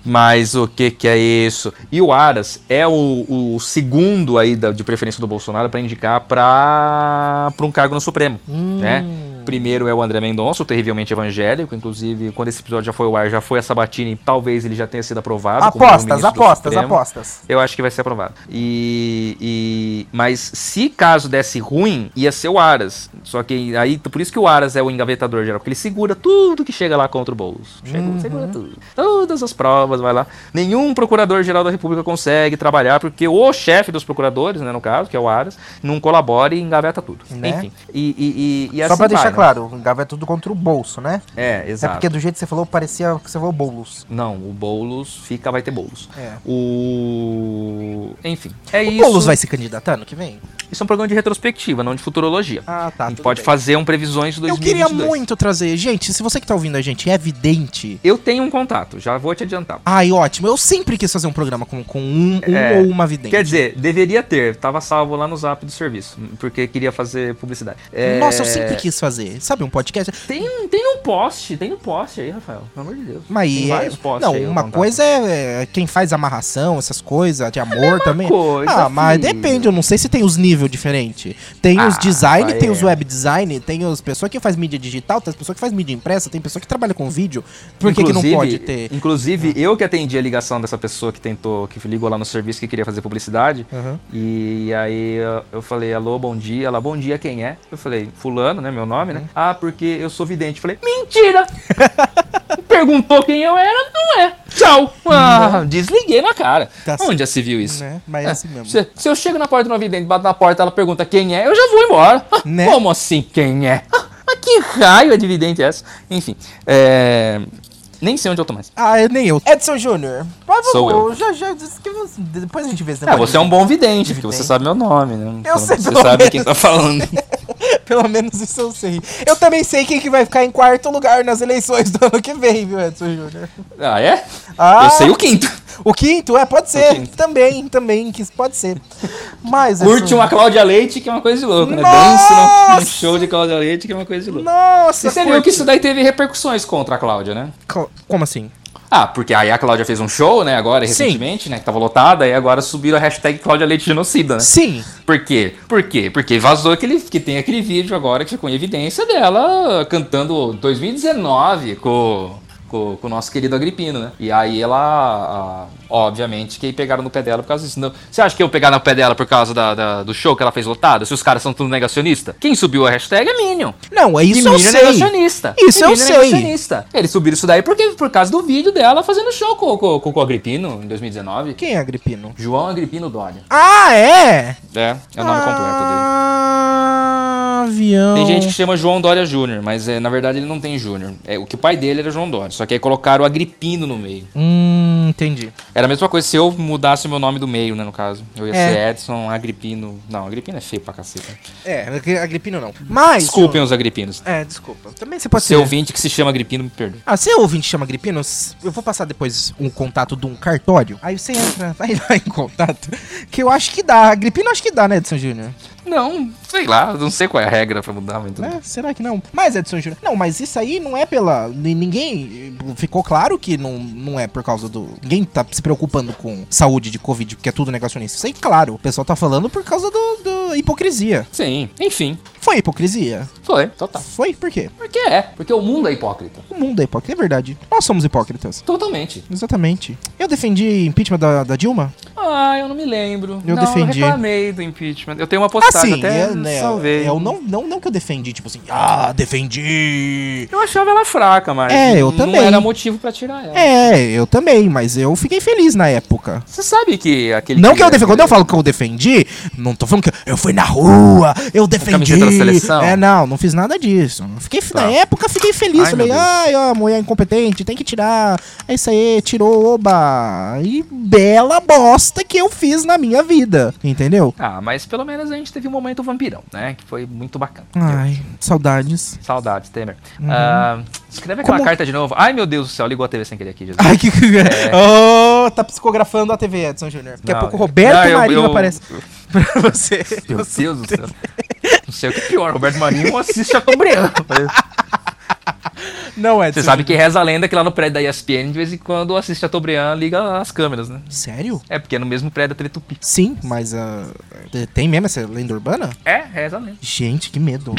S2: Mas o que que é isso? E o Aras é o, o segundo aí da- de preferência do Bolsonaro para indicar para um cargo no Supremo,
S1: Hum.
S2: né? Primeiro é o André Mendonça, o terrivelmente evangélico. Inclusive, quando esse episódio já foi ao ar, já foi a Sabatini. Talvez ele já tenha sido aprovado. como novo
S1: Apostas,
S2: ministro do
S1: apostas,
S2: Supremo.
S1: apostas.
S2: Eu acho que vai ser aprovado. E, e- mas se caso desse ruim, ia ser o Aras. Só que aí por isso que o Aras é o engavetador geral, porque ele segura tudo que chega lá contra o Boulos. Chegou,
S1: Uhum.
S2: segura tudo. Todas as provas, vai lá. Nenhum procurador geral da República consegue trabalhar porque o chefe dos procuradores, né, no caso, que é o Aras, não colabora e engaveta tudo.
S1: Né?
S2: Enfim. E, e, e, e
S1: Só
S2: assim
S1: pra deixar
S2: vai, né?
S1: claro, o Gava é tudo contra o bolso, né?
S2: É, exato.
S1: É porque do jeito que você falou, parecia que você falou bolos.
S2: Não, o Boulos fica, vai ter Boulos.
S1: É.
S2: O. Enfim. É
S1: O
S2: isso.
S1: Boulos vai se candidatar ano que vem?
S2: Isso é um programa de retrospectiva, não de futurologia.
S1: Ah, tá.
S2: a gente pode fazer um previsões de
S1: Eu queria
S2: 2022.
S1: muito trazer. Gente, se você que tá ouvindo a gente é vidente.
S2: Eu tenho um contato, já vou te adiantar.
S1: Ai, ótimo. Eu sempre quis fazer um programa com, com um, um
S2: É.
S1: ou uma vidente.
S2: Quer dizer, deveria ter, tava salvo lá no zap do serviço, porque queria fazer publicidade. É,
S1: Nossa, eu sempre quis fazer. Sabe, um podcast.
S2: Tem, um- tem um post, tem um post aí, Rafael, pelo amor de Deus.
S1: Mas
S2: tem
S1: é-
S2: vários posts
S1: não,
S2: aí, eu
S1: uma
S2: contato.
S1: coisa é é quem faz amarração, essas coisas de amor também.
S2: É coisa,
S1: ah, mas
S2: filho.
S1: depende, eu não sei se tem os níveis diferentes. Tem os
S2: Ah,
S1: design, tem os
S2: é.
S1: web design, tem as pessoas que faz mídia digital, tem as pessoas que faz mídia impressa, tem pessoa que trabalha com vídeo. Por que, que não
S2: Inclusive-
S1: pode ter? Ah.
S2: Inclusive, eu que atendi a ligação dessa pessoa que tentou, que ligou lá no serviço que queria fazer publicidade.
S1: Uhum.
S2: E aí eu- eu falei, alô, bom dia. Ela, bom dia, quem é?
S1: (laughs)
S2: Eu falei, fulano, né? Meu nome, né? Ah, porque eu sou vidente. Eu falei, mentira! perguntou quem eu era, não é. Tchau. Ah, desliguei na cara.
S1: Tá
S2: Onde já se viu isso?
S1: Né? Mas é assim mesmo.
S2: Se, se eu chego na porta de uma vidente, bato na porta, ela pergunta quem é, eu já vou embora. Ah,
S1: (laughs) Né?
S2: Como assim quem é? (laughs) Ah, Mas que raio é de vidente essa? Enfim, é... nem sei onde eu tô mais.
S1: Ah, eu nem eu. Edson Júnior. Mas
S2: Sou
S1: vamos, já, já disse que você- depois a gente vê esse
S2: Ah, você é um bom vidente,
S1: Vidente.
S2: porque você sabe meu nome, né? Então,
S1: sei,
S2: você
S1: pelo
S2: sabe
S1: menos.
S2: quem tá falando.
S1: (laughs) Pelo menos isso eu sei. Eu também sei quem que vai ficar em quarto lugar nas eleições do (laughs) ano que vem, viu, Edson Júnior?
S2: (laughs) Ah, é?
S1: Ah,
S2: Eu sei o quinto.
S1: o quinto, é, pode ser.
S2: quinto.
S1: Também, também, que isso pode ser. Mas.
S2: Curte
S1: Edson-
S2: uma Cláudia Leite, que é uma coisa de louco, né?
S1: Nossa!
S2: Dança num- num show de Cláudia Leite, que é uma coisa de louco.
S1: Nossa,
S2: E você viu
S1: curte-
S2: que isso daí teve repercussões contra a Cláudia, né?
S1: Co- Como assim?
S2: Ah, porque aí a Cláudia fez um show, né, agora,
S1: Sim.
S2: recentemente, né, que tava lotada, e agora subiram a hashtag Cláudia Leite Genocida, né?
S1: Sim.
S2: Por quê? Por quê? Porque vazou aquele, que tem aquele vídeo agora que ficou em evidência dela cantando 2019 com, com, com o nosso querido Agripino, né? E aí ela, ah, obviamente, que pegaram no pé dela por causa disso. Não, você acha que eu pegar no pé dela por causa da- da- do show que ela fez lotada? Se os caras são tudo negacionista? Quem subiu a hashtag é Minion.
S1: Não, é isso
S2: E
S1: eu
S2: Minion é
S1: sei.
S2: negacionista.
S1: Isso
S2: E
S1: eu
S2: Minion é
S1: sei.
S2: negacionista. Eles subiram isso daí porque, por causa do vídeo dela fazendo show com, com, com, o Agripino em 2019.
S1: Quem é Agripino?
S2: João Agripino Doria.
S1: Ah, é?
S2: É, é o nome completo dele.
S1: Ah, avião.
S2: Tem gente que chama João Dória Júnior, mas é, na verdade ele não tem Júnior. É, o que o pai dele era João Dória, só que aí colocaram o Agripino no meio.
S1: Hum, entendi.
S2: Era a mesma coisa se eu mudasse o meu nome do meio, né, no caso. Eu ia
S1: É.
S2: ser Edson Agripino. Não, Agripino é feio pra caceta.
S1: É, Agri- Agripino não. Mas.
S2: Desculpem os Agripinos.
S1: É, desculpa. Também você pode
S2: Seu
S1: ser.
S2: ouvinte que se chama Agripino, me perdoe.
S1: Ah, se eu ouvinte chama Agripino, s- eu vou passar depois um contato de um cartório. Aí você entra, vai lá em contato. Que eu acho que dá. Agripino acho que dá, né, Edson Júnior?
S2: Não, sei lá, não sei qual é a regra pra mudar, mas tudo bem.
S1: Né? Será que não? Mas, Edson Júnior. Não, mas isso aí não é pela. ni- Ninguém. Ficou claro que não, não é por causa do. Ninguém tá se preocupando com saúde de Covid, porque é tudo negacionista. Isso aí, claro. O pessoal tá falando por causa do, do hipocrisia.
S2: Sim, enfim,
S1: Foi hipocrisia? Tá,
S2: foi, total.
S1: Foi? Por quê?
S2: Porque é, porque o mundo é hipócrita.
S1: O mundo é hipócrita, é verdade. Nós somos hipócritas.
S2: Totalmente.
S1: Exatamente. Eu defendi impeachment da, da Dilma?
S2: Ah, eu não me lembro.
S1: Eu
S2: não,
S1: defendi.
S2: eu reclamei do impeachment. Eu tenho uma postagem até
S1: é, né,
S2: salvei.
S1: Eu não, não, não que eu defendi, tipo assim, ah, defendi.
S2: Eu achava ela fraca, mas
S1: É, eu
S2: não
S1: também.
S2: era motivo pra tirar ela.
S1: É, eu também, mas eu fiquei feliz na época.
S2: Você sabe que aquele
S1: não que eu defendi. Quando eu falo que eu defendi, não tô falando que eu fui na rua, eu defendi.
S2: camiseta da seleção?
S1: É, não, não fiz nada disso. Fiquei,
S2: Tá.
S1: Na época fiquei feliz.
S2: Ai,
S1: falei,
S2: meu Deus.
S1: ai, ó, mulher incompetente, tem que tirar. É isso aí, tirou, oba. E bela bosta que eu fiz na minha vida. Entendeu?
S2: Ah, mas pelo menos a gente teve um momento vampirão, né? Que foi muito bacana.
S1: Ai, saudades.
S2: Saudades, Temer. Ah, escreve aquela
S1: Uhum. Como-
S2: carta de novo. Ai, meu Deus do céu, ligou a TV sem querer aqui, Jesus.
S1: Ai, que. Oh, tá psicografando a TV, Edson Júnior. Daqui a
S2: É. Não,
S1: pouco
S2: eu-
S1: Roberto
S2: não, eu-
S1: Marinho
S2: eu-
S1: aparece pra você.
S2: Meu Deus do céu. Não sei o que é pior, Roberto Marinho ou assiste
S1: (laughs)
S2: Chateaubriand.
S1: Não, Edson.
S2: Você sabe que reza a lenda que lá no prédio da ESPN, de vez em quando, assiste Chateaubriand liga as câmeras, né?
S1: Sério?
S2: É, porque é no mesmo prédio da Teletupi.
S1: Sim, mas ah, tem mesmo essa lenda urbana?
S2: É, reza a lenda.
S1: Gente, que medo.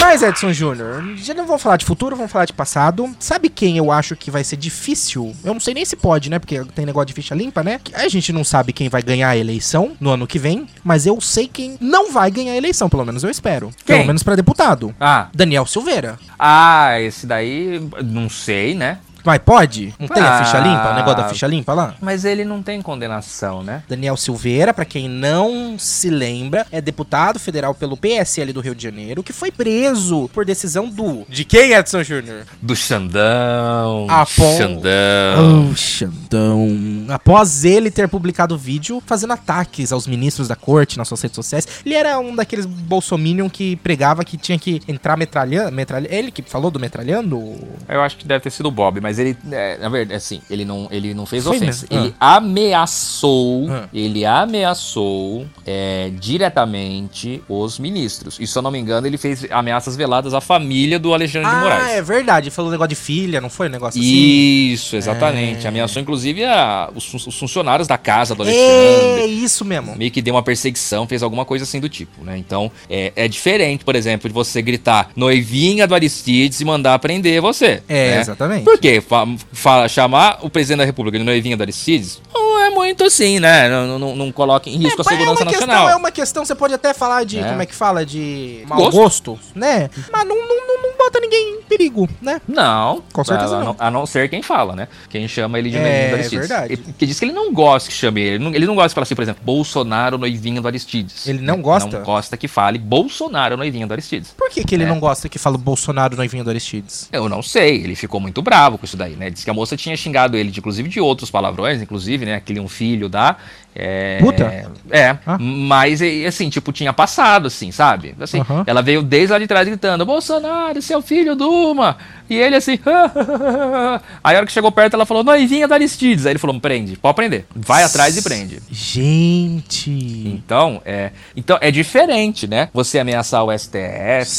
S1: Mas, Edson Júnior, já não vamos falar de futuro, vamos falar de passado. Sabe quem eu acho que vai ser difícil? Eu não sei nem se pode, né? Porque tem negócio de ficha limpa, né? A gente não sabe quem vai ganhar a eleição no ano que vem, mas eu sei quem não vai ganhar a eleição, pelo menos eu espero. Pelo
S2: Quem?
S1: menos pra deputado.
S2: Ah,
S1: Daniel Silveira.
S2: ah, esse daí, não sei, né?
S1: Mas pode? Não tem a ficha
S2: Ah.
S1: limpa? O negócio da ficha limpa lá?
S2: Mas ele não tem condenação, né?
S1: Daniel Silveira, pra quem não se lembra, é deputado federal pelo PSL do Rio de Janeiro, que foi preso por decisão do. De quem, Edson Júnior?
S2: Do Xandão.
S1: Apon-
S2: Xandão.
S1: Oh, Xandão. Após ele ter publicado vídeo fazendo ataques aos ministros da corte nas suas redes sociais, ele era um daqueles bolsominion que pregava que tinha que entrar metralhando. Metralha... Ele que falou do metralhando?
S2: Eu acho que deve ter sido o Bob, mas ele, é, na verdade, assim, ele não, ele não fez
S1: Foi
S2: ofensa.
S1: mesmo?
S2: Ele ameaçou,
S1: Ah.
S2: ele ameaçou é, diretamente os ministros. E se eu não me engano, ele fez ameaças veladas à família do Alexandre de
S1: Ah,
S2: Moraes.
S1: é verdade. Ele falou um negócio de filha, não foi um negócio assim?
S2: Isso, exatamente.
S1: É.
S2: Ameaçou, inclusive, a- os, fun- os funcionários da casa do Alexandre.
S1: É isso mesmo.
S2: meio que deu uma perseguição, fez alguma coisa assim do tipo, né? Então, é, é diferente, por exemplo, de você gritar noivinha do Aristides e mandar prender você.
S1: É,
S2: né?
S1: exatamente.
S2: Por quê? Fa- fala- chamar o presidente da República de noivinha do Aristides não é muito assim, né? Não, não- não, não coloca em risco a
S1: Mas
S2: segurança
S1: é uma
S2: nacional.
S1: Questão, é uma questão, você pode até falar de,
S2: É.
S1: como é que fala, de mau
S2: Gosto.
S1: gosto, né? Mas não, não, não, não bota ninguém em perigo, né?
S2: Não,
S1: Com certeza
S2: a, a
S1: não.
S2: A não ser quem fala, né? Quem chama ele de
S1: É,
S2: noivinho do Aristides.
S1: verdade.
S2: Ele- Porque diz que ele não gosta que chame ele. Ele não, ele não gosta de falar assim, por exemplo, Bolsonaro noivinho do Aristides.
S1: Ele não gosta?
S2: Não gosta que fale Bolsonaro noivinho do Aristides.
S1: Por que, que ele
S2: É.
S1: não gosta que fala o Bolsonaro noivinho do Aristides?
S2: Eu não sei, ele ficou muito bravo com isso daí, né? Diz que a moça tinha xingado ele, de, inclusive, de outros palavrões, inclusive, né? Aquele um filho da. é,
S1: Puta?
S2: É,
S1: Ah.
S2: mas e- assim, tipo, tinha passado, assim, sabe? Assim,
S1: Aham.
S2: ela veio desde lá de trás gritando: Bolsonaro, seu filho do uma! E ele assim. (laughs) ah, Aí a hora que chegou perto, ela falou: Noivinha da Aristides. Aí ele falou: prende, pode prender. Vai atrás e prende.
S1: Gente.
S2: Então é, então, é diferente, né? Você ameaçar o STF,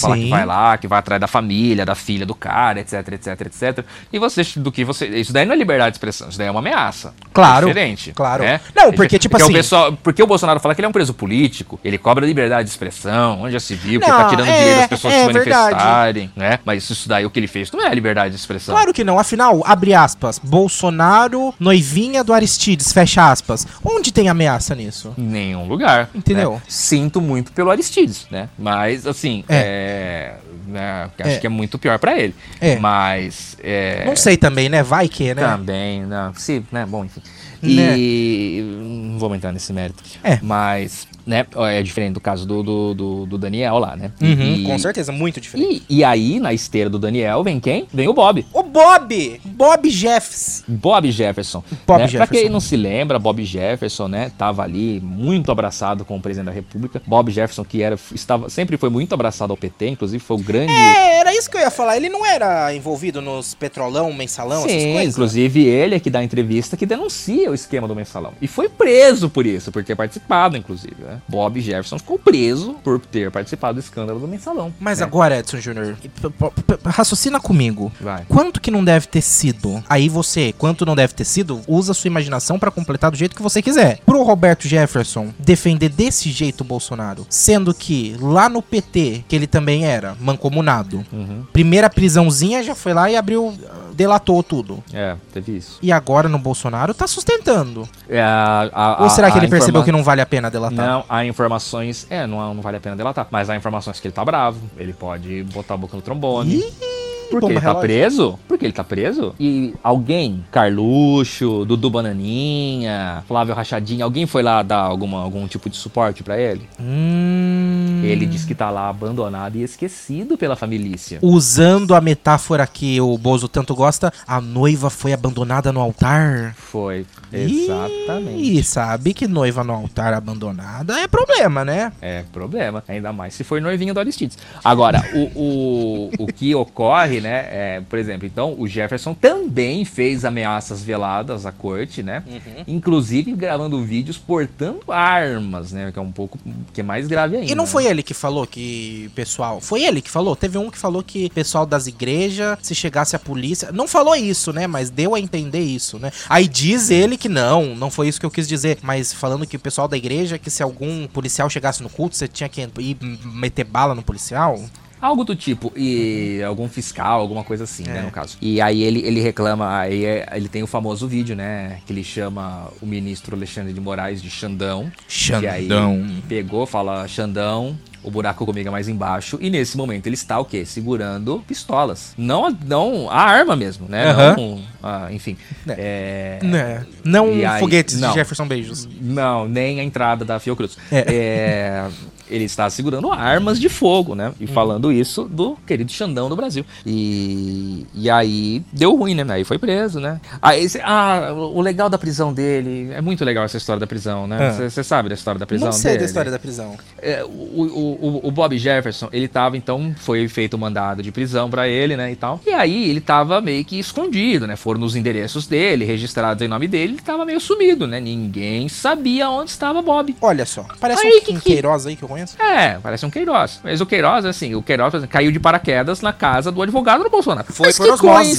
S2: falar
S1: Sim.
S2: que vai lá, que vai atrás da família, da filha do cara, etc, etc, etc. E você, do que você. Isso daí não é liberdade de expressão, isso daí é uma ameaça.
S1: Claro,
S2: É diferente.
S1: claro.
S2: né?
S1: Não, porque, tipo
S2: o
S1: assim-
S2: pessoal- porque o Bolsonaro fala que ele é um preso político, ele cobra liberdade de expressão, onde já se viu, que
S1: Não,
S2: tá tirando
S1: é,
S2: direito das pessoas
S1: é
S2: se
S1: verdade.
S2: manifestarem, né? Mas isso daí, o que ele fez, não é liberdade de expressão.
S1: Claro que não, afinal, abre aspas, Bolsonaro, noivinha do Aristides, fecha aspas. Onde tem ameaça nisso?
S2: Em nenhum lugar.
S1: Entendeu?
S2: né? Sinto muito pelo Aristides, né? Mas, assim, é. né, Acho
S1: É.
S2: que é muito pior pra ele.
S1: É.
S2: Mas. é, Tá.
S1: Não sei também, né? Vai que, né?
S2: Também, não. Se, né? Bom, enfim. E. Não vou entrar nesse mérito.
S1: Né? É.
S2: Mas, né? É diferente do caso do, do, do, do Daniel lá, né?
S1: Uhum,
S2: e,
S1: com certeza, muito diferente.
S2: E, e aí, na esteira do Daniel, vem quem? Vem o Bob.
S1: O Bob! Bob Jeffs.
S2: Bob Jefferson.
S1: Bob
S2: né? Pra
S1: Jefferson.
S2: quem não se lembra, Bob Jefferson, né, tava ali muito abraçado com o presidente da República. Bob Jefferson que era estava sempre foi muito abraçado ao PT, inclusive foi o grande
S1: É, era isso que eu ia falar. Ele não era envolvido nos petrolão, mensalão, essas
S2: Sim,
S1: coisas?
S2: inclusive ele é que dá a entrevista que denuncia o esquema do mensalão. E foi preso por isso, por ter participado, inclusive. né? Bob Jefferson ficou preso por ter participado do escândalo do mensalão.
S1: Mas
S2: né?
S1: agora, Edson Júnior, p- p- p- raciocina comigo.
S2: Vai.
S1: Quanto que não deve ter sido? Aí você, quanto não deve ter sido, usa sua imaginação pra completar do jeito que você quiser. Pro Roberto Jefferson defender desse jeito o Bolsonaro, sendo que lá no PT, que ele também era mancomunado,
S2: Uhum.
S1: primeira prisãozinha já foi lá e abriu, delatou tudo.
S2: É, teve isso.
S1: E agora no Bolsonaro tá sustentando.
S2: É, a- a-
S1: Ou será
S2: a-
S1: que ele
S2: a
S1: percebeu
S2: informa-
S1: que não vale a pena delatar?
S2: Não, há informações. É, não, há- não vale a pena delatar. Mas há informações que ele tá bravo. Ele pode botar a boca no trombone.
S1: Ih,
S2: porque
S1: bomba
S2: ele tá
S1: relógio.
S2: preso? Porque ele tá preso? E alguém, Carluxo, Dudu Bananinha, Flávio Rachadinha, alguém foi lá dar alguma, algum tipo de suporte pra ele?
S1: Hum.
S2: Ele diz que tá lá abandonado e esquecido pela família.
S1: Usando a metáfora que o Bozo tanto gosta, a noiva foi abandonada no altar.
S2: Foi.
S1: Ih,
S2: Exatamente.
S1: E sabe que noiva no altar abandonada é problema, né?
S2: É problema, ainda mais se for noivinho do Aristides. Agora, o, o, o que ocorre, né? é, por exemplo, então, o Jefferson também fez ameaças veladas à corte, né? Inclusive gravando vídeos portando armas, né? Que é um pouco. que é mais grave ainda.
S1: E não
S2: né?
S1: foi ele que falou que pessoal. Foi ele que falou. Teve um que falou que pessoal das igrejas, se chegasse a polícia. Não falou isso, né? Mas deu a entender isso, né? Aí diz ele que não, não foi isso que eu quis dizer. Mas falando que o pessoal da igreja, que se algum policial chegasse no culto, você tinha que ir meter bala no policial.
S2: Algo do tipo, e algum fiscal, alguma coisa assim,
S1: É.
S2: né, no caso. E aí ele, ele reclama, aí é- ele tem o famoso vídeo, né, que ele chama o ministro Alexandre de Moraes de Xandão. E aí pegou, fala, Xandão, o buraco comigo é mais embaixo. E nesse momento ele está o quê? Segurando pistolas. Não, a- não a arma mesmo, né?
S1: Aham.
S2: Não, ah, enfim. É.
S1: Né? Não
S2: E aí-
S1: foguetes
S2: não.
S1: de Jefferson Beijos.
S2: Não, nem a entrada da Fiocruz.
S1: É.
S2: É, ele está segurando armas de fogo, né?
S1: Hum.
S2: E falando isso do querido Xandão do Brasil. E, e aí deu ruim, né? Aí foi preso, né? Aí, cê- ah, o legal da prisão dele. É muito legal essa história da prisão, né?
S1: Ah.
S2: Você sabe da história da prisão
S1: não sei
S2: dele?
S1: da história da prisão.
S2: É, o, o, o- o Bob Jefferson, ele tava, então, foi feito um mandado de prisão pra ele, né, e tal. E aí, ele tava meio que escondido, né? Foram nos endereços dele, registrados em nome dele, ele tava meio sumido, né? Ninguém sabia onde estava Bob.
S1: Olha só, parece
S2: Aí,
S1: um
S2: que-
S1: Kim Queiroz aí que eu conheço.
S2: É, parece um Queiroz. Mas o Queiroz, assim, o Queiroz por exemplo, caiu de paraquedas na casa do advogado do Bolsonaro.
S1: Foi
S2: Mas
S1: por
S2: que
S1: osmose.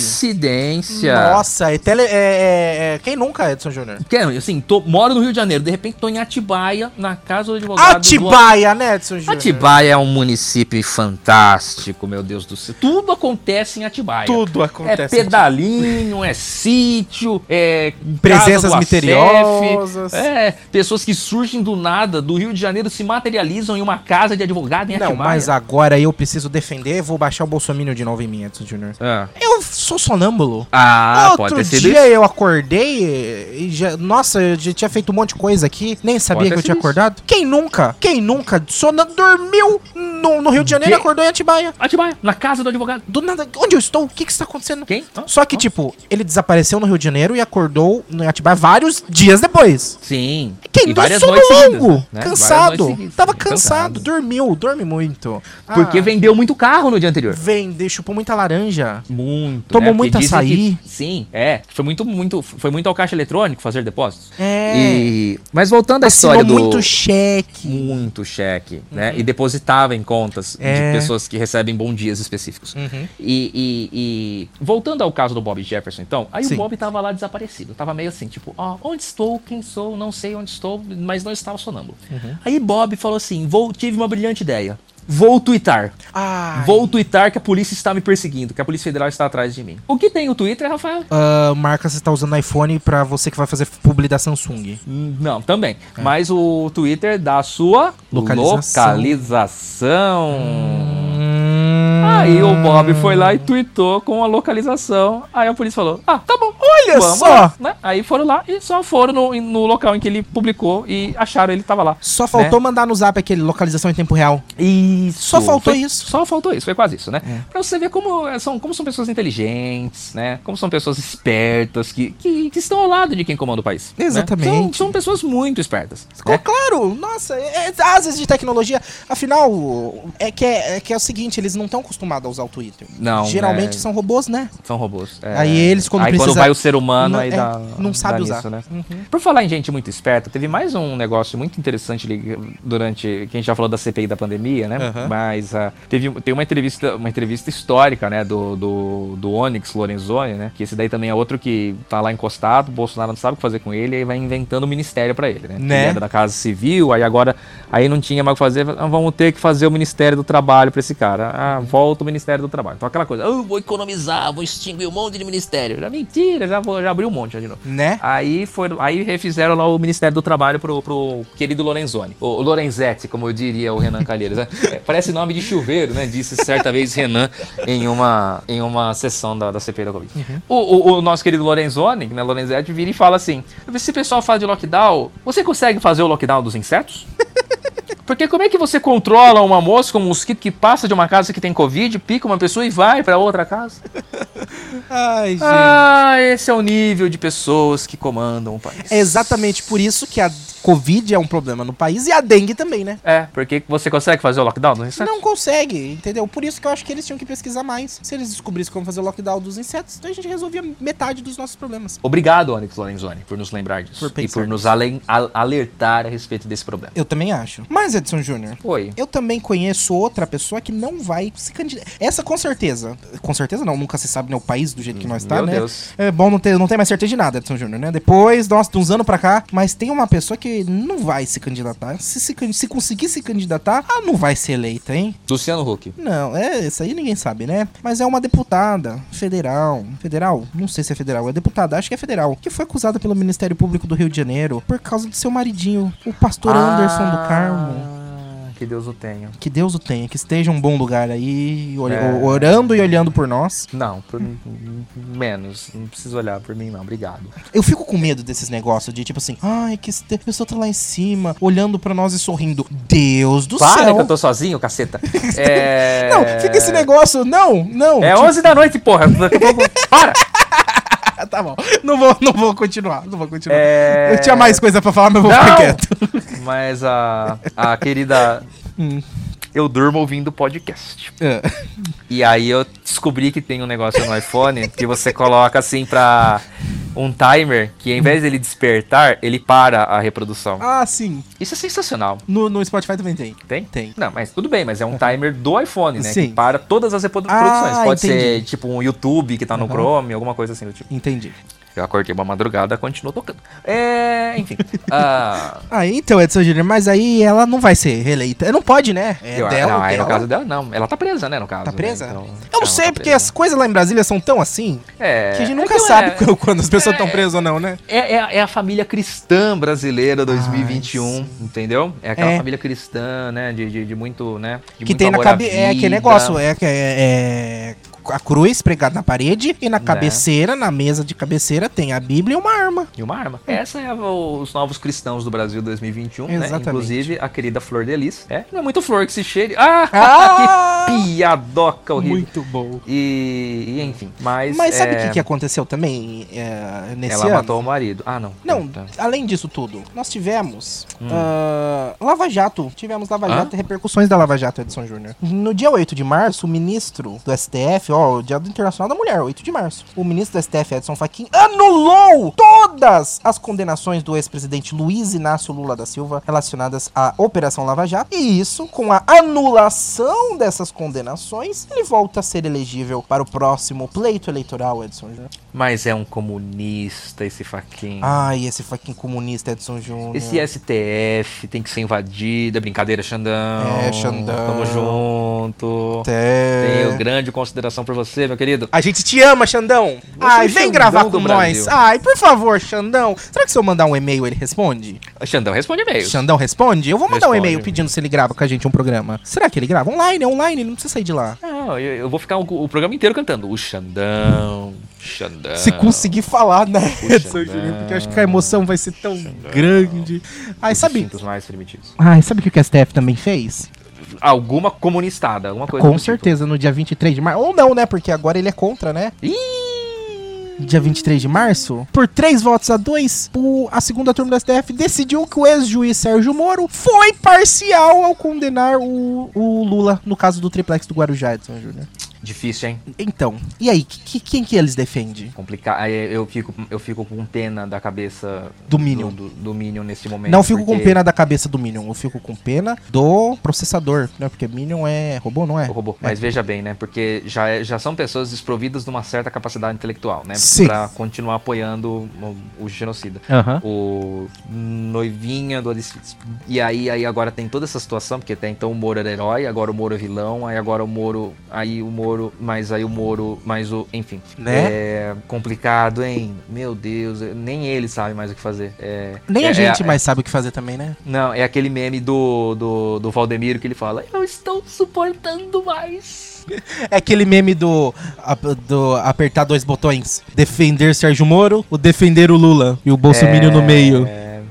S2: coincidência.
S1: Nossa, é tele. é- é- é- quem nunca, Edson Júnior?
S2: Porque, assim, tô, moro no Rio de Janeiro, de repente tô em Atibaia, na casa do advogado do
S1: Atibaia, né, Edson Júnior?
S2: Atibaia é um município fantástico, meu Deus do céu. Tudo acontece em Atibaia.
S1: Tudo
S2: É
S1: acontece.
S2: pedalinho, é sítio, é.
S1: Presenças
S2: casa do ACF,
S1: misteriosas.
S2: É, pessoas que surgem do nada, do Rio de Janeiro, se materializam usam em uma casa de advogado em
S1: Não,
S2: Atibaia.
S1: mas agora eu preciso defender, vou baixar o Bolsonaro de novo em mim, Edson Júnior.
S3: Ah,
S1: Eu sou sonâmbulo.
S3: Ah,
S1: Outro
S3: pode ter sido
S1: dia eu acordei e já, nossa, eu já tinha feito um monte de coisa aqui, nem
S3: Pode
S1: sabia que
S3: ter
S1: eu tinha
S3: sido isso.
S1: acordado. Quem nunca? Quem nunca? Sona dormiu no, no Rio de Janeiro e
S2: Quê?
S1: acordou em Atibaia.
S2: Atibaia, na casa do advogado.
S1: Do nada, onde eu estou? O que que está acontecendo?
S2: Quem? Hã?
S1: Só que,
S2: Hã?
S1: tipo, ele desapareceu no Rio de Janeiro e acordou em Atibaia vários dias depois.
S2: Sim.
S1: Quem
S2: E
S1: do
S2: várias
S1: sono
S2: noites seguidas,
S1: longo,
S2: né? Várias noites
S1: cansado,
S2: seguidas. né?
S1: tava cansado, dormiu, dorme muito.
S2: Porque
S1: Ah,
S2: vendeu muito carro no dia anterior.
S1: Vende, chupou muita laranja.
S2: Muito. né?
S1: Tomou
S2: Porque
S1: muito
S2: dizem
S1: açaí.
S2: que- sim, é. Foi muito, muito. Foi muito ao caixa eletrônico fazer depósitos.
S1: É.
S2: E- mas voltando à
S1: Assinou
S2: história do.
S1: muito cheque.
S2: muito cheque, né? E depositava em contas
S1: É.
S2: de pessoas que recebem bom dias específicos.
S1: Uhum.
S2: E, e- e- voltando ao caso do Bob Jefferson, então, aí
S1: Sim.
S2: o Bob tava lá desaparecido, tava meio assim, tipo, ó, onde estou, quem sou, não sei onde estou, mas não estava sonâmbulo.
S1: Uhum.
S2: Aí Bob falou assim, vou, tive uma brilhante ideia, vou twittar.
S1: Ai.
S2: Vou twittar que a polícia está me perseguindo, que a Polícia Federal está atrás de mim. O que tem o Twitter, Rafael?
S1: Ah, marca você tá usando iPhone pra você que vai fazer publi da Samsung.
S2: Hum, Não,
S1: É.
S2: também. Mas o Twitter dá a sua
S1: Localização.
S2: localização.
S1: Ah,
S2: Aí o Bob foi lá e tweetou com a localização. Aí a polícia falou: Ah, tá bom.
S1: Olha
S2: vamos
S1: só!
S2: lá", né? Aí foram lá e só foram no, no local em que ele publicou e acharam ele tava lá.
S1: Só faltou mandar no zap aquele localização em tempo real.
S2: Isso.
S1: Só faltou
S2: Foi-
S1: isso.
S2: Só faltou isso, foi quase isso, né? Pra você ver como é, são, como são pessoas inteligentes, né? Como são pessoas espertas que, que, que estão ao lado de quem comanda o país. né?
S1: Exatamente.
S2: São, são pessoas muito espertas. né?
S1: Ficou É claro, nossa, é, é asas de tecnologia. Afinal, é que é, é que é o seguinte, eles não estão acostumados a usar o Twitter.
S2: Não,
S1: Geralmente
S2: é.
S1: são robôs, né?
S2: São robôs. é.
S1: Aí eles, quando
S2: aí
S1: precisa-
S2: quando vai o ser humano,
S1: Não-
S2: aí
S1: é,
S2: dá,
S1: não sabe
S2: dá
S1: usar. Uhum.
S2: nisso, né? Por falar em gente muito esperta, teve mais um negócio muito interessante ali durante. Que a gente já falou da CPI da pandemia, né?
S1: Aham.
S2: Mas ah, teve, tem uma entrevista, uma entrevista histórica, né? Do, do, do Onyx Lorenzoni, né? Que esse daí também é outro que tá lá encostado, o Bolsonaro não sabe o que fazer com ele, aí vai inventando um ministério pra ele, né?
S1: Né?
S2: Ele era da Casa Civil, aí agora aí não tinha mais o que fazer, ah, vamos ter que fazer o Ministério do Trabalho pra esse cara. Ah, volta o Ministério do Trabalho. Então aquela coisa, eu vou economizar, vou extinguir um monte de ministério. Já mentira, já, vou- já abri um monte já de novo.
S1: Né?
S2: Aí, foi, aí refizeram lá o Ministério do Trabalho pro, pro querido Lorenzoni. O, o Lorenzetti, como eu diria o Renan Calheiros. né? É, Parece nome de chuveiro, né? Disse certa vez Renan em uma, em uma sessão da, da CPI da Covid. O, o- o nosso querido Lorenzoni, né, Lorenzetti, vira e fala assim: se o pessoal fala de lockdown, você consegue fazer o lockdown dos insetos? Porque como é que você controla uma mosca, um mosquito que passa de uma casa que tem Covid, pica uma pessoa e vai pra outra casa?
S1: Ai, gente.
S2: Ah, esse é o nível de pessoas que comandam o país.
S1: É exatamente por isso que a Covid é um problema no país e a dengue também, né?
S2: É, porque você consegue fazer o lockdown dos insetos?
S1: Não consegue, entendeu? Por isso que eu acho que eles tinham que pesquisar mais. Se eles descobrissem como fazer o lockdown dos insetos, então a gente resolvia metade dos nossos problemas.
S2: Obrigado, Onyx Lorenzoni, por nos lembrar disso.
S1: Por
S2: e
S1: pensar
S2: por nos ale- al- alertar a respeito desse problema.
S1: Eu também acho. Mas, Edson Júnior,
S2: Oi.
S1: eu também conheço outra pessoa que não vai se candidatar. Essa com certeza. Com certeza não, nunca se sabe, né? O país do jeito que nós tá,
S2: Meu
S1: né?
S2: Deus.
S1: É bom não ter, não ter mais certeza de nada, Edson Júnior, né? Depois, nossa, de uns anos pra cá, mas tem uma pessoa que não vai se candidatar. Se, se, can- se conseguir se candidatar, ela não vai ser eleita, hein?
S2: Luciano Huck.
S1: Não, é, isso aí ninguém sabe, né? Mas é uma deputada federal. Federal? Não sei se é federal, é deputada, acho que é federal. Que foi acusada pelo Ministério Público do Rio de Janeiro por causa do seu maridinho, o pastor Anderson do
S2: Ah.
S1: Carmo.
S2: Que Deus o tenha.
S1: Que Deus o tenha, que esteja um bom lugar aí, ol-
S2: É.
S1: orando e olhando por nós.
S2: Não, por mim, menos. Não precisa olhar por mim, não. Obrigado.
S1: Eu fico com medo desses negócios de tipo assim, ai, que este- a pessoa tá lá em cima, olhando pra nós e sorrindo. Deus do
S2: Para
S1: céu!
S2: que eu tô sozinho,
S1: (laughs)
S2: caceta. é...
S1: Não, fica esse negócio, não, não.
S2: É
S1: tipo,
S2: 11 da noite, porra. Daqui a pouco- Para!
S1: Ah, (laughs) tá bom. Não vou, não vou continuar, não vou continuar. (laughs)
S2: É.
S1: Eu tinha mais coisa pra falar, mas eu vou ficar quieto.
S2: Mas a, a querida.
S1: Hum.
S2: Eu durmo ouvindo podcast.
S1: (laughs) É.
S2: E aí eu descobri que tem um negócio no iPhone que você coloca assim pra. Um timer que, em vez dele despertar, ele para a reprodução.
S1: Ah, sim.
S2: Isso é sensacional.
S1: No, no Spotify também tem.
S2: Tem?
S1: Tem.
S2: Não, mas tudo bem, mas é um timer do iPhone, né?
S1: Sim.
S2: Que para todas as reprodu-
S1: Ah,
S2: produções. Pode
S1: entendi.
S2: ser tipo um YouTube que tá no Chrome, alguma coisa assim do tipo.
S1: Entendi.
S2: Eu acordei uma madrugada, continuou tocando.
S1: (laughs)
S2: É, enfim. ah,
S1: Ah, então, Edson Júnior, mas aí ela não vai ser reeleita. Não pode, né? É
S2: eu-
S1: dela,
S2: não, aí
S1: dela.
S2: no caso dela, não. Ela tá presa, né, no caso.
S1: Tá
S2: né,
S1: presa?
S2: então-
S1: eu
S2: ela
S1: não sei,
S2: tá
S1: porque
S2: presa.
S1: as coisas lá em Brasília são tão assim
S2: É,
S1: que a gente nunca
S2: é que,
S1: sabe
S2: é,
S1: quando- (laughs) quando as pessoas estão
S2: é-
S1: presas ou não, né?
S2: É, é, é a família cristã brasileira 2021,
S1: Ai,
S2: entendeu? É aquela
S1: Ah, É.
S2: família cristã, né? De, de, de muito, né?
S1: que
S2: de muito
S1: tem na
S2: amor à
S1: cabeça. É aquele
S2: vida.
S1: negócio, é, que é, é a cruz pregada na parede e na
S2: Né.
S1: cabeceira, na mesa de cabeceira, tem a Bíblia e uma arma.
S2: E uma arma. Essa é o- os novos cristãos do Brasil 2021, né?
S1: Exatamente.
S2: Inclusive a querida Flor Delis. É, não é muito flor que se cheire. Ah! (laughs)
S1: Ah!
S2: que piadoca horrível.
S1: bom.
S2: E, e enfim, mas.
S1: Mas sabe o
S2: é,
S1: que, que aconteceu também é, nesse
S2: Ela
S1: ano?
S2: matou o marido. Ah, não.
S1: Não,
S2: Tá.
S1: além disso tudo, nós tivemos ah, Lava Jato. Tivemos Lava Jato e repercussões da Lava Jato, Edson Júnior. No dia 8 de março, o ministro do STF, ó, o Dia do Internacional da Mulher, 8 de março. O ministro do STF, Edson Fachin, anulou todas as condenações do ex-presidente Luiz Inácio Lula da Silva relacionadas à Operação Lava Jato. E isso, com a anulação dessas condenações, ele volta a ser elegível para o próximo pleito eleitoral, Edson Júnior.
S2: Mas é um comunista esse faquinho.
S1: Ai, esse fucking comunista, Edson Júnior.
S2: Hum. Esse STF tem que ser invadido, é brincadeira, Xandão.
S1: É, Xandão. É.
S2: Tamo junto.
S1: Até.
S2: Tenho grande consideração por você, meu querido.
S1: A gente te ama, Xandão. Ai, vem
S2: é Xandão
S1: gravar
S2: do
S1: com
S2: Brasil.
S1: nós. Ai, por favor, Xandão. Será que se eu mandar um e-mail ele responde?
S2: Xandão, responde e-mail.
S1: Xandão responde? Eu vou mandar um
S2: Responde.
S1: e-mail pedindo se ele grava com a gente um programa. Será que ele grava? Online, é online, ele não precisa sair de lá.
S2: Não, eu, eu vou ficar o, o programa inteiro cantando. O Xandão, Xandão.
S1: Se conseguir falar, né, (laughs) Edson
S2: Ah. não.
S1: Júnior? Porque eu acho que a emoção vai ser tão grande. Ai, sabe.
S2: Sintos mais primitivos.
S1: Ai, sabe o que o STF também fez?
S2: Alguma comunistada, alguma coisa.
S1: Com
S2: do tipo.
S1: certeza, no dia 23 de março. Ou não, né? Porque agora ele é contra, né?
S2: Ih!
S1: dia 23 de março, por três votos a dois, o- a segunda turma do STF decidiu que o ex-juiz Sérgio Moro foi parcial ao condenar o, o Lula no caso do triplex do Guarujá, Edson Júnior.
S2: Difícil, hein?
S1: Então, e aí, que- que- quem que eles defendem?
S2: Complicado. Aí Eu fico, eu fico com pena da cabeça
S1: Do Minion.
S2: Do, do, do Minion nesse momento.
S1: Não fico com
S2: porque
S1: pena da cabeça do Minion, eu fico com pena do processador, né? Porque Minion é robô, não é?
S2: o robô.
S1: É.
S2: Mas veja bem, né? Porque já, é- já são pessoas desprovidas de uma certa capacidade intelectual, né?
S1: Sim.
S2: Pra continuar apoiando o, o genocida.
S1: Aham.
S2: O noivinha do Aristides. E aí, aí agora tem toda essa situação, porque até então o Moro era herói, agora o Moro é vilão, aí agora o Moro, aí o Moro, mas aí o Moro, mas o. Enfim.
S1: Né?
S2: É complicado, hein? Meu Deus, nem ele sabe mais o que fazer. É,
S1: Nem
S2: é-
S1: a gente
S2: é-
S1: mais sabe o que fazer também, né?
S2: não, é aquele meme do, do, do Valdemiro que ele fala: Eu estou suportando mais.
S1: É aquele meme do, a- do apertar dois botões. Defender Sérgio Moro ou defender o Lula. E o Bolsonaro
S2: É.
S1: no meio.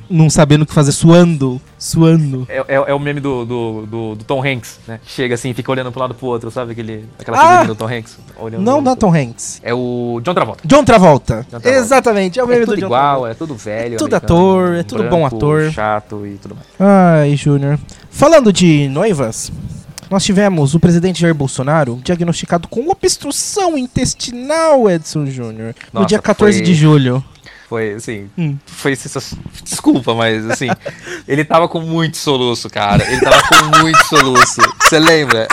S1: Não sabendo o que fazer, suando. Suando.
S2: É, é, é o meme do, do, do, do Tom Hanks, né? Chega assim, fica olhando pro lado pro outro, sabe? Aquele, aquela
S1: Ah!
S2: figurinha do Tom Hanks. Olhando
S1: Não,
S2: um
S1: não é
S2: pro outro.
S1: Tom Hanks.
S2: É o John Travolta.
S1: John Travolta.
S2: John Travolta.
S1: Exatamente, é o
S2: É
S1: meme
S2: tudo
S1: do John
S2: igual, é tudo velho.
S1: É tudo
S2: americano, um
S1: ator, é tudo bom
S2: branco,
S1: ator.
S2: Chato e tudo mais. é.
S1: Ai, Júnior. Falando de noivas, nós tivemos o presidente Jair Bolsonaro diagnosticado com obstrução intestinal, Edson Júnior, no
S2: Nossa,
S1: dia 14
S2: foi-
S1: de julho.
S2: Foi, assim,
S1: Hum.
S2: foi sensacional. Desculpa, mas, assim, ele tava com muito soluço, cara. Ele tava com muito soluço. Você lembra?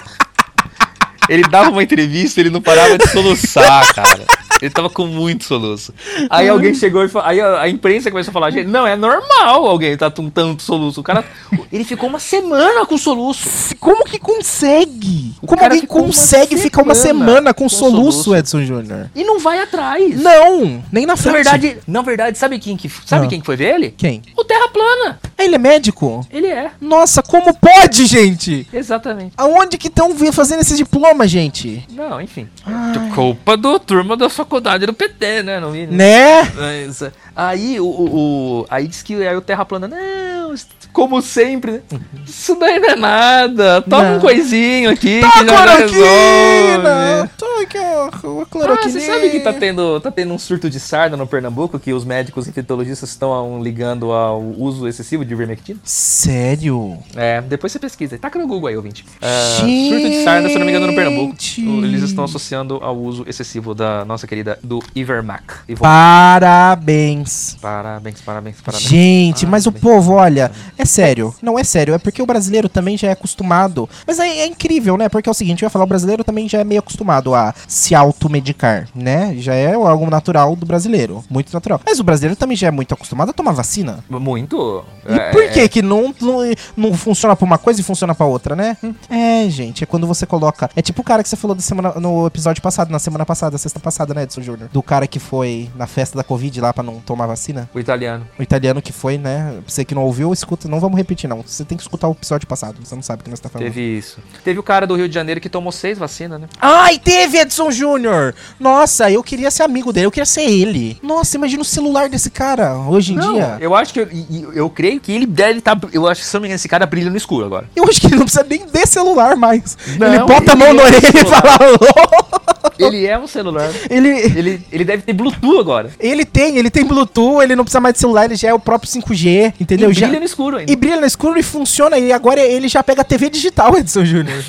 S2: Ele dava uma entrevista, ele não parava de soluçar, cara. Ele tava com muito soluço. Aí alguém chegou e falou, aí a, a imprensa começou a falar, gente, não, é normal alguém tá com tanto soluço. O cara, ele ficou uma semana com soluço.
S1: Como que consegue?
S2: O
S1: Como
S2: cara
S1: alguém
S2: ficou uma
S1: consegue ficar uma
S2: semana
S1: semana com,
S2: com
S1: soluço,
S2: soluço.
S1: Edson Júnior?
S2: E não vai atrás.
S1: Não, nem na
S2: Na
S1: frente.
S2: verdade, na verdade, sabe quem que sabe
S1: Ah.
S2: quem que foi ver ele?
S1: Quem?
S2: O Terra Plana.
S1: Ah, ele é médico?
S2: Ele é.
S1: Nossa, como pode, gente?
S2: Exatamente.
S1: Aonde que estão fazendo esse diploma, gente?
S2: Não, enfim.
S1: Ai.
S2: Culpa do turma da faculdade do PT, né? Não vi,
S1: Né?
S2: Mas, é, aí o, o- o- aí diz que aí o Terra plana, não, isso- como sempre, né? isso daí não é nada. Toma
S1: Não.
S2: um coisinho aqui
S1: Tá
S2: que já
S1: cloroquina!
S2: resolve.
S1: Tô aqui, ó, a
S2: Ah,
S1: cloroquina.
S2: você sabe que tá tendo, tá tendo um surto de sarna no Pernambuco, que os médicos infectologistas estão ah, um, ligando ao uso excessivo de ivermectina?
S1: Sério?
S2: É, depois você pesquisa. Taca no Google aí, ouvinte. Ah, surto de sarna, se não me engano, no Pernambuco.
S1: Gente!
S2: Eles estão associando ao uso excessivo da nossa querida do Ivermac. E
S1: Ah.
S2: vou-
S1: Parabéns.
S2: Parabéns, parabéns, parabéns.
S1: Gente, mas o
S2: Parabéns.
S1: povo, olha, é sério. Não é sério, é porque o brasileiro também já é acostumado. Mas é, é incrível, né? Porque é o seguinte, eu ia falar, o brasileiro também já é meio acostumado a lá, se automedicar, né? Já é algo natural do brasileiro, muito natural. Mas o brasileiro também já é muito acostumado a tomar vacina.
S2: Muito. É,
S1: E por que que não, não, não funciona pra uma coisa e funciona pra outra, né? É, gente, é quando você coloca... É tipo o cara que você falou da semana, no episódio passado, na semana passada, sexta passada, né, Edson Júnior? Do cara que foi na festa da Covid lá pra não tomar vacina.
S2: O italiano.
S1: O um italiano que foi, né? Você que não ouviu, escuta. Não vamos repetir, não. Você tem que escutar o episódio passado. Você não sabe o que nós tá falando.
S2: Teve isso. Teve o cara do Rio de Janeiro que tomou seis vacinas, né?
S1: Ai, teve Edson Júnior! Nossa, eu queria ser amigo dele. Eu queria ser ele. Nossa, imagina o celular desse cara hoje em dia.
S2: eu acho que. e- e- Eu, creio que ele deve estar. eu acho que, se eu não me engano, esse cara brilha no
S1: (laughs)
S2: escuro agora.
S1: Eu acho que ele não precisa nem de celular mais.
S2: Não,
S1: ele bota a
S2: ele
S1: mão na
S2: é
S1: orelha e
S2: celular.
S1: fala alô.
S2: Ele é um celular.
S1: Ele,
S2: Ele, ele deve ter Bluetooth agora.
S1: ele tem, ele tem Bluetooth, ele não precisa mais de celular, ele já é o próprio 5G, entendeu?
S2: e
S1: Já-
S2: brilha no escuro ainda.
S1: é E brilha no escuro e funciona. E agora ele já pega a TV digital, Edson (laughs) Júnior.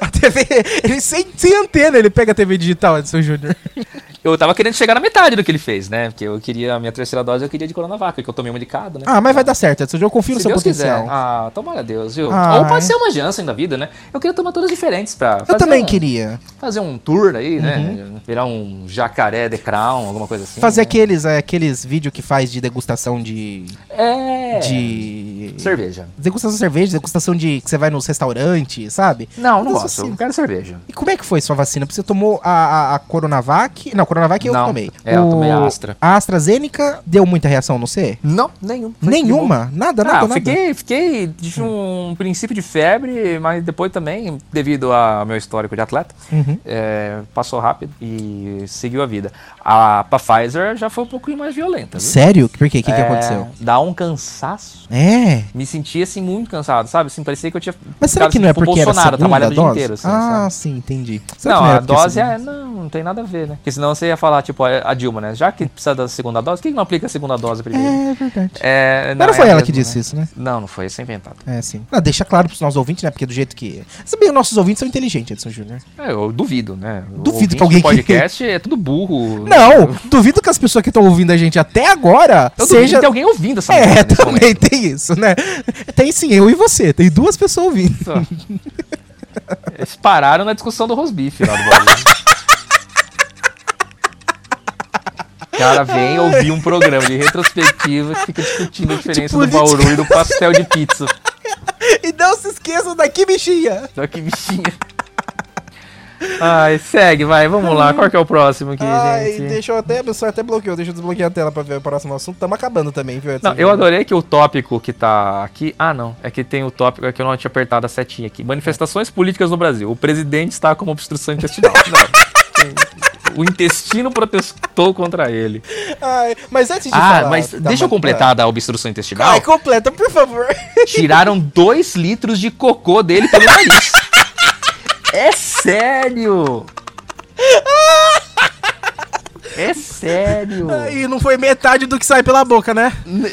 S1: A TV. Ele sem, sem antena, ele pega a TV digital, Edson Júnior.
S2: Eu tava querendo chegar na metade do que ele fez, né? Porque eu queria. A minha terceira dose eu queria de Coronavac, que eu tomei uma de cada, né?
S1: Ah, mas vai dar certo, Edson Júnior. Eu confio no
S2: Se
S1: seu
S2: Deus
S1: potencial.
S2: quiser. Ah, tomara a Deus, viu?
S1: Ah,
S2: Ou pode
S1: é.
S2: ser uma Janssen da vida, né? Eu queria tomar todas diferentes pra.
S1: Eu
S2: fazer
S1: também
S2: um-
S1: queria. Uhum.
S2: Fazer um tour aí, né? Virar um jacaré de crown, alguma coisa assim.
S1: Fazer
S2: né?
S1: aqueles, é, aqueles vídeos que faz de degustação de.
S2: É.
S1: de.
S2: Cerveja.
S1: Degustação de cerveja, degustação de. que você vai nos restaurantes, sabe?
S2: Não, não
S1: Mas
S2: gosto.
S1: assim,
S2: Eu quero cerveja.
S1: E como é que foi sua vacina? Você tomou a, a, a Coronavac? Não, Coronavac eu
S2: Não.
S1: tomei.
S2: É, eu tomei a Astra.
S1: A AstraZeneca deu muita reação, não sei?
S2: Não, nenhum.
S1: Nenhuma? Nada, nada,
S2: Ah, eu
S1: nada.
S2: fiquei, fiquei de um princípio de febre, mas depois também, devido ao meu histórico de atleta,
S1: Uhum.
S2: é, passou rápido e seguiu a vida. A pra Pfizer já foi um pouquinho mais violenta. viu?
S1: Sério? Por quê? O que, que
S2: É,
S1: aconteceu?
S2: Dá um cansaço.
S1: É.
S2: Me sentia assim muito cansado, sabe? Assim, parecia que eu tinha.
S1: Mas será
S2: ficado,
S1: que não é
S2: assim, tipo,
S1: porque era
S2: Bolsonaro,
S1: segunda a
S2: trabalhava o dia
S1: dose?
S2: inteiro, assim,
S1: ah,
S2: sabe?
S1: sim, entendi.
S2: não,
S1: que era
S2: a
S1: porque
S2: dose
S1: segunda-
S2: é. Não, não tem nada a ver, né? Porque senão você ia falar, tipo, a a Dilma, né? Já que precisa da segunda dose, por que que não aplica a segunda dose primeiro?
S1: É verdade.
S2: É,
S1: Mas não foi
S2: é
S1: ela que
S2: mesmo,
S1: disse
S2: né?
S1: isso, né?
S2: Não, não foi, isso é inventado.
S1: É, sim. Não, deixa claro pros nossos ouvintes, né? Porque do jeito que. Se bem, os nossos ouvintes são inteligentes, Edson Júnior.
S2: É, eu duvido, né? O
S1: Duvido
S2: ouvinte
S1: que alguém
S2: do podcast é tudo burro.
S1: Não, duvido que as pessoas que estão ouvindo a gente até agora
S2: Eu duvido
S1: seja.
S2: que tem alguém ouvindo essa
S1: É,
S2: merda nesse
S1: também
S2: momento.
S1: tem isso, né? Tem sim, eu e você. Tem duas pessoas ouvindo.
S2: Só. Eles pararam na discussão do rosbife lá do Brasil. O cara vem ouvir um programa de retrospectiva que fica discutindo a diferença do
S1: Tipo política.
S2: Bauru e do pastel de pizza.
S1: E não se esqueçam daqui, bichinha.
S2: Olha que bichinha. Ai, segue, vai, vamos lá. Qual que é o próximo aqui,
S1: Ai,
S2: gente?
S1: deixa eu até. A pessoa até bloqueou. Deixa eu desbloquear a tela pra ver o próximo assunto. Tamo acabando também, viu, Edson
S2: Não, eu
S1: Júnior?
S2: adorei que o tópico que tá aqui. Ah, não. É que tem o tópico. É que eu não tinha apertado a setinha aqui. Manifestações políticas no Brasil. O presidente está com uma
S1: (laughs)
S2: obstrução intestinal. Não. O intestino protestou contra ele.
S1: Ai, mas antes de
S2: Ah,
S1: falar.
S2: mas
S1: da
S2: deixa eu
S1: man-
S2: completar da obstrução intestinal.
S1: Ai, é completa, por favor.
S2: Tiraram dois litros de cocô dele pelo nariz.
S1: (laughs)
S2: É sério! É sério!
S1: E não foi metade do que sai pela boca, né?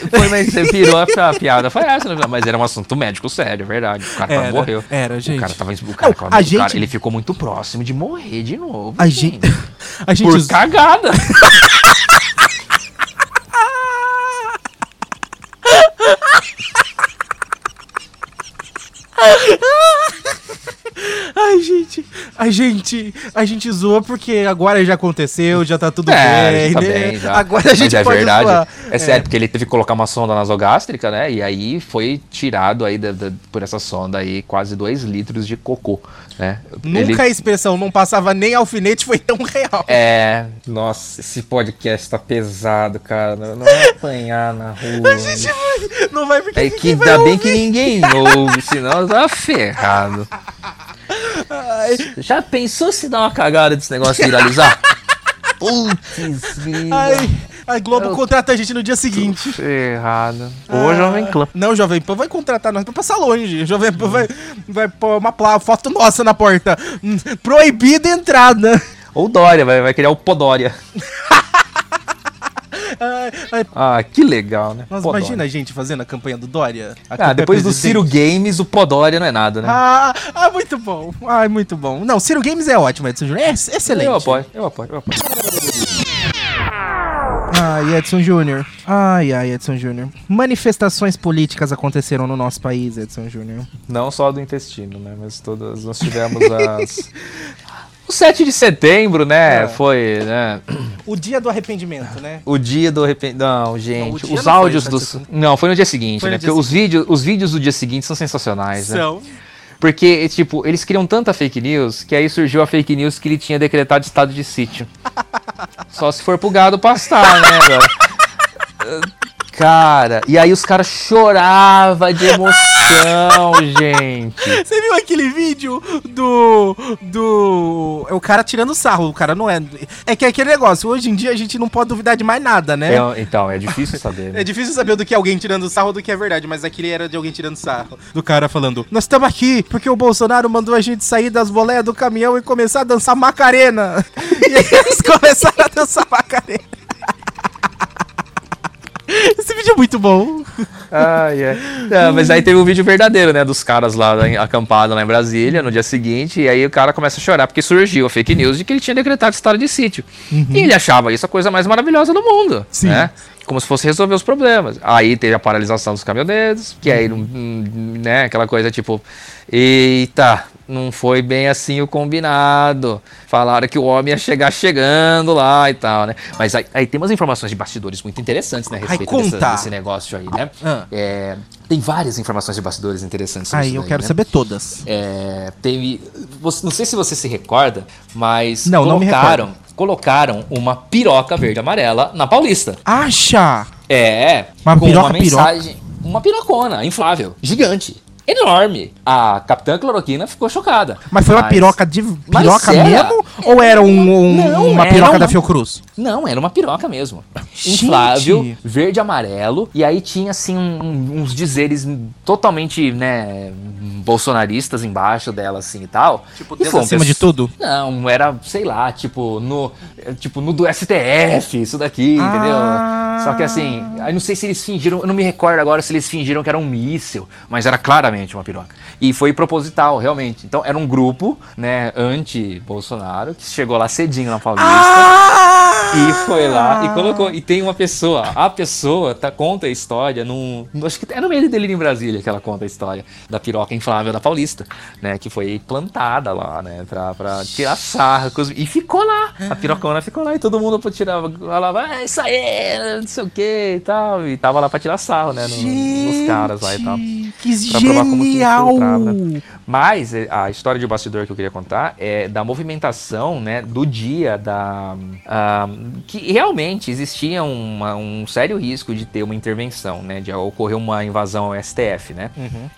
S2: Foi, mas você virou a, a piada. Foi essa, né? Mas era um assunto médico sério, é verdade. O cara quase
S1: Era,
S2: morreu.
S1: era, gente.
S2: O cara tava. O cara,
S1: Não,
S2: quase-
S1: a
S2: o
S1: gente-
S2: cara- ele ficou muito próximo de morrer de novo. assim.
S1: A gente. (laughs) A gente.
S2: Por
S1: os- (laughs)
S2: cagada.
S1: Ai, gente. A gente. A gente zoa porque agora já aconteceu, já tá tudo
S2: É,
S1: bem.
S2: tá
S1: né?
S2: bem já.
S1: Agora a gente
S2: Mas é
S1: pode
S2: verdade.
S1: zoar.
S2: É sério, porque ele teve que colocar uma sonda nasogástrica, né? E aí foi tirado aí da- da- por essa sonda aí quase dois litros de cocô, né?
S1: É, Nunca a expressão não passava nem alfinete foi tão real.
S2: É. Nossa, esse podcast tá pesado, cara. Não vai apanhar na rua.
S1: A gente vai- não vai porque
S2: É que
S1: ninguém vai
S2: ainda bem
S1: ouvir.
S2: que ninguém ouve, senão eu tava ferrado. Já pensou se dar uma cagada desse negócio
S1: (laughs)
S2: viralizar? Putz, grila.
S1: Ai, a Globo
S2: Eu-
S1: contrata a gente Ah. no dia seguinte.
S2: Ferrado. Hoje eu venho clã.
S1: Não, Jovem Pan vai contratar nós pra passar longe. O Jovem Pan vai, vai pôr uma pla- foto nossa na porta. Hum, Proibida a entrada.
S2: Ou Dória, vai, vai criar o Podória.
S1: Ai, ai,
S2: Ah, que legal, né?
S1: nossa,
S2: Podória.
S1: imagina a gente fazendo a campanha do Dória. A
S2: Ah,
S1: campanha
S2: depois do
S1: presidente.
S2: Ciro Games, o Podória não é nada, né?
S1: Ah, ah, muito bom. Ai, muito bom. Não, Ciro Games é ótimo, Edson Júnior. É ex- excelente.
S2: eu apoio, eu apoio, eu apoio.
S1: Ai, Edson Júnior. Ai, ai, Edson Júnior. Manifestações políticas aconteceram no nosso país, Edson Júnior. (laughs)
S2: Não só do intestino, né? Mas todas nós tivemos as. O 7 de setembro, né?
S1: É.
S2: Foi, né?
S1: O dia do arrependimento, né?
S2: O dia do arrependimento. Não, gente.
S5: dia não
S2: os
S5: foi
S2: áudios
S5: o 7 de
S2: dos. Não, foi no dia seguinte,
S5: Foi no
S2: né?
S5: dia
S2: Porque os vídeos, os vídeos do dia seguinte são sensacionais, né?
S5: São.
S2: Porque, tipo, eles criam tanta fake news que aí surgiu a fake news que ele tinha decretado estado de
S5: (laughs)
S2: sítio. Só se for pro gado pastar, né, velho? Cara, e aí os caras choravam de emoção, (laughs) gente.
S1: Você viu aquele vídeo do. do. É o cara tirando sarro, o cara não é. É que é aquele negócio, hoje em dia a gente não pode duvidar de mais nada, né?
S2: É, então, é difícil saber. né?
S1: É difícil saber do que é alguém tirando sarro ou do que é verdade, mas aquele era de alguém tirando sarro. Do cara falando: Nós estamos aqui porque o Bolsonaro mandou a gente sair das boleias do caminhão e começar a dançar Macarena. (laughs) e aí eles começaram a dançar Macarena. (laughs) Esse vídeo é muito bom.
S2: Ai, é. Não, mas aí teve um vídeo verdadeiro, né? Dos caras lá da- acampado lá em Brasília no dia seguinte. E aí o cara começa a chorar porque surgiu a fake news de que ele tinha decretado estado de sítio. E ele achava isso a coisa mais maravilhosa do mundo.
S1: Sim.
S2: Né? Como se fosse resolver os problemas. Aí teve a paralisação dos caminhoneiros, que aí, hum, né, aquela coisa tipo, eita, não foi bem assim o combinado. Falaram que o homem ia chegar chegando lá e tal, né? Mas aí, aí tem umas informações de bastidores muito interessantes, né, a respeito dessa-
S1: conta.
S2: desse negócio aí, né?
S1: Ah.
S2: É, tem várias informações de bastidores interessantes. sobre
S1: Aí
S2: isso
S1: eu
S2: daí,
S1: quero
S2: né?
S1: saber todas.
S2: É, teve, você- não sei se você se recorda, mas
S1: Não, não me
S2: colocaram, colocaram uma piroca verde e amarela na Paulista.
S1: Acha!
S2: É,
S1: Uma
S2: com
S1: piroca,
S2: uma mensagem, uma pirocona inflável, gigante, enorme. A Capitã Cloroquina ficou chocada.
S1: Mas foi uma
S2: Mas-
S1: piroca de.
S2: mas
S1: Piroca
S2: era-
S1: mesmo? Ou era um, um-
S2: Não,
S1: uma
S2: era
S1: piroca da
S2: uma-
S1: Fiocruz?
S2: Não, era uma piroca mesmo.
S1: Gente!
S2: Inflável, verde e amarelo. E aí tinha, assim, um- um- uns dizeres totalmente, né, bolsonaristas embaixo dela, assim, e tal. Tipo,
S1: Deus acima de tudo?
S2: Não, era, sei lá, tipo, no, é, tipo, no do STF, isso daqui,
S1: Ah.
S2: entendeu? Só que assim, aí não sei se eles fingiram, eu não me recordo agora se eles fingiram que era um míssil, mas era claramente uma piroca. E foi proposital, realmente. Então era um grupo, né, anti-Bolsonaro, que chegou lá cedinho na Paulista. E
S1: Ah!
S2: foi lá e colocou. E tem uma pessoa. A pessoa tá, conta a história num. Acho que é no meio dele em Brasília que ela conta a história da piroca inflável da Paulista, né? Que foi plantada lá, né? Pra, pra tirar sarro. com os- E ficou lá. A pirocona ficou lá e todo mundo tirava. Ela vai, ah, isso aí, não sei o que e tal. E tava lá pra tirar sarro, né? no- nos caras lá e tal.
S1: Que
S2: Pra provar como que
S1: genial!
S2: infiltrava. Mas eh, a história de bastidor que eu queria contar é da movimentação, né, do dia da ah, que realmente existia uma- um sério risco de ter uma intervenção, né, de ocorrer uma invasão ao STF, né?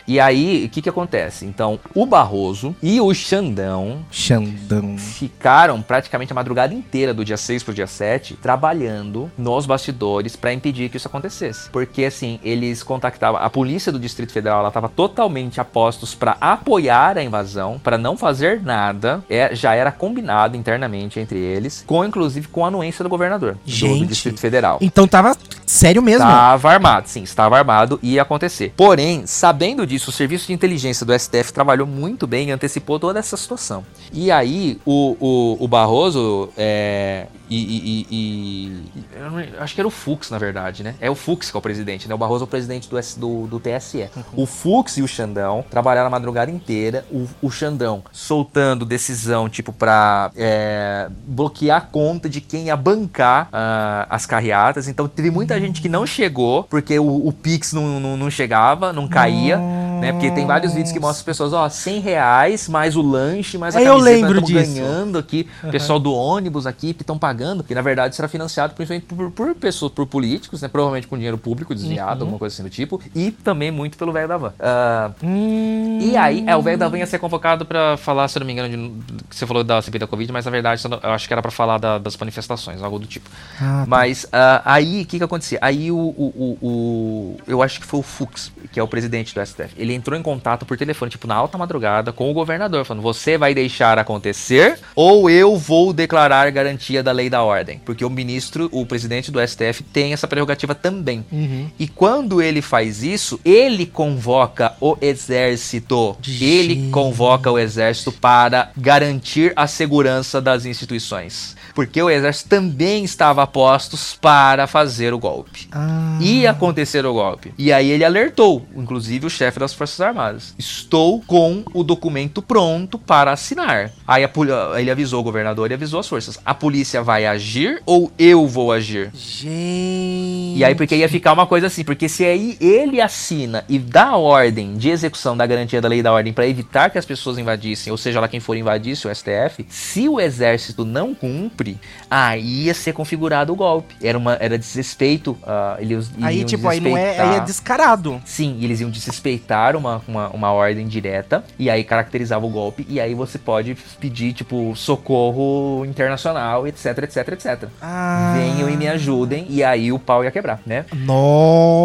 S2: E aí, o que que acontece? Então, o Barroso e o Xandão
S1: Xandão.
S2: ficaram praticamente a madrugada inteira do dia 6 pro dia 7 trabalhando nos bastidores pra impedir que isso acontecesse. Porque assim, eles contactavam a polícia do Distrito Federal, ela tava totalmente a postos pra apoiar a invasão, pra não fazer nada. É, já era combinado internamente entre eles, com inclusive com a anuência do governador do- do,
S1: Gente.
S2: Distrito Federal.
S1: Então tava sério mesmo.
S2: Estava armado, sim, estava armado e ia acontecer. Porém, sabendo disso, o serviço de inteligência do STF trabalhou muito bem e antecipou toda essa situação. E aí, o, o, o Barroso é, e, e- e- e- eu não- eu acho que era o Fux, na verdade, né? É o Fux que é o presidente, né? O Barroso é o presidente do, S- do, do TSE. O Fux e o Xandão trabalharam a madrugada inteira. O, o Xandão soltando decisão, tipo, pra é, bloquear a conta de quem ia bancar ah, as carreatas. Então, teve muita gente que não chegou, porque o, o Pix não, não, não chegava, não caía. Né? Porque tem vários vídeos que mostram as pessoas, ó, 100 reais, mais o lanche, mais a
S1: É, eu
S2: camiseta,
S1: lembro
S2: nós estamos
S1: disso.
S2: pagando aqui, o pessoal do ônibus aqui que estão pagando, que na verdade será financiado principalmente por, por pessoas, por políticos, né? Provavelmente com dinheiro público
S1: Uhum.
S2: desviado, alguma coisa assim do tipo, e também muito pelo velho da van. Ah,
S1: Hum,
S2: E aí, é, o velho da van ia ser convocado pra falar, se eu não me engano, de- que você falou da CPI da Covid, mas na verdade eu não- eu acho que era pra falar da- das manifestações, algo do tipo.
S1: Ah, tá.
S2: Mas ah, aí, o que que acontecia? Aí o, o- o- o- Eu acho que foi o Fux, que é o presidente do STF. Ele entrou em contato por telefone, tipo, na alta madrugada, com o governador, falando: você vai deixar acontecer ou eu vou declarar garantia da lei da ordem? Porque o ministro, o presidente do STF, tem essa prerrogativa também.
S1: uhum.
S2: E quando ele faz isso, ele convoca o exército. Ele convoca o exército para garantir a segurança das instituições. Porque o exército também estava a postos para fazer o golpe.
S1: ah.
S2: Ia acontecer o golpe. E aí ele alertou, inclusive, o chefe das Forças Armadas. Estou com o documento pronto para assinar. Aí a poli- ele avisou o governador e avisou as forças. A polícia vai agir ou eu vou agir?
S1: Gente.
S2: E aí, porque ia ficar uma coisa assim, porque se aí ele assina e dá a ordem de execução da garantia da lei e da ordem para evitar que as pessoas invadissem, ou seja lá quem for invadisse o STF, se o exército não cumpre, aí ia ser configurado o golpe. Era, uma, era desrespeito. ah, eles
S1: Aí,
S2: iriam
S1: tipo, aí não é. Aí é
S2: desrespeitar.
S1: descarado.
S2: Sim, e eles iam desrespeitar uma, uma, uma ordem direta, e aí caracterizava o golpe, e aí você pode pedir, tipo, socorro internacional, etc, etc, etc.
S1: Ah.
S2: Venham e me ajudem, e aí o pau ia quebrar, né?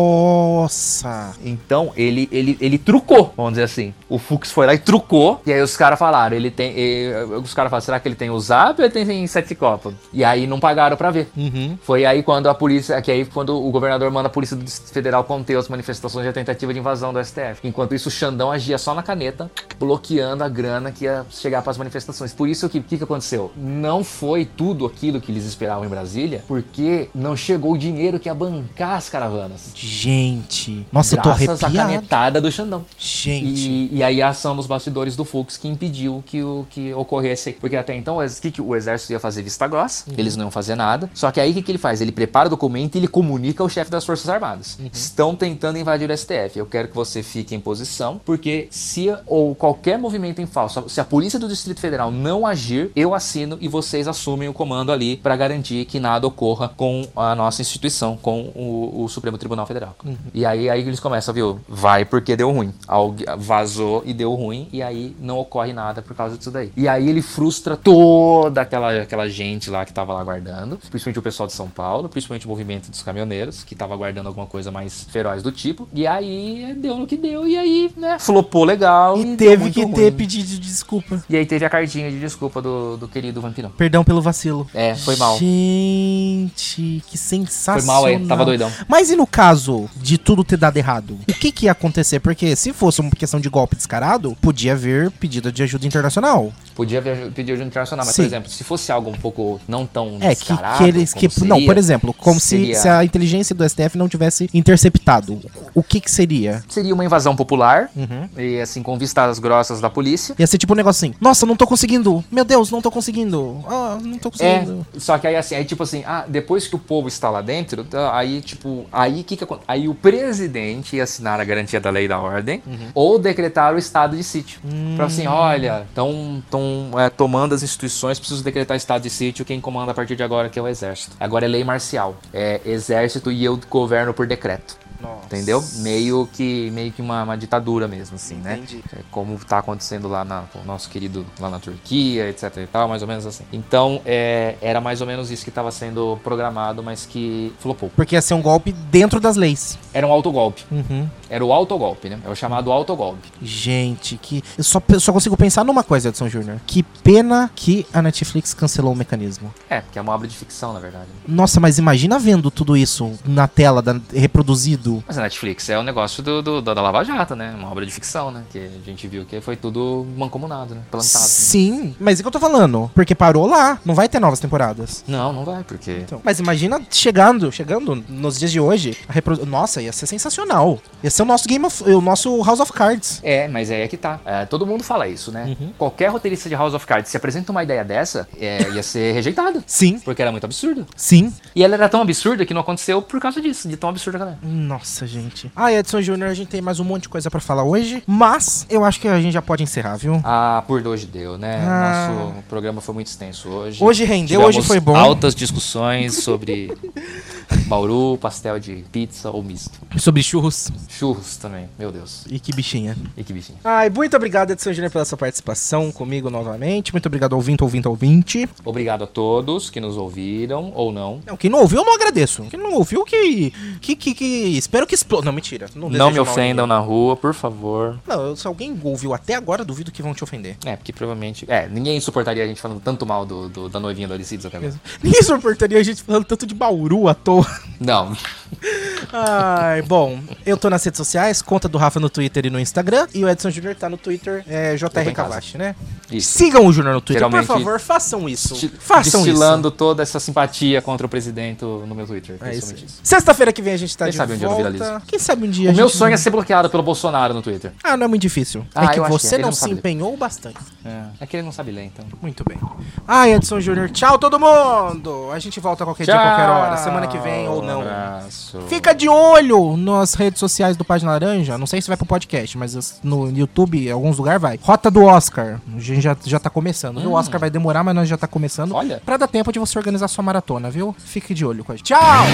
S1: Nossa.
S2: Então ele, ele, ele trucou, vamos dizer assim. O Fux foi lá e trucou. E aí os caras falaram, ele tem. e- os caras falaram, será que ele tem o zap ou ele tem sete copas? E aí não pagaram pra ver.
S1: Uhum.
S2: Foi aí quando a polícia, que aí quando o governador manda a polícia do Distrito Federal conter as manifestações e a tentativa de invasão do STF. Enquanto isso, o Xandão agia só na caneta, bloqueando a grana que ia chegar para as manifestações. Por isso que o que, que aconteceu? Não foi tudo aquilo que eles esperavam em Brasília, porque não chegou o dinheiro que ia bancar as caravanas.
S1: Gente. Nossa, eu
S2: graças
S1: tô
S2: à
S1: arrepiado.
S2: canetada do Xandão.
S1: Gente.
S2: E, e aí a ação dos bastidores do Fux que impediu que o que ocorresse. Porque até então, o ex- que, que o exército ia fazer vista grossa,
S1: Uhum.
S2: eles não iam fazer nada. Só que aí o que, que ele faz? Ele prepara o documento e ele comunica ao chefe das Forças Armadas.
S1: Uhum.
S2: Estão tentando invadir o STF. Eu quero que você fique em posição, porque se ou qualquer movimento em falso, se a polícia do Distrito Federal não agir, eu assino e vocês assumem o comando ali para garantir que nada ocorra com a nossa instituição, com o, o Supremo Tribunal Federal.
S1: Uhum.
S2: E aí, aí eles começam, viu? Vai porque deu ruim. Algu vazou e deu ruim, e aí não ocorre nada por causa disso daí. E aí ele frustra toda aquela, aquela gente lá que tava lá guardando, principalmente o pessoal de São Paulo, principalmente o movimento dos caminhoneiros, que tava guardando alguma coisa mais feroz do tipo. E aí deu no que deu, e aí, né, flopou legal.
S1: E
S2: deu
S1: teve
S2: muito
S1: que
S2: ruim.
S1: ter pedido de desculpa.
S2: E aí teve a cartinha de desculpa do, do querido vampirão.
S1: Perdão pelo vacilo.
S2: É, foi mal.
S1: Gente, que sensacional.
S2: Foi mal, é, tava doidão.
S1: Mas e no caso de tudo ter dado errado? O que que ia acontecer? Porque se fosse uma questão de golpe descarado, podia haver pedido de ajuda internacional.
S2: Podia ver- pedir ajuda internacional, mas,
S1: Sim.
S2: por exemplo, se fosse algo um pouco não tão
S1: É, que,
S2: descarado,
S1: que eles.
S2: como
S1: Que, não,
S2: seria,
S1: por exemplo, como se,
S2: seria-
S1: se a inteligência do STF não tivesse interceptado. O que que seria?
S2: Seria uma invasão popular,
S1: Uhum.
S2: e assim, com vistas grossas da polícia.
S1: Ia ser tipo um negócio assim: Nossa, não tô conseguindo! Meu Deus, não tô conseguindo! Ah, não tô
S2: É,
S1: conseguindo.
S2: só que aí assim, aí tipo assim, ah, depois que o povo está lá dentro, tá, aí tipo, aí que, que aconte- Aí o presidente ia assinar a garantia da lei e da ordem
S1: Uhum.
S2: ou decretar o estado de sítio. Pra assim,
S1: Hum.
S2: olha, estão tomando as instituições, preciso decretar estado de sítio, quem comanda a partir de agora que é o exército. Agora é lei marcial, é exército e eu governo por decreto. Entendeu? Meio que meio que uma, uma ditadura mesmo, assim, né?
S1: Entendi.
S2: É, como tá acontecendo lá na, com o nosso querido lá na Turquia, etc e tal, mais ou menos assim. Então, é, era mais ou menos isso que estava sendo programado, mas que flopou.
S1: Porque ia ser um golpe dentro das leis.
S2: Era um autogolpe.
S1: Uhum.
S2: Era o autogolpe, né? É o chamado autogolpe.
S1: Gente, que. Eu só, pe- só consigo pensar numa coisa, Edson Júnior. Que pena que a Netflix cancelou o mecanismo.
S2: É, porque é uma obra de ficção, na verdade. né?
S1: Nossa, mas imagina vendo tudo isso na tela, da- reproduzido.
S2: Mas a Netflix é o negócio do, do- da da Lava Jato, né? Uma obra de ficção, né? Que a gente viu que foi tudo mancomunado, né? Plantado. né?
S1: Sim, mas é que eu tô falando? Porque parou lá, não vai ter novas temporadas.
S2: Não, não vai, porque
S1: Então, mas imagina chegando, chegando nos dias de hoje. a reprodu- Nossa, ia ser sensacional. Ia ser o nosso Game of, o nosso House of Cards.
S2: É, mas aí é que tá. É, todo mundo fala isso, né? Qualquer roteirista de House of Cards se apresenta uma ideia dessa, é, ia ser (laughs) rejeitada.
S1: Sim,
S2: Porque era muito absurdo.
S1: sim.
S2: E ela era tão absurda que não aconteceu por causa disso, de tão absurda que ela é.
S1: Nossa, gente. Ah, Edson Júnior, a gente tem mais um monte de coisa pra falar hoje, mas eu acho que a gente já pode encerrar, viu?
S2: Ah, por hoje deu, né?
S1: Ah.
S2: Nosso programa foi muito extenso hoje.
S1: Hoje rendeu,
S2: Tivemos
S1: hoje foi bom.
S2: Altas discussões sobre (laughs) Bauru, pastel de pizza ou misto.
S1: Sobre churros.
S2: Churros também, meu Deus.
S1: E que bichinha.
S2: E que bichinho.
S1: Ai, muito obrigado, Edson Júnior, pela sua participação comigo novamente. Muito obrigado, ouvinte, ouvinte, ouvinte.
S2: Obrigado a todos que nos ouviram ou não.
S1: Não, quem não ouviu, eu não agradeço. Quem não ouviu, que. Que. que, que- Espero que exploda. Não, mentira.
S2: Não
S1: desejo
S2: me
S1: mal a
S2: ofendam na rua, por favor.
S1: ninguém. Não, eu- se alguém ouviu até agora, duvido que vão te ofender. (laughs)
S2: É, porque provavelmente. É, ninguém suportaria a gente falando tanto mal do, do- da noivinha do Alicides até agora.
S1: Ninguém suportaria a gente falando tanto de Bauru à toa.
S2: Não.
S1: Ai, bom, eu tô nas redes sociais, conta do Rafa no Twitter e no Instagram, e o Edson Júnior tá no Twitter, é,
S2: Eu tô
S1: JR
S2: em casa.
S1: Cavache, né?
S2: Isso.
S1: Sigam o Júnior no Twitter,
S2: Geralmente-
S1: por favor, façam isso.
S2: Desti-
S1: Então, façam
S2: destilando toda essa simpatia contra o presidente no meu Twitter.
S1: isso. É isso.
S2: principalmente isso.
S1: Sexta-feira que vem a gente tá
S2: Quem
S1: de
S2: sabe um dia eu não
S1: volta.
S2: viralizo.
S1: Quem sabe um dia a
S2: O meu
S1: gente-
S2: sonho é ser bloqueado pelo Bolsonaro no Twitter.
S1: Ah, não é muito difícil.
S2: Ah,
S1: é que
S2: eu acho que é,
S1: você
S2: ele
S1: não,
S2: não
S1: se
S2: sabe.
S1: empenhou bastante.
S2: É, é que ele não sabe ler, então.
S1: Muito bem. Ah, Edson Júnior, tchau todo mundo! A gente volta qualquer dia, qualquer hora, semana que vem ou não.
S2: Abraço.
S1: Fica de olho nas redes sociais do Página Laranja. Não sei se vai pro podcast, mas as- no YouTube, em alguns lugares vai. Rota do Oscar. A gente já, já tá começando. viu? O Oscar vai demorar, mas nós já tá começando.
S2: Olha.
S1: Pra dar tempo de você organizar sua maratona, viu? Fique de olho com a gente. Tchau!